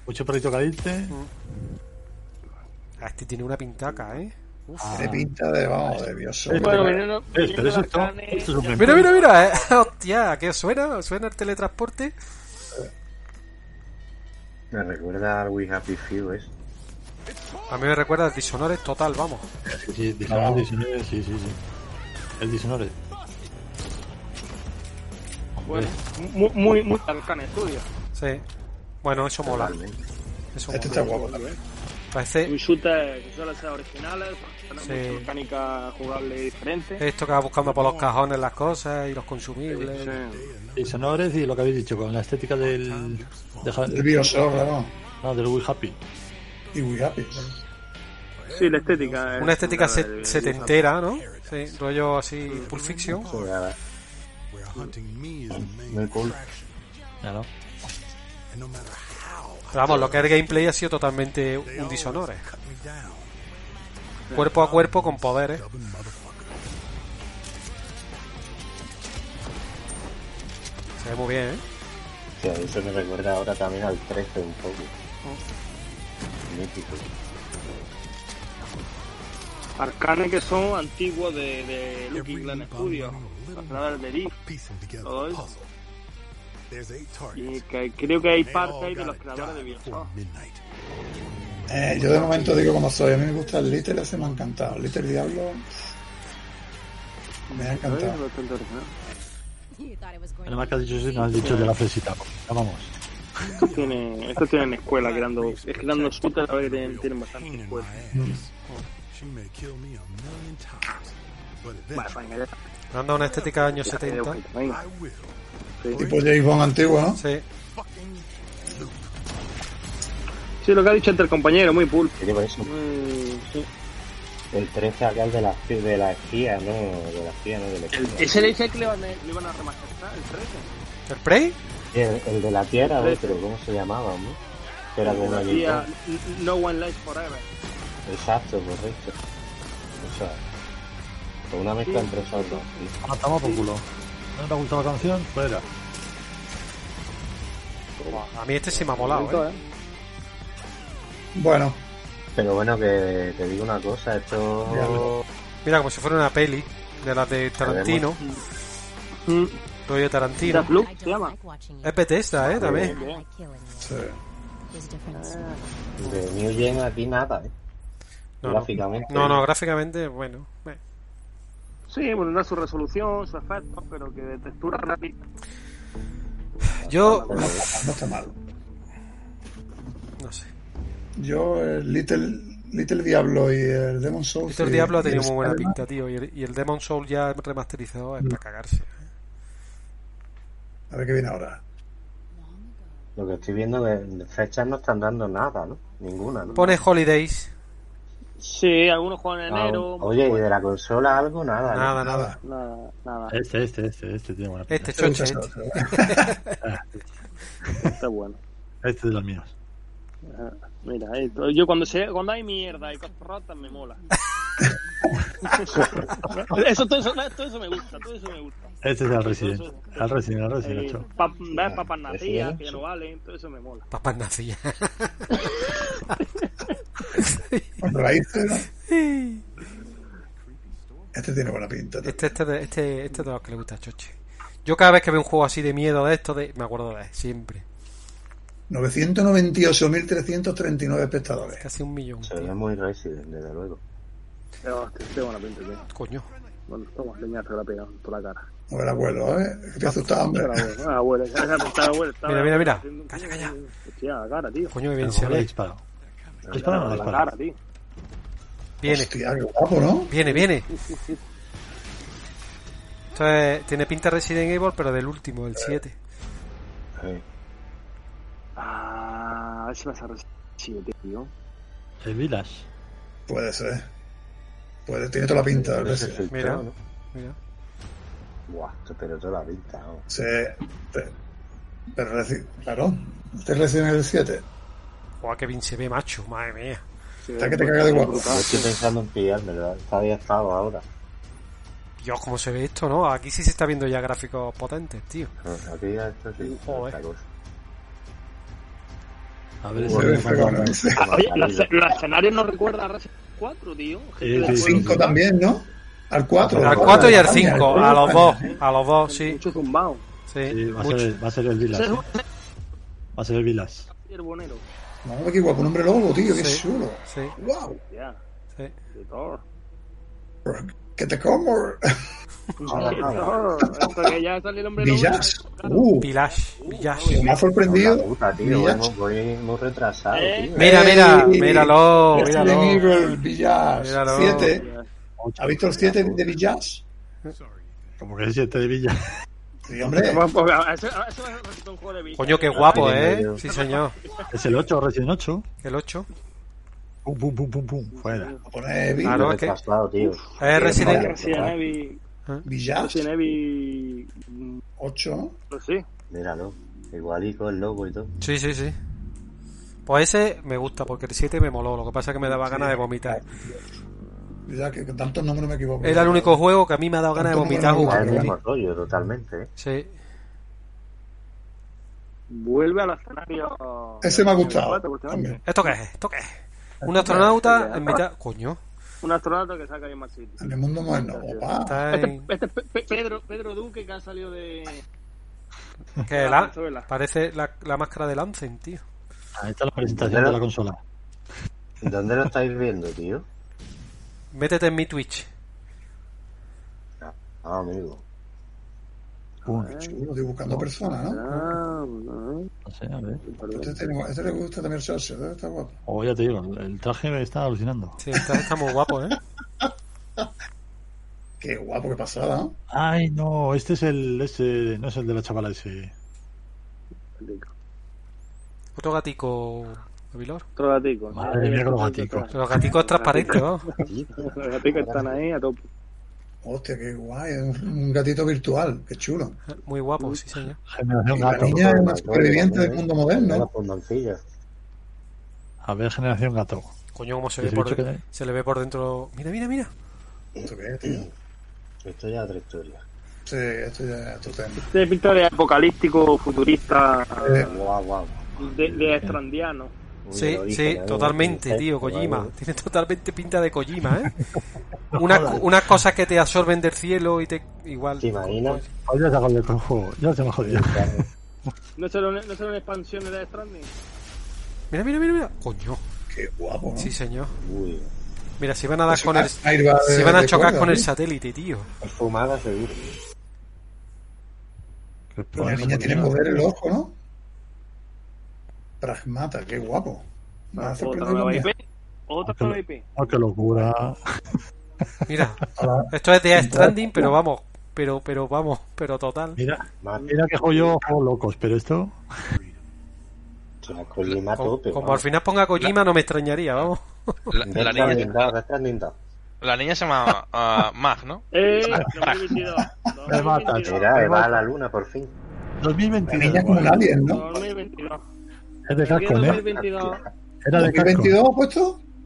[SPEAKER 10] Mucho perrito caliente.
[SPEAKER 3] Ah, Este tiene una pintaca, ¿eh? Uf.
[SPEAKER 9] Ah.
[SPEAKER 1] Tiene pinta de, vamos, de Bioshock.
[SPEAKER 3] Bueno,
[SPEAKER 10] viniendo- Eh, pero eso es todo. Esto es un
[SPEAKER 3] Mira,
[SPEAKER 10] gameplay.
[SPEAKER 3] mira, mira. eh. Hostia, ¿qué os suena? ¿Os suena el teletransporte?
[SPEAKER 9] Me recuerda al We Happy Few, ¿es?
[SPEAKER 3] A mí me recuerda al Dishonored total, vamos.
[SPEAKER 10] Sí, sí, Dishonored, Dishonored, sí, sí, sí. El Dishonored.
[SPEAKER 2] Bueno, muy, muy, muy Arcane Studio.
[SPEAKER 3] Sí. Bueno, eso mola. Eso
[SPEAKER 1] Este
[SPEAKER 3] mola.
[SPEAKER 1] está guapo también.
[SPEAKER 3] Parece
[SPEAKER 2] Un shooter que suelen ser eh, originales, con
[SPEAKER 3] Sí.
[SPEAKER 2] mucha mecánica jugable diferente.
[SPEAKER 3] esto que va buscando por los cajones las cosas y los consumibles.
[SPEAKER 10] Dishonored y lo que habéis dicho, con la estética del. de Ja-
[SPEAKER 1] Del Bioshock, ¿no?
[SPEAKER 10] No, del We Happy.
[SPEAKER 1] Y muy happy.
[SPEAKER 2] Sí, la estética. es
[SPEAKER 3] Una estética
[SPEAKER 2] de- de-
[SPEAKER 3] se-
[SPEAKER 2] de-
[SPEAKER 3] setentera, ¿no? Sí, rollo así, Pulp Fiction.
[SPEAKER 9] Muy cool.
[SPEAKER 10] Claro.
[SPEAKER 3] Pero vamos, lo que es el gameplay ha sido totalmente un eh. Dishonored. Cuerpo a cuerpo con poderes. Se ve muy bien, ¿eh?
[SPEAKER 9] Sí, eso me recuerda ahora también al 13 un poco. Mítico.
[SPEAKER 2] Arcane que son antiguos de, de Lucky Clan Studio, las de Lee, todo eso. Y que creo que hay parte ahí de los creadores de Bioshock.
[SPEAKER 1] Eh, yo de momento digo como soy. A mí me gusta el Little, ese me ha encantado. El Little Diablo. Me ha encantado.
[SPEAKER 10] Nada más que has dicho eso y no has dicho el de la fresita. Ya vamos.
[SPEAKER 2] Estos tienen, estos tienen escuela creando, es creando shooters, a ver, tienen, tienen bastante escuela. Vale, venga, ya.
[SPEAKER 3] Le han dado una estética de años 70.
[SPEAKER 2] Venga.
[SPEAKER 1] Tipo James Bond antiguo, ¿no?
[SPEAKER 3] Sí.
[SPEAKER 2] Sí, lo que ha dicho entre el compañero, muy pulpo.
[SPEAKER 9] Sí, por eso.
[SPEAKER 2] Muy- sí.
[SPEAKER 9] El 13 aquel de la, de la esquía, ¿no? De la esquía, ¿no? De la esquía.
[SPEAKER 2] Ese le dice que le van a, le van a remasterizar el 13.
[SPEAKER 3] ¿El Prey?
[SPEAKER 9] Sí, El, el de la tierra, ¿no? Ah, pero ¿cómo se llamaba, no? Que Era como una
[SPEAKER 2] Decía,
[SPEAKER 9] guitarra.
[SPEAKER 2] "N- No One Life Forever.
[SPEAKER 9] Exacto, correcto. O sea, con una mezcla entre esos dos. sí.
[SPEAKER 10] Ah, toma por culo. ¿No te ha gustado la canción? Fuera.
[SPEAKER 3] A mí este sí me ha molado, ¿eh?
[SPEAKER 1] Bueno.
[SPEAKER 9] Pero bueno, que te digo una cosa, esto...
[SPEAKER 3] Mira, como si fuera una peli de las de Tarantino. Mm. Rollo Tarantino.
[SPEAKER 2] Deathloop se llama.
[SPEAKER 3] Es Bethesda, ¿eh? También.
[SPEAKER 9] De New Gen aquí nada, ¿eh?
[SPEAKER 3] No, no.
[SPEAKER 9] Gráficamente.
[SPEAKER 3] No, no, gráficamente, bueno. eh.
[SPEAKER 2] Sí, bueno, no su resolución, su efecto, pero que de textura rápida.
[SPEAKER 3] Yo.
[SPEAKER 1] No está mal.
[SPEAKER 3] No sé.
[SPEAKER 1] Yo, el Little, Little Diablo y el Demon Souls.
[SPEAKER 3] Little
[SPEAKER 1] y-
[SPEAKER 3] Diablo ha
[SPEAKER 1] y
[SPEAKER 3] tenido
[SPEAKER 1] el
[SPEAKER 3] muy buena
[SPEAKER 1] Spider-Man,
[SPEAKER 3] pinta, tío. Y el, y el Demon Soul ya remasterizado es
[SPEAKER 9] Mm.
[SPEAKER 3] para cagarse.
[SPEAKER 1] A ver qué viene ahora.
[SPEAKER 9] Lo que estoy viendo de, de fechas no Ah, están dando nada, ¿no? Ninguna, ¿no?
[SPEAKER 3] Pone Holidays.
[SPEAKER 2] Sí, algunos juegan en
[SPEAKER 9] Ah,
[SPEAKER 2] enero.
[SPEAKER 9] Oye, ¿y de la consola algo? Nada. ¿no?
[SPEAKER 3] Nada, nada.
[SPEAKER 2] Nada, nada.
[SPEAKER 9] ¿Eh?
[SPEAKER 10] Este, este, este, este tiene buena
[SPEAKER 3] Este
[SPEAKER 10] pinta.
[SPEAKER 3] chocho,
[SPEAKER 10] este.
[SPEAKER 2] Está bueno.
[SPEAKER 10] Este de los míos.
[SPEAKER 2] Ah, Mira, eh, yo cuando, se, cuando hay mierda y cosas ratas me mola. eso, todo, eso, todo eso me gusta, todo eso me gusta.
[SPEAKER 10] Este es el Resident. Al Resident, al Resident
[SPEAKER 2] Eh,
[SPEAKER 10] 8.
[SPEAKER 2] pap- ¿Ves?
[SPEAKER 3] ah,
[SPEAKER 2] Papas nacidas,
[SPEAKER 10] sí.
[SPEAKER 2] que ya no valen, todo eso me mola.
[SPEAKER 3] Papas nacía.
[SPEAKER 1] Con raíces, ¿no? Este tiene buena pinta.
[SPEAKER 3] Este, este, de- este, este de los que le gusta a Choche. Yo cada vez que veo un juego así de miedo de esto, de, me acuerdo de él, siempre.
[SPEAKER 1] 998.339 espectadores.
[SPEAKER 3] Casi un millón.
[SPEAKER 9] Se ve muy Resident, desde luego.
[SPEAKER 2] Pero este, este buena pinta, tío.
[SPEAKER 3] Coño.
[SPEAKER 2] Bueno, toma, leña, se la pega en toda la cara.
[SPEAKER 1] No me la acuerdo, ¿eh? Que te asusta, hombre.
[SPEAKER 2] Ahora, bueno, ahora, bueno, ya, ya, ya, está, bueno, está,
[SPEAKER 3] Mira, mira, mira.
[SPEAKER 2] haciendo- Hostia, la cara, tío.
[SPEAKER 3] Coño, que bien
[SPEAKER 10] Algo
[SPEAKER 3] se
[SPEAKER 10] le he
[SPEAKER 3] ve.
[SPEAKER 10] disparado.
[SPEAKER 2] La
[SPEAKER 10] Dispara o no
[SPEAKER 2] cara,
[SPEAKER 10] dispara.
[SPEAKER 2] La cara, tío.
[SPEAKER 3] Viene.
[SPEAKER 1] qué guapo, ¿no?
[SPEAKER 3] Viene, viene.
[SPEAKER 2] Sí, sí.
[SPEAKER 3] Esto es- tiene pinta de Resident Evil, pero del último, el 7.
[SPEAKER 2] Ah, a ver si vas a recibir, tío.
[SPEAKER 10] El Village.
[SPEAKER 1] Puede ser. Puede, tiene toda la pinta del
[SPEAKER 9] Ese
[SPEAKER 1] Resident.
[SPEAKER 9] filtrado, ¿no?
[SPEAKER 3] Mira.
[SPEAKER 9] Buah, pero toda la pinta, ¿no?
[SPEAKER 3] Ah,
[SPEAKER 1] Sí. Te- Pero reci- claro. Este es Resident Evil 7.
[SPEAKER 3] Joder, que bien se ve, macho. Madre mía.
[SPEAKER 1] Está que te cagas de guapo.
[SPEAKER 9] Yo estoy pensando en pillármelo, ¿eh? está bien estado ahora.
[SPEAKER 3] Dios, cómo se ve esto, ¿no? Aquí sí se está viendo ya gráficos potentes, tío.
[SPEAKER 9] Ah, Aquí ya esto sí, otra cosa.
[SPEAKER 10] A
[SPEAKER 3] ver,
[SPEAKER 10] ese Bueno,
[SPEAKER 1] este
[SPEAKER 3] fregón, ¿no?
[SPEAKER 2] Ah, Oye, los los escenarios no recuerdan a Resident 4, tío.
[SPEAKER 10] Sí,
[SPEAKER 1] Al 5 también, ¿no? Al 4.
[SPEAKER 3] Al 4 y al 5, a los dos.
[SPEAKER 1] ¿eh?
[SPEAKER 3] A los dos, sí. Mucho
[SPEAKER 2] zumbao.
[SPEAKER 3] Sí,
[SPEAKER 10] Sí, va, a
[SPEAKER 3] mucho.
[SPEAKER 10] ser, el- va a ser el Village.
[SPEAKER 2] Ese
[SPEAKER 10] ¿eh? Va a ser el Village.
[SPEAKER 2] Carbonero.
[SPEAKER 1] Vamos, qué guapo, un hombre lobo, tío, qué
[SPEAKER 3] Sí,
[SPEAKER 1] chulo.
[SPEAKER 3] Sí.
[SPEAKER 1] ¡Wow!
[SPEAKER 2] Ya.
[SPEAKER 3] Sí.
[SPEAKER 2] De Thor.
[SPEAKER 1] ¡Que te como!
[SPEAKER 2] De Thor. Esto que ya sale el hombre lobo.
[SPEAKER 1] Village. Uh,
[SPEAKER 3] Village. Village.
[SPEAKER 1] me ha sorprendido.
[SPEAKER 9] La puta, tío,
[SPEAKER 1] Village.
[SPEAKER 9] voy, voy muy retrasado, tío.
[SPEAKER 3] Eh, Mira, mira,
[SPEAKER 1] Ey,
[SPEAKER 3] míralo,
[SPEAKER 1] Eh, Resident
[SPEAKER 3] míralo.
[SPEAKER 1] Evil Village.
[SPEAKER 3] Míralo.
[SPEAKER 1] 7. ¿Ha visto el 7 de Village?
[SPEAKER 10] Como que el 7 de Village.
[SPEAKER 1] Sí, hombre.
[SPEAKER 2] Eso eso va a resultar un juego de Village.
[SPEAKER 3] Coño, qué guapo, ¿eh? Sí, señor.
[SPEAKER 10] Es el 8, recién 8.
[SPEAKER 3] El 8.
[SPEAKER 10] Pum, pum, pum, pum, pum. Fuera.
[SPEAKER 1] Poner Village.
[SPEAKER 3] Claro,
[SPEAKER 9] Muy
[SPEAKER 3] es que-
[SPEAKER 9] retrasado, tío.
[SPEAKER 3] Eh, Resident
[SPEAKER 9] Vaya,
[SPEAKER 2] Resident
[SPEAKER 9] chaval.
[SPEAKER 2] Evil.
[SPEAKER 1] Village
[SPEAKER 2] Resident Evil. pues mm,
[SPEAKER 1] 8.
[SPEAKER 2] No sé.
[SPEAKER 9] Míralo, igualico el logo y todo.
[SPEAKER 3] Sí, sí, sí. Pues ese me gusta porque el 7 me moló. Lo que pasa es que me daba ganas de vomitar.
[SPEAKER 1] Village, que con tantos nombres no me equivoco.
[SPEAKER 3] Era el único juego que a mí me ha dado ganas de
[SPEAKER 1] Tanto
[SPEAKER 3] vomitar
[SPEAKER 1] número
[SPEAKER 9] Es
[SPEAKER 1] Ah,
[SPEAKER 9] el
[SPEAKER 3] jugando.
[SPEAKER 1] uno.
[SPEAKER 9] mismo rollo, totalmente. ¿eh?
[SPEAKER 3] Sí.
[SPEAKER 2] Vuelve al escenario.
[SPEAKER 1] Ese me ha gustado,
[SPEAKER 2] Cuatro, porque,
[SPEAKER 1] hombre.
[SPEAKER 2] oye,
[SPEAKER 3] ¿Esto qué es? ¿Esto qué es? Un
[SPEAKER 2] Este,
[SPEAKER 3] astronauta en mitad. Coño.
[SPEAKER 2] Un astronauta que saca ahí más sitio.
[SPEAKER 1] En el mundo moderno. Opa.
[SPEAKER 3] Está en-
[SPEAKER 2] Este es Pe- Pe- Pedro, Pedro Duque que ha salido de.
[SPEAKER 3] que la- Parece la, la máscara de Lancen, tío.
[SPEAKER 10] Ahí está la presentación de la consola.
[SPEAKER 9] ¿Dónde lo estáis viendo, tío?
[SPEAKER 3] Métete en mi Twitch.
[SPEAKER 9] Ah, amigo.
[SPEAKER 10] Pum.
[SPEAKER 1] Qué chulo, estoy buscando personas, ¿no?
[SPEAKER 2] Ah, no,
[SPEAKER 10] No sé, a ver.
[SPEAKER 1] Este, tiene- este le gusta también Churchill, ¿eh? está guapo.
[SPEAKER 10] O ya te digo, el- el traje me está alucinando.
[SPEAKER 3] Sí, está, está muy guapo, ¿eh?
[SPEAKER 1] Qué guapo, qué pasada, ¿no?
[SPEAKER 10] Ay, no, este es el. Ese, no es el de la chavala ese.
[SPEAKER 3] Otro gatico. Avilor.
[SPEAKER 2] Otro gatico.
[SPEAKER 10] Madre mía, con los gaticos.
[SPEAKER 3] Los gaticos transparentes, vamos.
[SPEAKER 2] Los gaticos están ahí a tope.
[SPEAKER 1] Hostia, qué guay, es un gatito virtual, qué chulo.
[SPEAKER 3] Muy guapo, sí, señor.
[SPEAKER 10] Generación
[SPEAKER 1] Y la
[SPEAKER 10] gato.
[SPEAKER 1] niña es una superviviente del mundo
[SPEAKER 9] Las
[SPEAKER 1] moderno.
[SPEAKER 9] fondancillas.
[SPEAKER 10] A ver, generación gato.
[SPEAKER 3] Coño, cómo se
[SPEAKER 10] Yo
[SPEAKER 3] ve
[SPEAKER 10] te he
[SPEAKER 3] por
[SPEAKER 10] dicho
[SPEAKER 3] de-
[SPEAKER 10] que-
[SPEAKER 3] se le ve por dentro. Mira, mira, mira.
[SPEAKER 1] ¿Esto qué es, tío?
[SPEAKER 9] Esto ya es otra historia.
[SPEAKER 1] Sí, esto ya es otro tema.
[SPEAKER 2] Este pinta de apocalíptico, futurista,
[SPEAKER 9] Guau, guau.
[SPEAKER 2] de, de estrandiano.
[SPEAKER 9] Uy, el
[SPEAKER 3] Sí,
[SPEAKER 9] origen,
[SPEAKER 3] sí,
[SPEAKER 9] ¿eh?
[SPEAKER 3] totalmente,
[SPEAKER 9] Insecto,
[SPEAKER 3] tío, Kojima.
[SPEAKER 9] ¿vale?
[SPEAKER 3] Tiene totalmente pinta de Kojima, ¿eh? Unas unas cosas que te absorben del cielo y te... Igual.
[SPEAKER 9] ¿Te imaginas?
[SPEAKER 10] Ay, ya se ha jodido el juego. Ya se me ha jodido.
[SPEAKER 2] ¿No será una, no será una expansión de Death Stranding?
[SPEAKER 3] Mira, mira, mira, mira. Coño.
[SPEAKER 1] Qué guapo, ¿no?
[SPEAKER 3] Sí, señor.
[SPEAKER 9] Uy,
[SPEAKER 3] Mira, si van a dar
[SPEAKER 1] Eso
[SPEAKER 3] con
[SPEAKER 1] va-
[SPEAKER 3] el...
[SPEAKER 1] Pues ahí va de- ¿eh?
[SPEAKER 3] Si van a
[SPEAKER 1] de
[SPEAKER 3] chocar
[SPEAKER 1] cuerda,
[SPEAKER 3] con el
[SPEAKER 1] ¿sí?
[SPEAKER 3] satélite, tío.
[SPEAKER 9] fumada seguro.
[SPEAKER 1] Pero la niña tiene poder el ojo, ¿no? Pragmata, qué guapo. Me ha
[SPEAKER 2] pues, Otra
[SPEAKER 1] sorprendido
[SPEAKER 2] nueva IP.
[SPEAKER 1] también.
[SPEAKER 2] Otra nueva IP.
[SPEAKER 10] Ah, qué locura.
[SPEAKER 3] Mira, esto es de Stranding, pero vamos. Pero, pero vamos, pero total.
[SPEAKER 10] Mira,
[SPEAKER 9] Más
[SPEAKER 10] mira que juego juegos locos, pero esto.
[SPEAKER 9] que la Kojima a
[SPEAKER 3] Como,
[SPEAKER 9] tope.
[SPEAKER 3] como
[SPEAKER 9] vamos.
[SPEAKER 3] al final ponga Kojima no me extrañaría, vamos.
[SPEAKER 12] La, la
[SPEAKER 9] Está
[SPEAKER 12] niña,
[SPEAKER 9] blindado, está blindado.
[SPEAKER 12] la niña se llama ah, Mag, ¿no?
[SPEAKER 2] Eh,
[SPEAKER 12] Mag.
[SPEAKER 2] 2022.
[SPEAKER 10] Me mata.
[SPEAKER 9] Mira,
[SPEAKER 10] me
[SPEAKER 9] eh, va a
[SPEAKER 10] mata.
[SPEAKER 9] la luna por fin.
[SPEAKER 10] 2022.
[SPEAKER 9] Niña como el alien, ¿no?
[SPEAKER 2] 2022.
[SPEAKER 10] Es de Capcom, ¿eh?
[SPEAKER 2] 2022.
[SPEAKER 10] Era de Capcom.
[SPEAKER 1] ¿2022 puesto?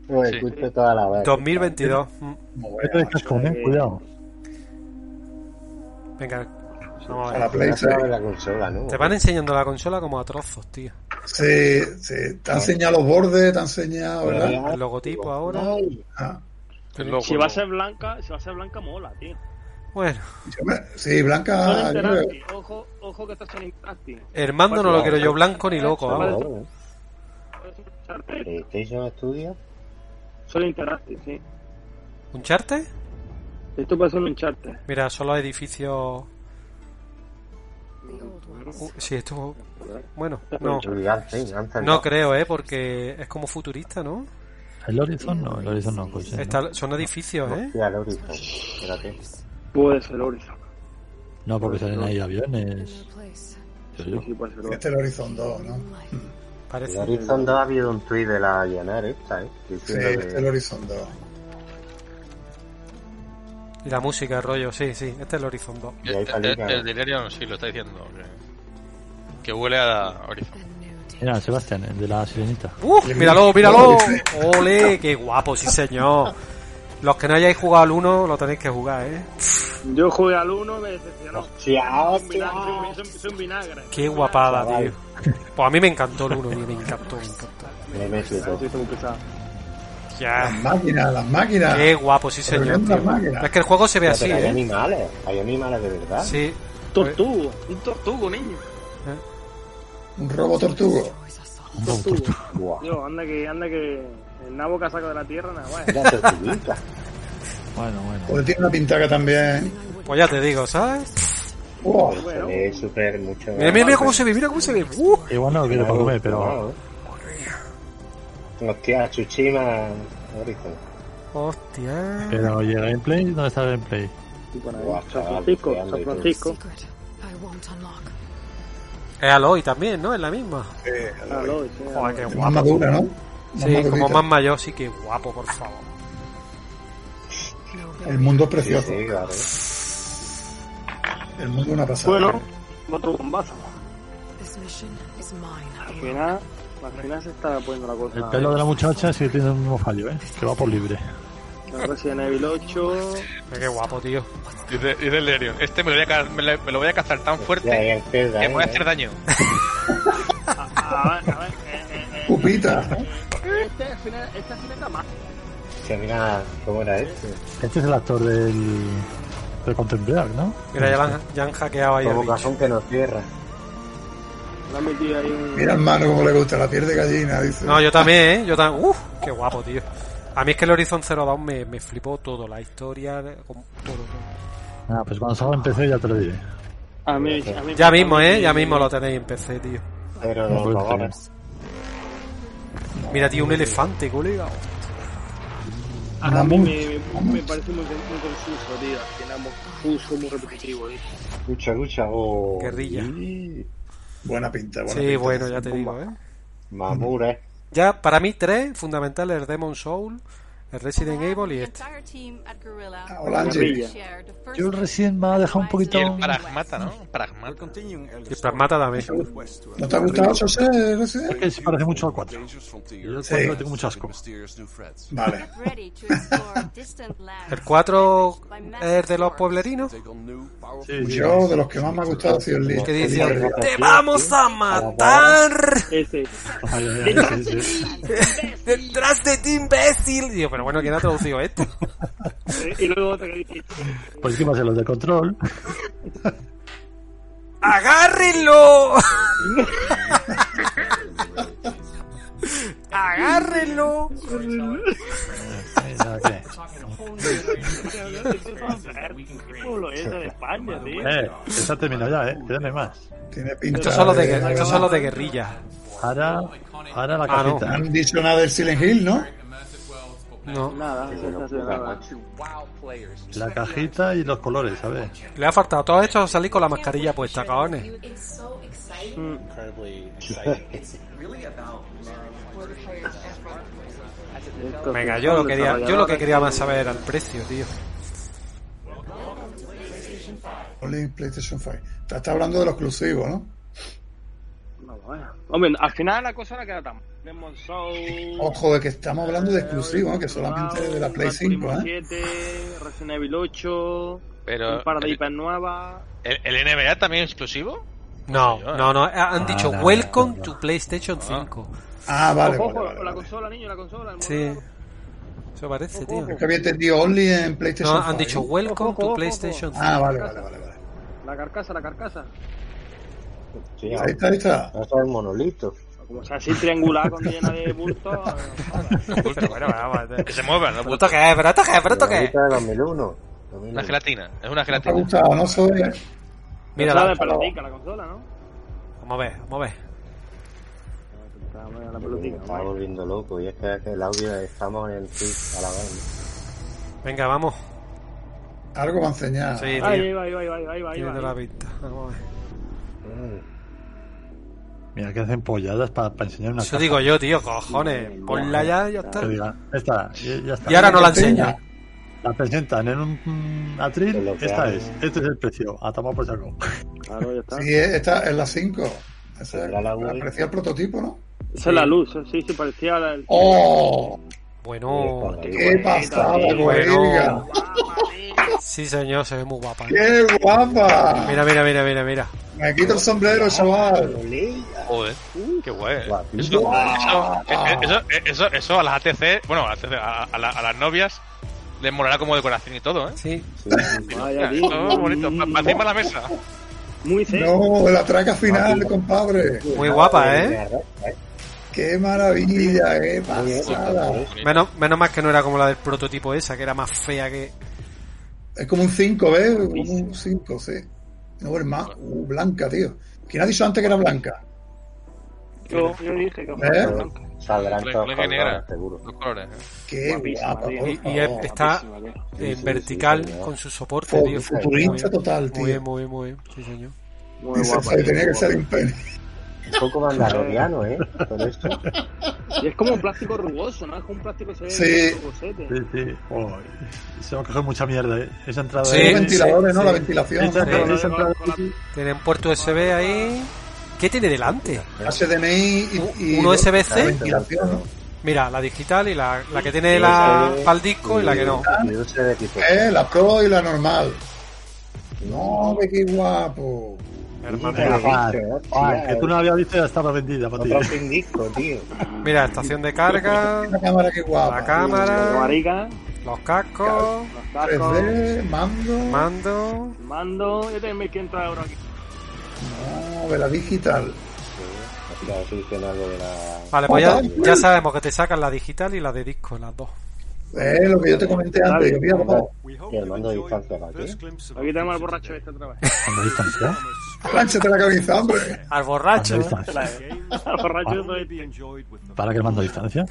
[SPEAKER 9] Lo
[SPEAKER 1] Pues
[SPEAKER 9] escucho toda la vez.
[SPEAKER 3] 2022.
[SPEAKER 10] Es de Capcom, ¿eh? Cuidado.
[SPEAKER 3] Venga, vamos a
[SPEAKER 1] A
[SPEAKER 3] ver.
[SPEAKER 1] la Play
[SPEAKER 9] Ya sabe la consola, ¿no?
[SPEAKER 3] Te van enseñando la consola como a trozos, tío.
[SPEAKER 1] Se, se, te han enseñado los bordes, te han enseñado, ¿verdad?
[SPEAKER 3] El logotipo ahora.
[SPEAKER 1] Ah.
[SPEAKER 2] Si va a ser blanca, si va a ser blanca mola, tío.
[SPEAKER 3] Bueno.
[SPEAKER 1] Sí,
[SPEAKER 2] Son
[SPEAKER 1] Blanca. yo creo-
[SPEAKER 2] Interactive, ojo, ojo que estás en Interactive.
[SPEAKER 3] El mando no lo quiero yo blanco ni loco, vamos.
[SPEAKER 9] PlayStation Studio.
[SPEAKER 2] Son Interactive, sí.
[SPEAKER 3] ¿Un charte?
[SPEAKER 2] Esto puede ser un Uncharted.
[SPEAKER 3] Mira, son los edificios. Uh, sí, esto. Bueno, no. No creo, ¿eh? Porque es como futurista, ¿no?
[SPEAKER 10] El Horizon no, el Horizon no, coche. no.
[SPEAKER 3] Está- son edificios, ¿eh?
[SPEAKER 9] Hostia, el Horizon. Espérate.
[SPEAKER 2] Puede ser Horizon.
[SPEAKER 10] No, porque salen ahí aviones. Yo, yo.
[SPEAKER 2] Sí, puede ser
[SPEAKER 1] Este es el Horizon 2, Oh, ¿no?
[SPEAKER 9] El Horizon 2 ha habido un tuit de la Llenar esta, ¿eh?
[SPEAKER 1] Sí,
[SPEAKER 9] Diciendo
[SPEAKER 1] este es el
[SPEAKER 9] que...
[SPEAKER 1] Horizon 2.
[SPEAKER 3] Y la música, el rollo, sí, sí. Este es el Horizon 2.
[SPEAKER 12] El, el, el Delirium sí lo está diciendo. Que, que huele a Horizon.
[SPEAKER 10] Mira, Sebastián, el de la sirenita.
[SPEAKER 3] ¡Uf! Míralo, míralo. ¡Ole! ¡Qué guapo, sí, señor! Los que no hayáis jugado al 1 lo tenéis que jugar, ¿eh?
[SPEAKER 2] Yo jugué al 1, me decepcionó.
[SPEAKER 9] ah, Hostia,
[SPEAKER 2] Es un vinagre, es un- es un vinagre.
[SPEAKER 3] ¡Qué guapada,
[SPEAKER 9] Chaval.
[SPEAKER 3] tío! Pues a mí me encantó el 1, tío. Me encantó, me encantó.
[SPEAKER 9] Me he
[SPEAKER 2] Ah,
[SPEAKER 9] metido.
[SPEAKER 3] Ya.
[SPEAKER 1] Las máquinas, las máquinas.
[SPEAKER 3] Qué guapo, sí,
[SPEAKER 1] Pero
[SPEAKER 3] señor.
[SPEAKER 1] bien, las
[SPEAKER 3] tío.
[SPEAKER 1] máquinas.
[SPEAKER 3] Es que el juego se ve
[SPEAKER 9] Pero
[SPEAKER 3] así,
[SPEAKER 9] Hay
[SPEAKER 3] ¿eh?
[SPEAKER 9] animales, hay animales de verdad.
[SPEAKER 3] Sí.
[SPEAKER 2] Tortugo, un tortugo, niño.
[SPEAKER 1] Un robo tortugo.
[SPEAKER 3] Un
[SPEAKER 9] Buah,
[SPEAKER 2] Dios, anda que, anda que el nabo que ha sacado de la tierra, nada más.
[SPEAKER 9] era tortuguita.
[SPEAKER 10] Bueno, bueno.
[SPEAKER 1] Porque tiene una pintaca también.
[SPEAKER 3] Pues ya te digo, ¿sabes?
[SPEAKER 1] Buah.
[SPEAKER 9] Se ve súper mucho.
[SPEAKER 3] Mira, mira, mira cómo se ve, mira cómo se ve. ¡Uh!
[SPEAKER 10] Igual no lo quiero para comer, pero.
[SPEAKER 9] Wow. Hostia, Chuchima Horizon.
[SPEAKER 3] Hostia.
[SPEAKER 10] Pero llega gameplay, ¿dónde está el gameplay?
[SPEAKER 9] Buah, chaval,
[SPEAKER 2] Francisco,
[SPEAKER 9] qué
[SPEAKER 2] San
[SPEAKER 9] hambre, tú.
[SPEAKER 2] Francisco.
[SPEAKER 3] Es Aloy también, ¿no? Es la misma.
[SPEAKER 2] Aloy, sí,
[SPEAKER 3] Joder, qué
[SPEAKER 2] Aloy.
[SPEAKER 3] guapo.
[SPEAKER 1] Más madura, ¿no? Más
[SPEAKER 3] Sí,
[SPEAKER 1] madurita.
[SPEAKER 3] como más mayor, sí, qué guapo, por favor.
[SPEAKER 1] El mundo es precioso.
[SPEAKER 9] Sí, claro.
[SPEAKER 1] El mundo es una pasada.
[SPEAKER 2] Bueno, otro bombazo.
[SPEAKER 11] This mission is mine.
[SPEAKER 2] Al final, al final se está poniendo la cosa.
[SPEAKER 10] El pelo de la muchacha sigue teniendo el mismo fallo, ¿eh? Que va por libre.
[SPEAKER 2] La Resident Evil 8.
[SPEAKER 3] Mira qué guapo, tío.
[SPEAKER 12] Dice, dice el Delirium. Este me lo, voy a, ca- me lo- me lo voy a cazar tan
[SPEAKER 9] Ya, ya,
[SPEAKER 12] fuerte
[SPEAKER 9] el Zelda,
[SPEAKER 12] que me voy a
[SPEAKER 9] ¿eh?
[SPEAKER 12] hacer daño.
[SPEAKER 2] A ver, a ver. eh, eh, eh.
[SPEAKER 1] Pupita.
[SPEAKER 2] Este al final, este al final está mal.
[SPEAKER 9] Hostia, mira cómo era este.
[SPEAKER 10] Este es el actor del. del Contemporary, ¿no?
[SPEAKER 3] Mira, ya, la han- ya han hackeado ahí. el
[SPEAKER 9] Como
[SPEAKER 3] bicho.
[SPEAKER 9] cajón que nos cierra.
[SPEAKER 2] Le han metido ahí un.
[SPEAKER 1] Mira, hermano, cómo le gusta la piel de gallina, dice.
[SPEAKER 3] No, yo también, ¿eh? Yo también. ¡Uf! ¡Qué guapo, tío! A mí es que el Horizon Zero Dawn me, me flipó todo, la historia, como- todo, todo.
[SPEAKER 10] Ah, pues cuando salga en PC ya te lo diré.
[SPEAKER 2] A mí, a mí
[SPEAKER 3] Ya mismo, ¿eh? Ya mismo lo tenéis en PC, tío.
[SPEAKER 9] Pero
[SPEAKER 10] No,
[SPEAKER 9] los
[SPEAKER 10] pues,
[SPEAKER 9] cojones.
[SPEAKER 3] Mira, tío, un elefante, colega.
[SPEAKER 2] A mí me, me- me parece muy, con- muy confuso, tío. Al final, muy confuso, muy repetitivo, tío.
[SPEAKER 9] Lucha, lucha. Oh,
[SPEAKER 3] Guerrilla.
[SPEAKER 9] y-
[SPEAKER 1] Buena pinta, buena
[SPEAKER 3] Sí,
[SPEAKER 1] pinta.
[SPEAKER 3] bueno, ya te digo, ¿eh?
[SPEAKER 9] Mamura, eh.
[SPEAKER 3] Ya, para mí, tres fundamentales: el Demon Soul, el Resident Evil y este.
[SPEAKER 1] Ah, hola, Ángel.
[SPEAKER 10] Yo recién me ha dejado un
[SPEAKER 12] Y
[SPEAKER 10] poquito.
[SPEAKER 12] el pragmata, ¿no? Pragmata.
[SPEAKER 3] Y el Pragmata también.
[SPEAKER 1] ¿No te ha gustado, José?
[SPEAKER 10] Es
[SPEAKER 1] Resident?
[SPEAKER 10] que se parece mucho al 4. Yo al 4
[SPEAKER 1] Sí.
[SPEAKER 10] le tengo mucho asco.
[SPEAKER 1] Vale.
[SPEAKER 3] El 4 es de los pueblerinos.
[SPEAKER 1] Yo, de los que más me ha gustado, ha sido el
[SPEAKER 3] Que
[SPEAKER 1] líder.
[SPEAKER 3] dice: ¡Te vamos a matar!
[SPEAKER 2] Ese.
[SPEAKER 10] Ay, ay, ay, sí, sí.
[SPEAKER 3] ¡Detrás de ti, imbécil! Digo, pero bueno, ¿quién ha traducido esto?
[SPEAKER 2] Eh, Y luego otra que dice.
[SPEAKER 10] Pues qué pasa, los de control.
[SPEAKER 3] ¡Agárrenlo! ¡Agárrenlo!
[SPEAKER 10] Mira, ¿qué?
[SPEAKER 2] Pueblo ese de España, tío.
[SPEAKER 10] Eh, está terminado ya, eh. Quédame más.
[SPEAKER 1] Tiene pinta.
[SPEAKER 3] Estos son los de,
[SPEAKER 1] de-
[SPEAKER 3] guer- estos son los de guerrilla.
[SPEAKER 10] Ahora, ahora la
[SPEAKER 3] Ah, no.
[SPEAKER 10] cajita.
[SPEAKER 1] No han dicho nada del Silent Hill, ¿no?
[SPEAKER 3] No.
[SPEAKER 16] Nada,
[SPEAKER 10] Qué
[SPEAKER 16] no se hace
[SPEAKER 10] locura,
[SPEAKER 16] nada.
[SPEAKER 10] macho. La cajita y los colores, ¿sabes?
[SPEAKER 3] Le ha faltado a todo esto salir con la mascarilla puesta, cabrones.
[SPEAKER 17] It's so exciting.
[SPEAKER 10] Incredibly
[SPEAKER 3] Venga, yo lo quería, yo lo que quería más saber era el precio, tío.
[SPEAKER 1] Only PlayStation 5. Te estás hablando de los exclusivos, ¿no?
[SPEAKER 2] Hombre, al final la cosa no queda tan. Demon Soul,
[SPEAKER 1] Ojo, de que estamos hablando de exclusivos, ¿no? Que solamente es de la Play 5, ¿eh?
[SPEAKER 2] 7, Resident Evil 8,
[SPEAKER 12] Pero-
[SPEAKER 2] un par de IPs nuevas.
[SPEAKER 12] ¿El, el NBA también es exclusivo?
[SPEAKER 3] No, no, no. Han
[SPEAKER 12] Ah,
[SPEAKER 3] dicho
[SPEAKER 12] nada,
[SPEAKER 3] Welcome to PlayStation 5.
[SPEAKER 1] Ah,
[SPEAKER 2] Ojo, ojo, la consola, niño, la consola. el
[SPEAKER 3] Sí. Eso parece, tío.
[SPEAKER 1] Es que había entendido Only en PlayStation
[SPEAKER 3] No, han
[SPEAKER 1] 5,
[SPEAKER 3] dicho
[SPEAKER 1] ¿eh?
[SPEAKER 3] Welcome
[SPEAKER 2] ojo,
[SPEAKER 3] to
[SPEAKER 2] ojo.
[SPEAKER 3] PlayStation 5.
[SPEAKER 1] Ah, vale, vale, vale. vale.
[SPEAKER 2] mono- La carcasa, la carcasa.
[SPEAKER 9] Sí,
[SPEAKER 1] Ahí está, ahí está.
[SPEAKER 9] Ahí está el monolito.
[SPEAKER 2] Como sea así triangular con llena de bulto.
[SPEAKER 3] bueno, vamos.
[SPEAKER 12] Que se muevan, ¿no?
[SPEAKER 3] ¿Esto qué es? ¿Pero esto qué es? ¿Pero esto qué es?
[SPEAKER 9] Monolito de 2001.
[SPEAKER 12] Una gelatina, es una
[SPEAKER 1] ¿Te ha
[SPEAKER 12] gelatina.
[SPEAKER 1] gustado, no soy?
[SPEAKER 3] Mira,
[SPEAKER 2] la
[SPEAKER 3] la-
[SPEAKER 2] de pelotica, la consola, ¿no?
[SPEAKER 3] Vamos a ver, vamos a ver.
[SPEAKER 9] Me estaba volviendo loco y es que el audio estamos en el tweet a la vez.
[SPEAKER 3] Venga, vamos.
[SPEAKER 1] Algo Ah. va a enseñar.
[SPEAKER 3] Sí, tío.
[SPEAKER 2] Ahí va, ahí va, ahí va, ahí va, ahí va.
[SPEAKER 3] Tiene toda la pinta. Vamos a ver.
[SPEAKER 10] Mira que hacen polladas para enseñar una
[SPEAKER 3] Eso digo yo, tío, cojones. Ponla ya y ya está.
[SPEAKER 10] Te diga, esta, y- ya está.
[SPEAKER 3] Y ahora no la enseña.
[SPEAKER 10] La presentan en un mm, atril.
[SPEAKER 1] lo que
[SPEAKER 10] Esta
[SPEAKER 1] hay.
[SPEAKER 10] es. Este es el precio. A tomar por saco.
[SPEAKER 2] Claro, ya está.
[SPEAKER 1] Sí, esta es la 5. Esa es
[SPEAKER 10] Tendrá la Wii.
[SPEAKER 1] parecía el prototipo, ¿no?
[SPEAKER 2] Esa es la luz, sí, sí, parecía la del.
[SPEAKER 1] ¡Oh!
[SPEAKER 12] Oh,
[SPEAKER 3] Bueno.
[SPEAKER 1] ¡Qué pasada,
[SPEAKER 3] bueno.
[SPEAKER 1] huelga!
[SPEAKER 3] Sí, señor, se ve muy guapa. ¿eh?
[SPEAKER 1] ¡Qué guapa!
[SPEAKER 3] Mira, mira, mira, mira, mira.
[SPEAKER 1] Me quito el sombrero, chaval.
[SPEAKER 12] Joder, qué guay. ¿eh? Eso,
[SPEAKER 1] Guapísimo.
[SPEAKER 12] eso, eso, eso- eso a las ATC, bueno, a, las ATC, a, a la- a las novias les molará como decoración y todo, ¿eh?
[SPEAKER 3] Sí. Ah,
[SPEAKER 2] Vaya, tío.
[SPEAKER 12] Eso es bonito, para encima de la mesa.
[SPEAKER 2] Muy
[SPEAKER 1] No, la traca final, compadre.
[SPEAKER 3] Muy guapa, ¿eh?
[SPEAKER 1] ¡Qué maravilla! ¡Qué pasada!
[SPEAKER 3] Menos, menos mal que no era como la del prototipo esa, que era más fea que...
[SPEAKER 1] Es como un 5, ¿ves? Como un 5, sí. No, es más. Uh, blanca, tío. ¿Quién ha dicho antes que era blanca?
[SPEAKER 2] Yo, yo dije que
[SPEAKER 1] ¿Eh?
[SPEAKER 9] Saldrán
[SPEAKER 12] Blanca
[SPEAKER 9] todos
[SPEAKER 12] y negra.
[SPEAKER 9] colgados, seguro.
[SPEAKER 12] Los colores. ¿eh?
[SPEAKER 1] ¡Qué
[SPEAKER 3] Guapísima,
[SPEAKER 1] guapa!
[SPEAKER 3] tío.
[SPEAKER 1] por
[SPEAKER 3] Y, y
[SPEAKER 1] favor.
[SPEAKER 3] está
[SPEAKER 1] Sí, sí,
[SPEAKER 3] en
[SPEAKER 1] sí,
[SPEAKER 3] vertical
[SPEAKER 1] señor.
[SPEAKER 3] con su soporte,
[SPEAKER 1] Fu-
[SPEAKER 3] tío.
[SPEAKER 1] futurista
[SPEAKER 3] Muy bien,
[SPEAKER 1] total, tío.
[SPEAKER 3] Muy bien, muy bien, muy bien. Sí, señor.
[SPEAKER 1] Dice, "Fue, tenía que ser un pene.
[SPEAKER 9] Un poco mandaloriano, ¿eh? Con esto.
[SPEAKER 2] Y es como un plástico rugoso, ¿no? Es como un plástico que se ve
[SPEAKER 10] Sí.
[SPEAKER 2] rugosete.
[SPEAKER 10] Sí, sí. Joder. se va a coger mucha mierda, ¿eh? Esa entrada.
[SPEAKER 3] Sí,
[SPEAKER 10] es-
[SPEAKER 3] sí,
[SPEAKER 1] ventiladores, ¿no?
[SPEAKER 3] sí.
[SPEAKER 1] La ventilación.
[SPEAKER 10] Esa,
[SPEAKER 3] Sí.
[SPEAKER 10] esa entrada-
[SPEAKER 3] Tiene un puerto USB ahí. ¿Qué tiene delante?
[SPEAKER 1] HDMI y, y
[SPEAKER 3] ¿Un
[SPEAKER 1] la
[SPEAKER 3] USB-C?
[SPEAKER 1] ventilación, ¿no?
[SPEAKER 3] Mira, la digital y la, la que tiene la, pa'l disco y la que no.
[SPEAKER 9] Y dulce de tipo.
[SPEAKER 1] Eh, la pro y la normal. No, ve qué guapo.
[SPEAKER 3] Hermano,
[SPEAKER 9] Te lo he
[SPEAKER 10] Juan,
[SPEAKER 9] dicho, ¿no?
[SPEAKER 10] Juan,
[SPEAKER 9] Tía,
[SPEAKER 10] Ah, que tú no la habías visto y ya estaba vendida para ti.
[SPEAKER 9] Otro sin disco, tío.
[SPEAKER 3] Mira, estación de carga,
[SPEAKER 1] La cámara qué guapa.
[SPEAKER 3] la cámara,
[SPEAKER 2] Marica,
[SPEAKER 3] los cascos,
[SPEAKER 2] los cascos,
[SPEAKER 1] 3D, mando.
[SPEAKER 3] mando.
[SPEAKER 2] el mando. Yo también me quiero entrar ahora aquí.
[SPEAKER 1] No, Ah, ve la digital.
[SPEAKER 9] Hostia, sí, que no algo de la...
[SPEAKER 3] Vale, pues ya, ya sabemos que te sacan la digital y la de disco, las dos.
[SPEAKER 1] Eh, lo que yo te comenté antes. Yo, mira, papá,
[SPEAKER 9] Y el mando de distancia para ti.
[SPEAKER 2] Aquí tenemos al borracho este otra vez.
[SPEAKER 10] ¿Cuándo distancia?
[SPEAKER 1] plánchate la cabeza, hombre.
[SPEAKER 3] Al borracho, ¿eh?
[SPEAKER 10] ¿Cuándo distancia?
[SPEAKER 2] Al borracho este. soy tío.
[SPEAKER 10] ¿Para qué mando distancia?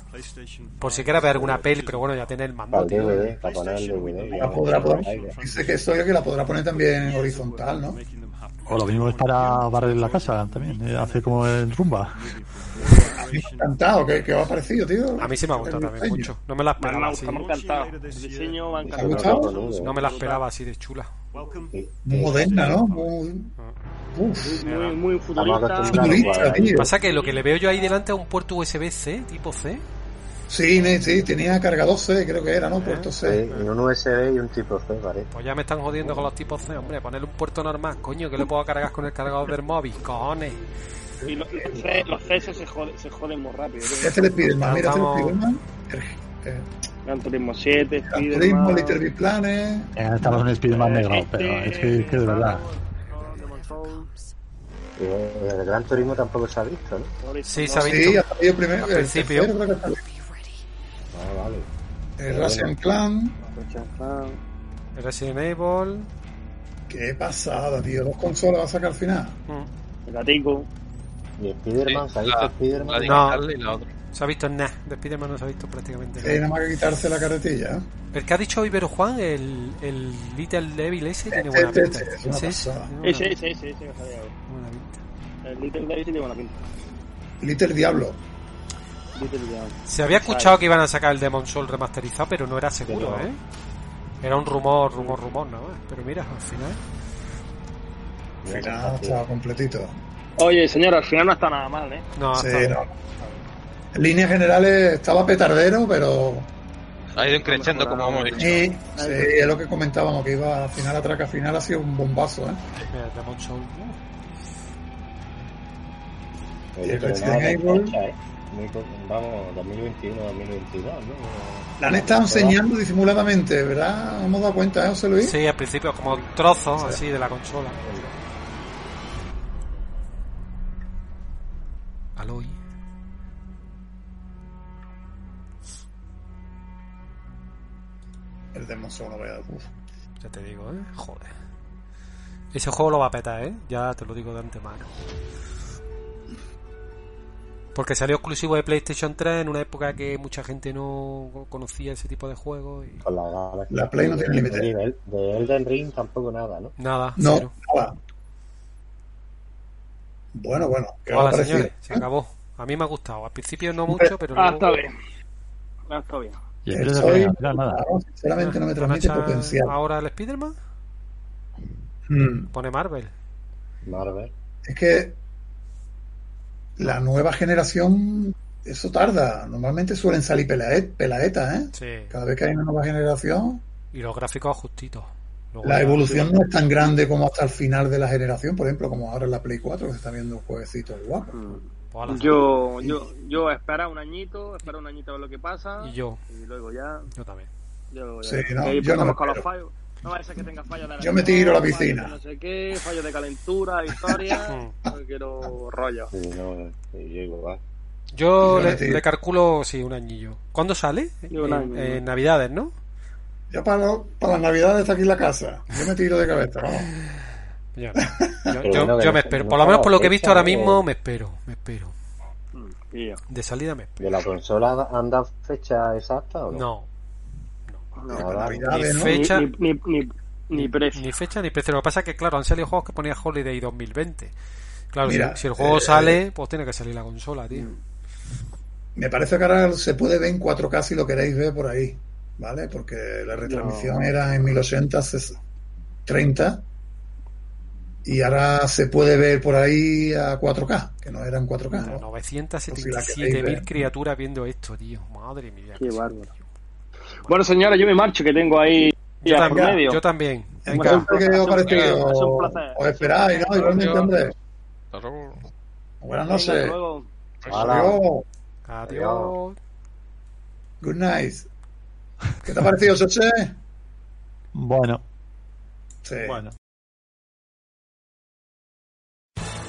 [SPEAKER 3] por si quieres ver alguna peli, pero bueno, ya tiene el
[SPEAKER 9] Para
[SPEAKER 3] mando,
[SPEAKER 9] el
[SPEAKER 3] tío.
[SPEAKER 9] DVD, para poner el DVD.
[SPEAKER 1] La podrá
[SPEAKER 9] ¿eh?
[SPEAKER 1] poner. Dice que estoy que la podrá poner también horizontal, ¿no?
[SPEAKER 10] O lo mismo es para barrer la casa también. eh, Hace como el rumba.
[SPEAKER 1] Encantado, que, que os ha parecido, tío.
[SPEAKER 3] A mí sí me ha gustado también mucho. No me la
[SPEAKER 2] Me
[SPEAKER 3] esperaba así.
[SPEAKER 2] gusta, me ha encantado. El diseño me ha
[SPEAKER 1] ¿Te ha
[SPEAKER 2] encantado.
[SPEAKER 1] gustado?
[SPEAKER 9] ¿eh?
[SPEAKER 3] No me la esperaba así de chula.
[SPEAKER 1] Muy moderna, ¿no? Muy.
[SPEAKER 3] Ah.
[SPEAKER 1] Uf,
[SPEAKER 2] Muy, muy
[SPEAKER 9] Estamos
[SPEAKER 2] futurista.
[SPEAKER 9] acostumbrados
[SPEAKER 1] Futurista,
[SPEAKER 9] a
[SPEAKER 1] tío.
[SPEAKER 3] Pasa que lo que le veo yo ahí delante es un puerto USB-C, tipo C.
[SPEAKER 1] Sí, ne- sí, tenía carga 12, creo que era, ¿no? Pues Puerto C.
[SPEAKER 9] Sí, y un USB y un tipo C, ¿vale?
[SPEAKER 3] Pues ya me están jodiendo con los tipos C, hombre. Ponerle un puerto normal, coño, que le puedo cargar con el cargador del móvil, cojones.
[SPEAKER 2] Y los, los C- los cesos se joden, se joden muy rápido.
[SPEAKER 1] Este es el Spiderman, mira, este es el
[SPEAKER 3] Estamos-
[SPEAKER 1] Spiderman.
[SPEAKER 2] Gran Turismo 7,
[SPEAKER 1] El Turismo, Little
[SPEAKER 2] Spiderman.
[SPEAKER 1] Big Planet.
[SPEAKER 10] Eh, Estaba un Spiderman negro,
[SPEAKER 2] este
[SPEAKER 10] pero es que, es que de verdad.
[SPEAKER 9] Y el Gran Turismo tampoco se ha visto, ¿no?
[SPEAKER 3] Sí, se ha
[SPEAKER 1] Sí,
[SPEAKER 3] visto.
[SPEAKER 1] ha salido primero.
[SPEAKER 3] Al
[SPEAKER 1] el
[SPEAKER 3] principio.
[SPEAKER 1] tercero creo que Eh, salió.
[SPEAKER 9] Ah, vale.
[SPEAKER 1] El Russian Clan.
[SPEAKER 3] Resident Evil.
[SPEAKER 1] Qué pasada, tío. Dos consolas va a sacar al final.
[SPEAKER 3] mm.
[SPEAKER 2] El gatico.
[SPEAKER 9] Y Spiderman, ¿se ha visto
[SPEAKER 12] La,
[SPEAKER 9] Spiderman?
[SPEAKER 12] la digital y la otra.
[SPEAKER 3] Se ha visto en nada. De Spider-Man no se ha visto prácticamente nada.
[SPEAKER 1] Hay nada más que quitarse la carretilla.
[SPEAKER 3] El que ha dicho Ibero Juan, el, el Little Devil ese, tiene
[SPEAKER 1] Este,
[SPEAKER 3] buena
[SPEAKER 1] este,
[SPEAKER 3] pinta.
[SPEAKER 1] este, es una
[SPEAKER 3] Ese,
[SPEAKER 1] pasada.
[SPEAKER 3] tiene buena
[SPEAKER 2] Ese,
[SPEAKER 3] pinta.
[SPEAKER 2] ese, ese, ese me sabía. Buena pinta. El Little David tiene buena pinta.
[SPEAKER 1] Little Diablo.
[SPEAKER 2] Little David.
[SPEAKER 3] Se había escuchado que iban a sacar el Demon Soul remasterizado, pero no era seguro,
[SPEAKER 2] Pero-
[SPEAKER 3] ¿eh? Era un rumor, rumor, rumor, nada más. Pero mira, al final.
[SPEAKER 1] Al final está completito.
[SPEAKER 2] Oye, señor, al final no está nada mal, ¿eh?
[SPEAKER 3] No,
[SPEAKER 1] Sí, no. En líneas generales estaba petardero, pero
[SPEAKER 12] Ha ido encrechando, como hemos dicho.
[SPEAKER 1] sí, sí, es lo que comentábamos, que iba a final a traca final, ha sido un bombazo. ¿eh?
[SPEAKER 3] Mira, Demon Soul. uh.
[SPEAKER 1] Y el
[SPEAKER 9] Oye, pero
[SPEAKER 1] Resident
[SPEAKER 9] nada,
[SPEAKER 1] Evil.
[SPEAKER 9] mucha, ¿eh? Muy co- Vamos, 2021, 2022, ¿no?
[SPEAKER 1] La han estado enseñando disimuladamente, ¿verdad? Hemos dado cuenta, ¿eh, José Luis?
[SPEAKER 3] Sí, al principio, como trozos así de la consola. Aloy.
[SPEAKER 1] El Demon Soul, no voy a- uf.
[SPEAKER 3] Ya te digo, ¿eh? Joder. Ese juego lo va a petar, ¿eh? Ya te lo digo de antemano. Porque salió exclusivo de PlayStation 3 en una época que mucha gente no conocía ese tipo de juegos. y-
[SPEAKER 9] Con la,
[SPEAKER 3] La Play no tiene
[SPEAKER 9] de-
[SPEAKER 3] límite.
[SPEAKER 9] De, de Elden Ring tampoco nada, ¿no?
[SPEAKER 3] Nada.
[SPEAKER 9] No,
[SPEAKER 3] cero.
[SPEAKER 1] nada. Bueno, bueno, ¿qué os ha
[SPEAKER 3] Hola,
[SPEAKER 1] parecido? Ah,
[SPEAKER 3] señores. Se acabó. A mí me ha gustado. Al principio no
[SPEAKER 1] Hombre,
[SPEAKER 3] mucho, pero.
[SPEAKER 1] ah,
[SPEAKER 3] luego-
[SPEAKER 1] está bien.
[SPEAKER 2] Ah, está bien.
[SPEAKER 10] Y
[SPEAKER 1] El
[SPEAKER 10] el Spider-Man,
[SPEAKER 1] Soy,
[SPEAKER 10] al final, nada.
[SPEAKER 1] claro, sinceramente no me
[SPEAKER 3] ¿Van a
[SPEAKER 1] transmite
[SPEAKER 3] echar
[SPEAKER 1] potencial.
[SPEAKER 3] Ahora el Spider-Man
[SPEAKER 1] Mm.
[SPEAKER 3] pone Marvel.
[SPEAKER 9] Marvel.
[SPEAKER 1] Es que la nueva generación, eso tarda. Normalmente suelen salir pelaet- pelaetas, ¿eh?
[SPEAKER 3] Sí.
[SPEAKER 1] Cada vez que hay una nueva generación,
[SPEAKER 3] Y los gráficos justitos. Luego
[SPEAKER 1] la
[SPEAKER 3] Pues ya-
[SPEAKER 1] evolución no es tan grande como hasta el final de la generación, por ejemplo, como ahora en la Play 4, que se está viendo un jueguecito guapo.
[SPEAKER 3] Mm.
[SPEAKER 2] Yo, yo, yo esperar un añito, esperar un añito a ver lo que pasa.
[SPEAKER 3] Y yo.
[SPEAKER 2] Y luego ya.
[SPEAKER 3] Yo también.
[SPEAKER 2] Yo,
[SPEAKER 1] Sí,
[SPEAKER 2] y ahí
[SPEAKER 1] no, yo no me
[SPEAKER 2] empezamos con los
[SPEAKER 1] espero.
[SPEAKER 2] fallos. No vaya a ser que tenga fallos de
[SPEAKER 1] Yo me tiro a la
[SPEAKER 2] fallos de
[SPEAKER 1] piscina.
[SPEAKER 2] No sé qué, fallos de calentura, historia. no quiero rollo.
[SPEAKER 9] Sí, no, sí, yo igual.
[SPEAKER 3] Yo
[SPEAKER 9] Yo
[SPEAKER 3] le,
[SPEAKER 9] le tiro.
[SPEAKER 3] le calculo, sí, un añillo. ¿Cuándo sale?
[SPEAKER 2] Yo un
[SPEAKER 3] En-
[SPEAKER 2] año.
[SPEAKER 3] en Navidades, ¿no?
[SPEAKER 1] Ya para, para las navidades está aquí en la casa. Yo me tiro de cabeza, vamos.
[SPEAKER 3] Ya. Yo,
[SPEAKER 1] Pero
[SPEAKER 3] yo-
[SPEAKER 1] bueno, que
[SPEAKER 3] yo
[SPEAKER 1] no
[SPEAKER 3] me
[SPEAKER 1] se-
[SPEAKER 3] espero.
[SPEAKER 1] no
[SPEAKER 3] Por lo menos por lo que he
[SPEAKER 9] fecha,
[SPEAKER 3] visto ahora
[SPEAKER 9] eh.
[SPEAKER 3] mismo, me espero. Me espero.
[SPEAKER 2] Tío.
[SPEAKER 3] De salida me espero.
[SPEAKER 9] ¿De la consola han dado fecha exacta o no?
[SPEAKER 3] No.
[SPEAKER 9] Ahora-
[SPEAKER 3] ni fecha.
[SPEAKER 2] Ni, ni, ni, ni precio.
[SPEAKER 3] Ni fecha ni precio. Lo que pasa es que, claro, han salido juegos que ponía Holiday 2020. Claro, si-
[SPEAKER 1] Mira,
[SPEAKER 3] si, el juego
[SPEAKER 1] eh, mm,
[SPEAKER 3] sale, pues tiene que salir la consola, tío.
[SPEAKER 1] Me parece que ahora se puede ver en 4K si lo queréis ver por ahí, ¿vale? Porque la retransmisión
[SPEAKER 9] No.
[SPEAKER 1] era en 1080, ses- 30 y ahora se puede ver por ahí a 4K, que no eran 4K. ¿no? Por si la
[SPEAKER 3] 977.000
[SPEAKER 1] queréis ver.
[SPEAKER 3] criaturas viendo esto, tío. Madre mía.
[SPEAKER 2] Qué bárbaro. Bueno, señora, yo me marcho que tengo ahí.
[SPEAKER 3] Yo
[SPEAKER 2] a por
[SPEAKER 3] también,
[SPEAKER 2] medio.
[SPEAKER 3] yo también.
[SPEAKER 2] Venga.
[SPEAKER 3] Venga.
[SPEAKER 1] Siempre que os ha parecido,
[SPEAKER 2] Es un placer.
[SPEAKER 1] os esperáis, ¿no? Igualmente, hombre. Buenas
[SPEAKER 2] Venga,
[SPEAKER 1] noches.
[SPEAKER 2] hasta luego.
[SPEAKER 1] Adiós.
[SPEAKER 3] Adiós.
[SPEAKER 1] Good night. ¿Qué te ha parecido, José?
[SPEAKER 10] Bueno.
[SPEAKER 1] Sí.
[SPEAKER 10] Bueno.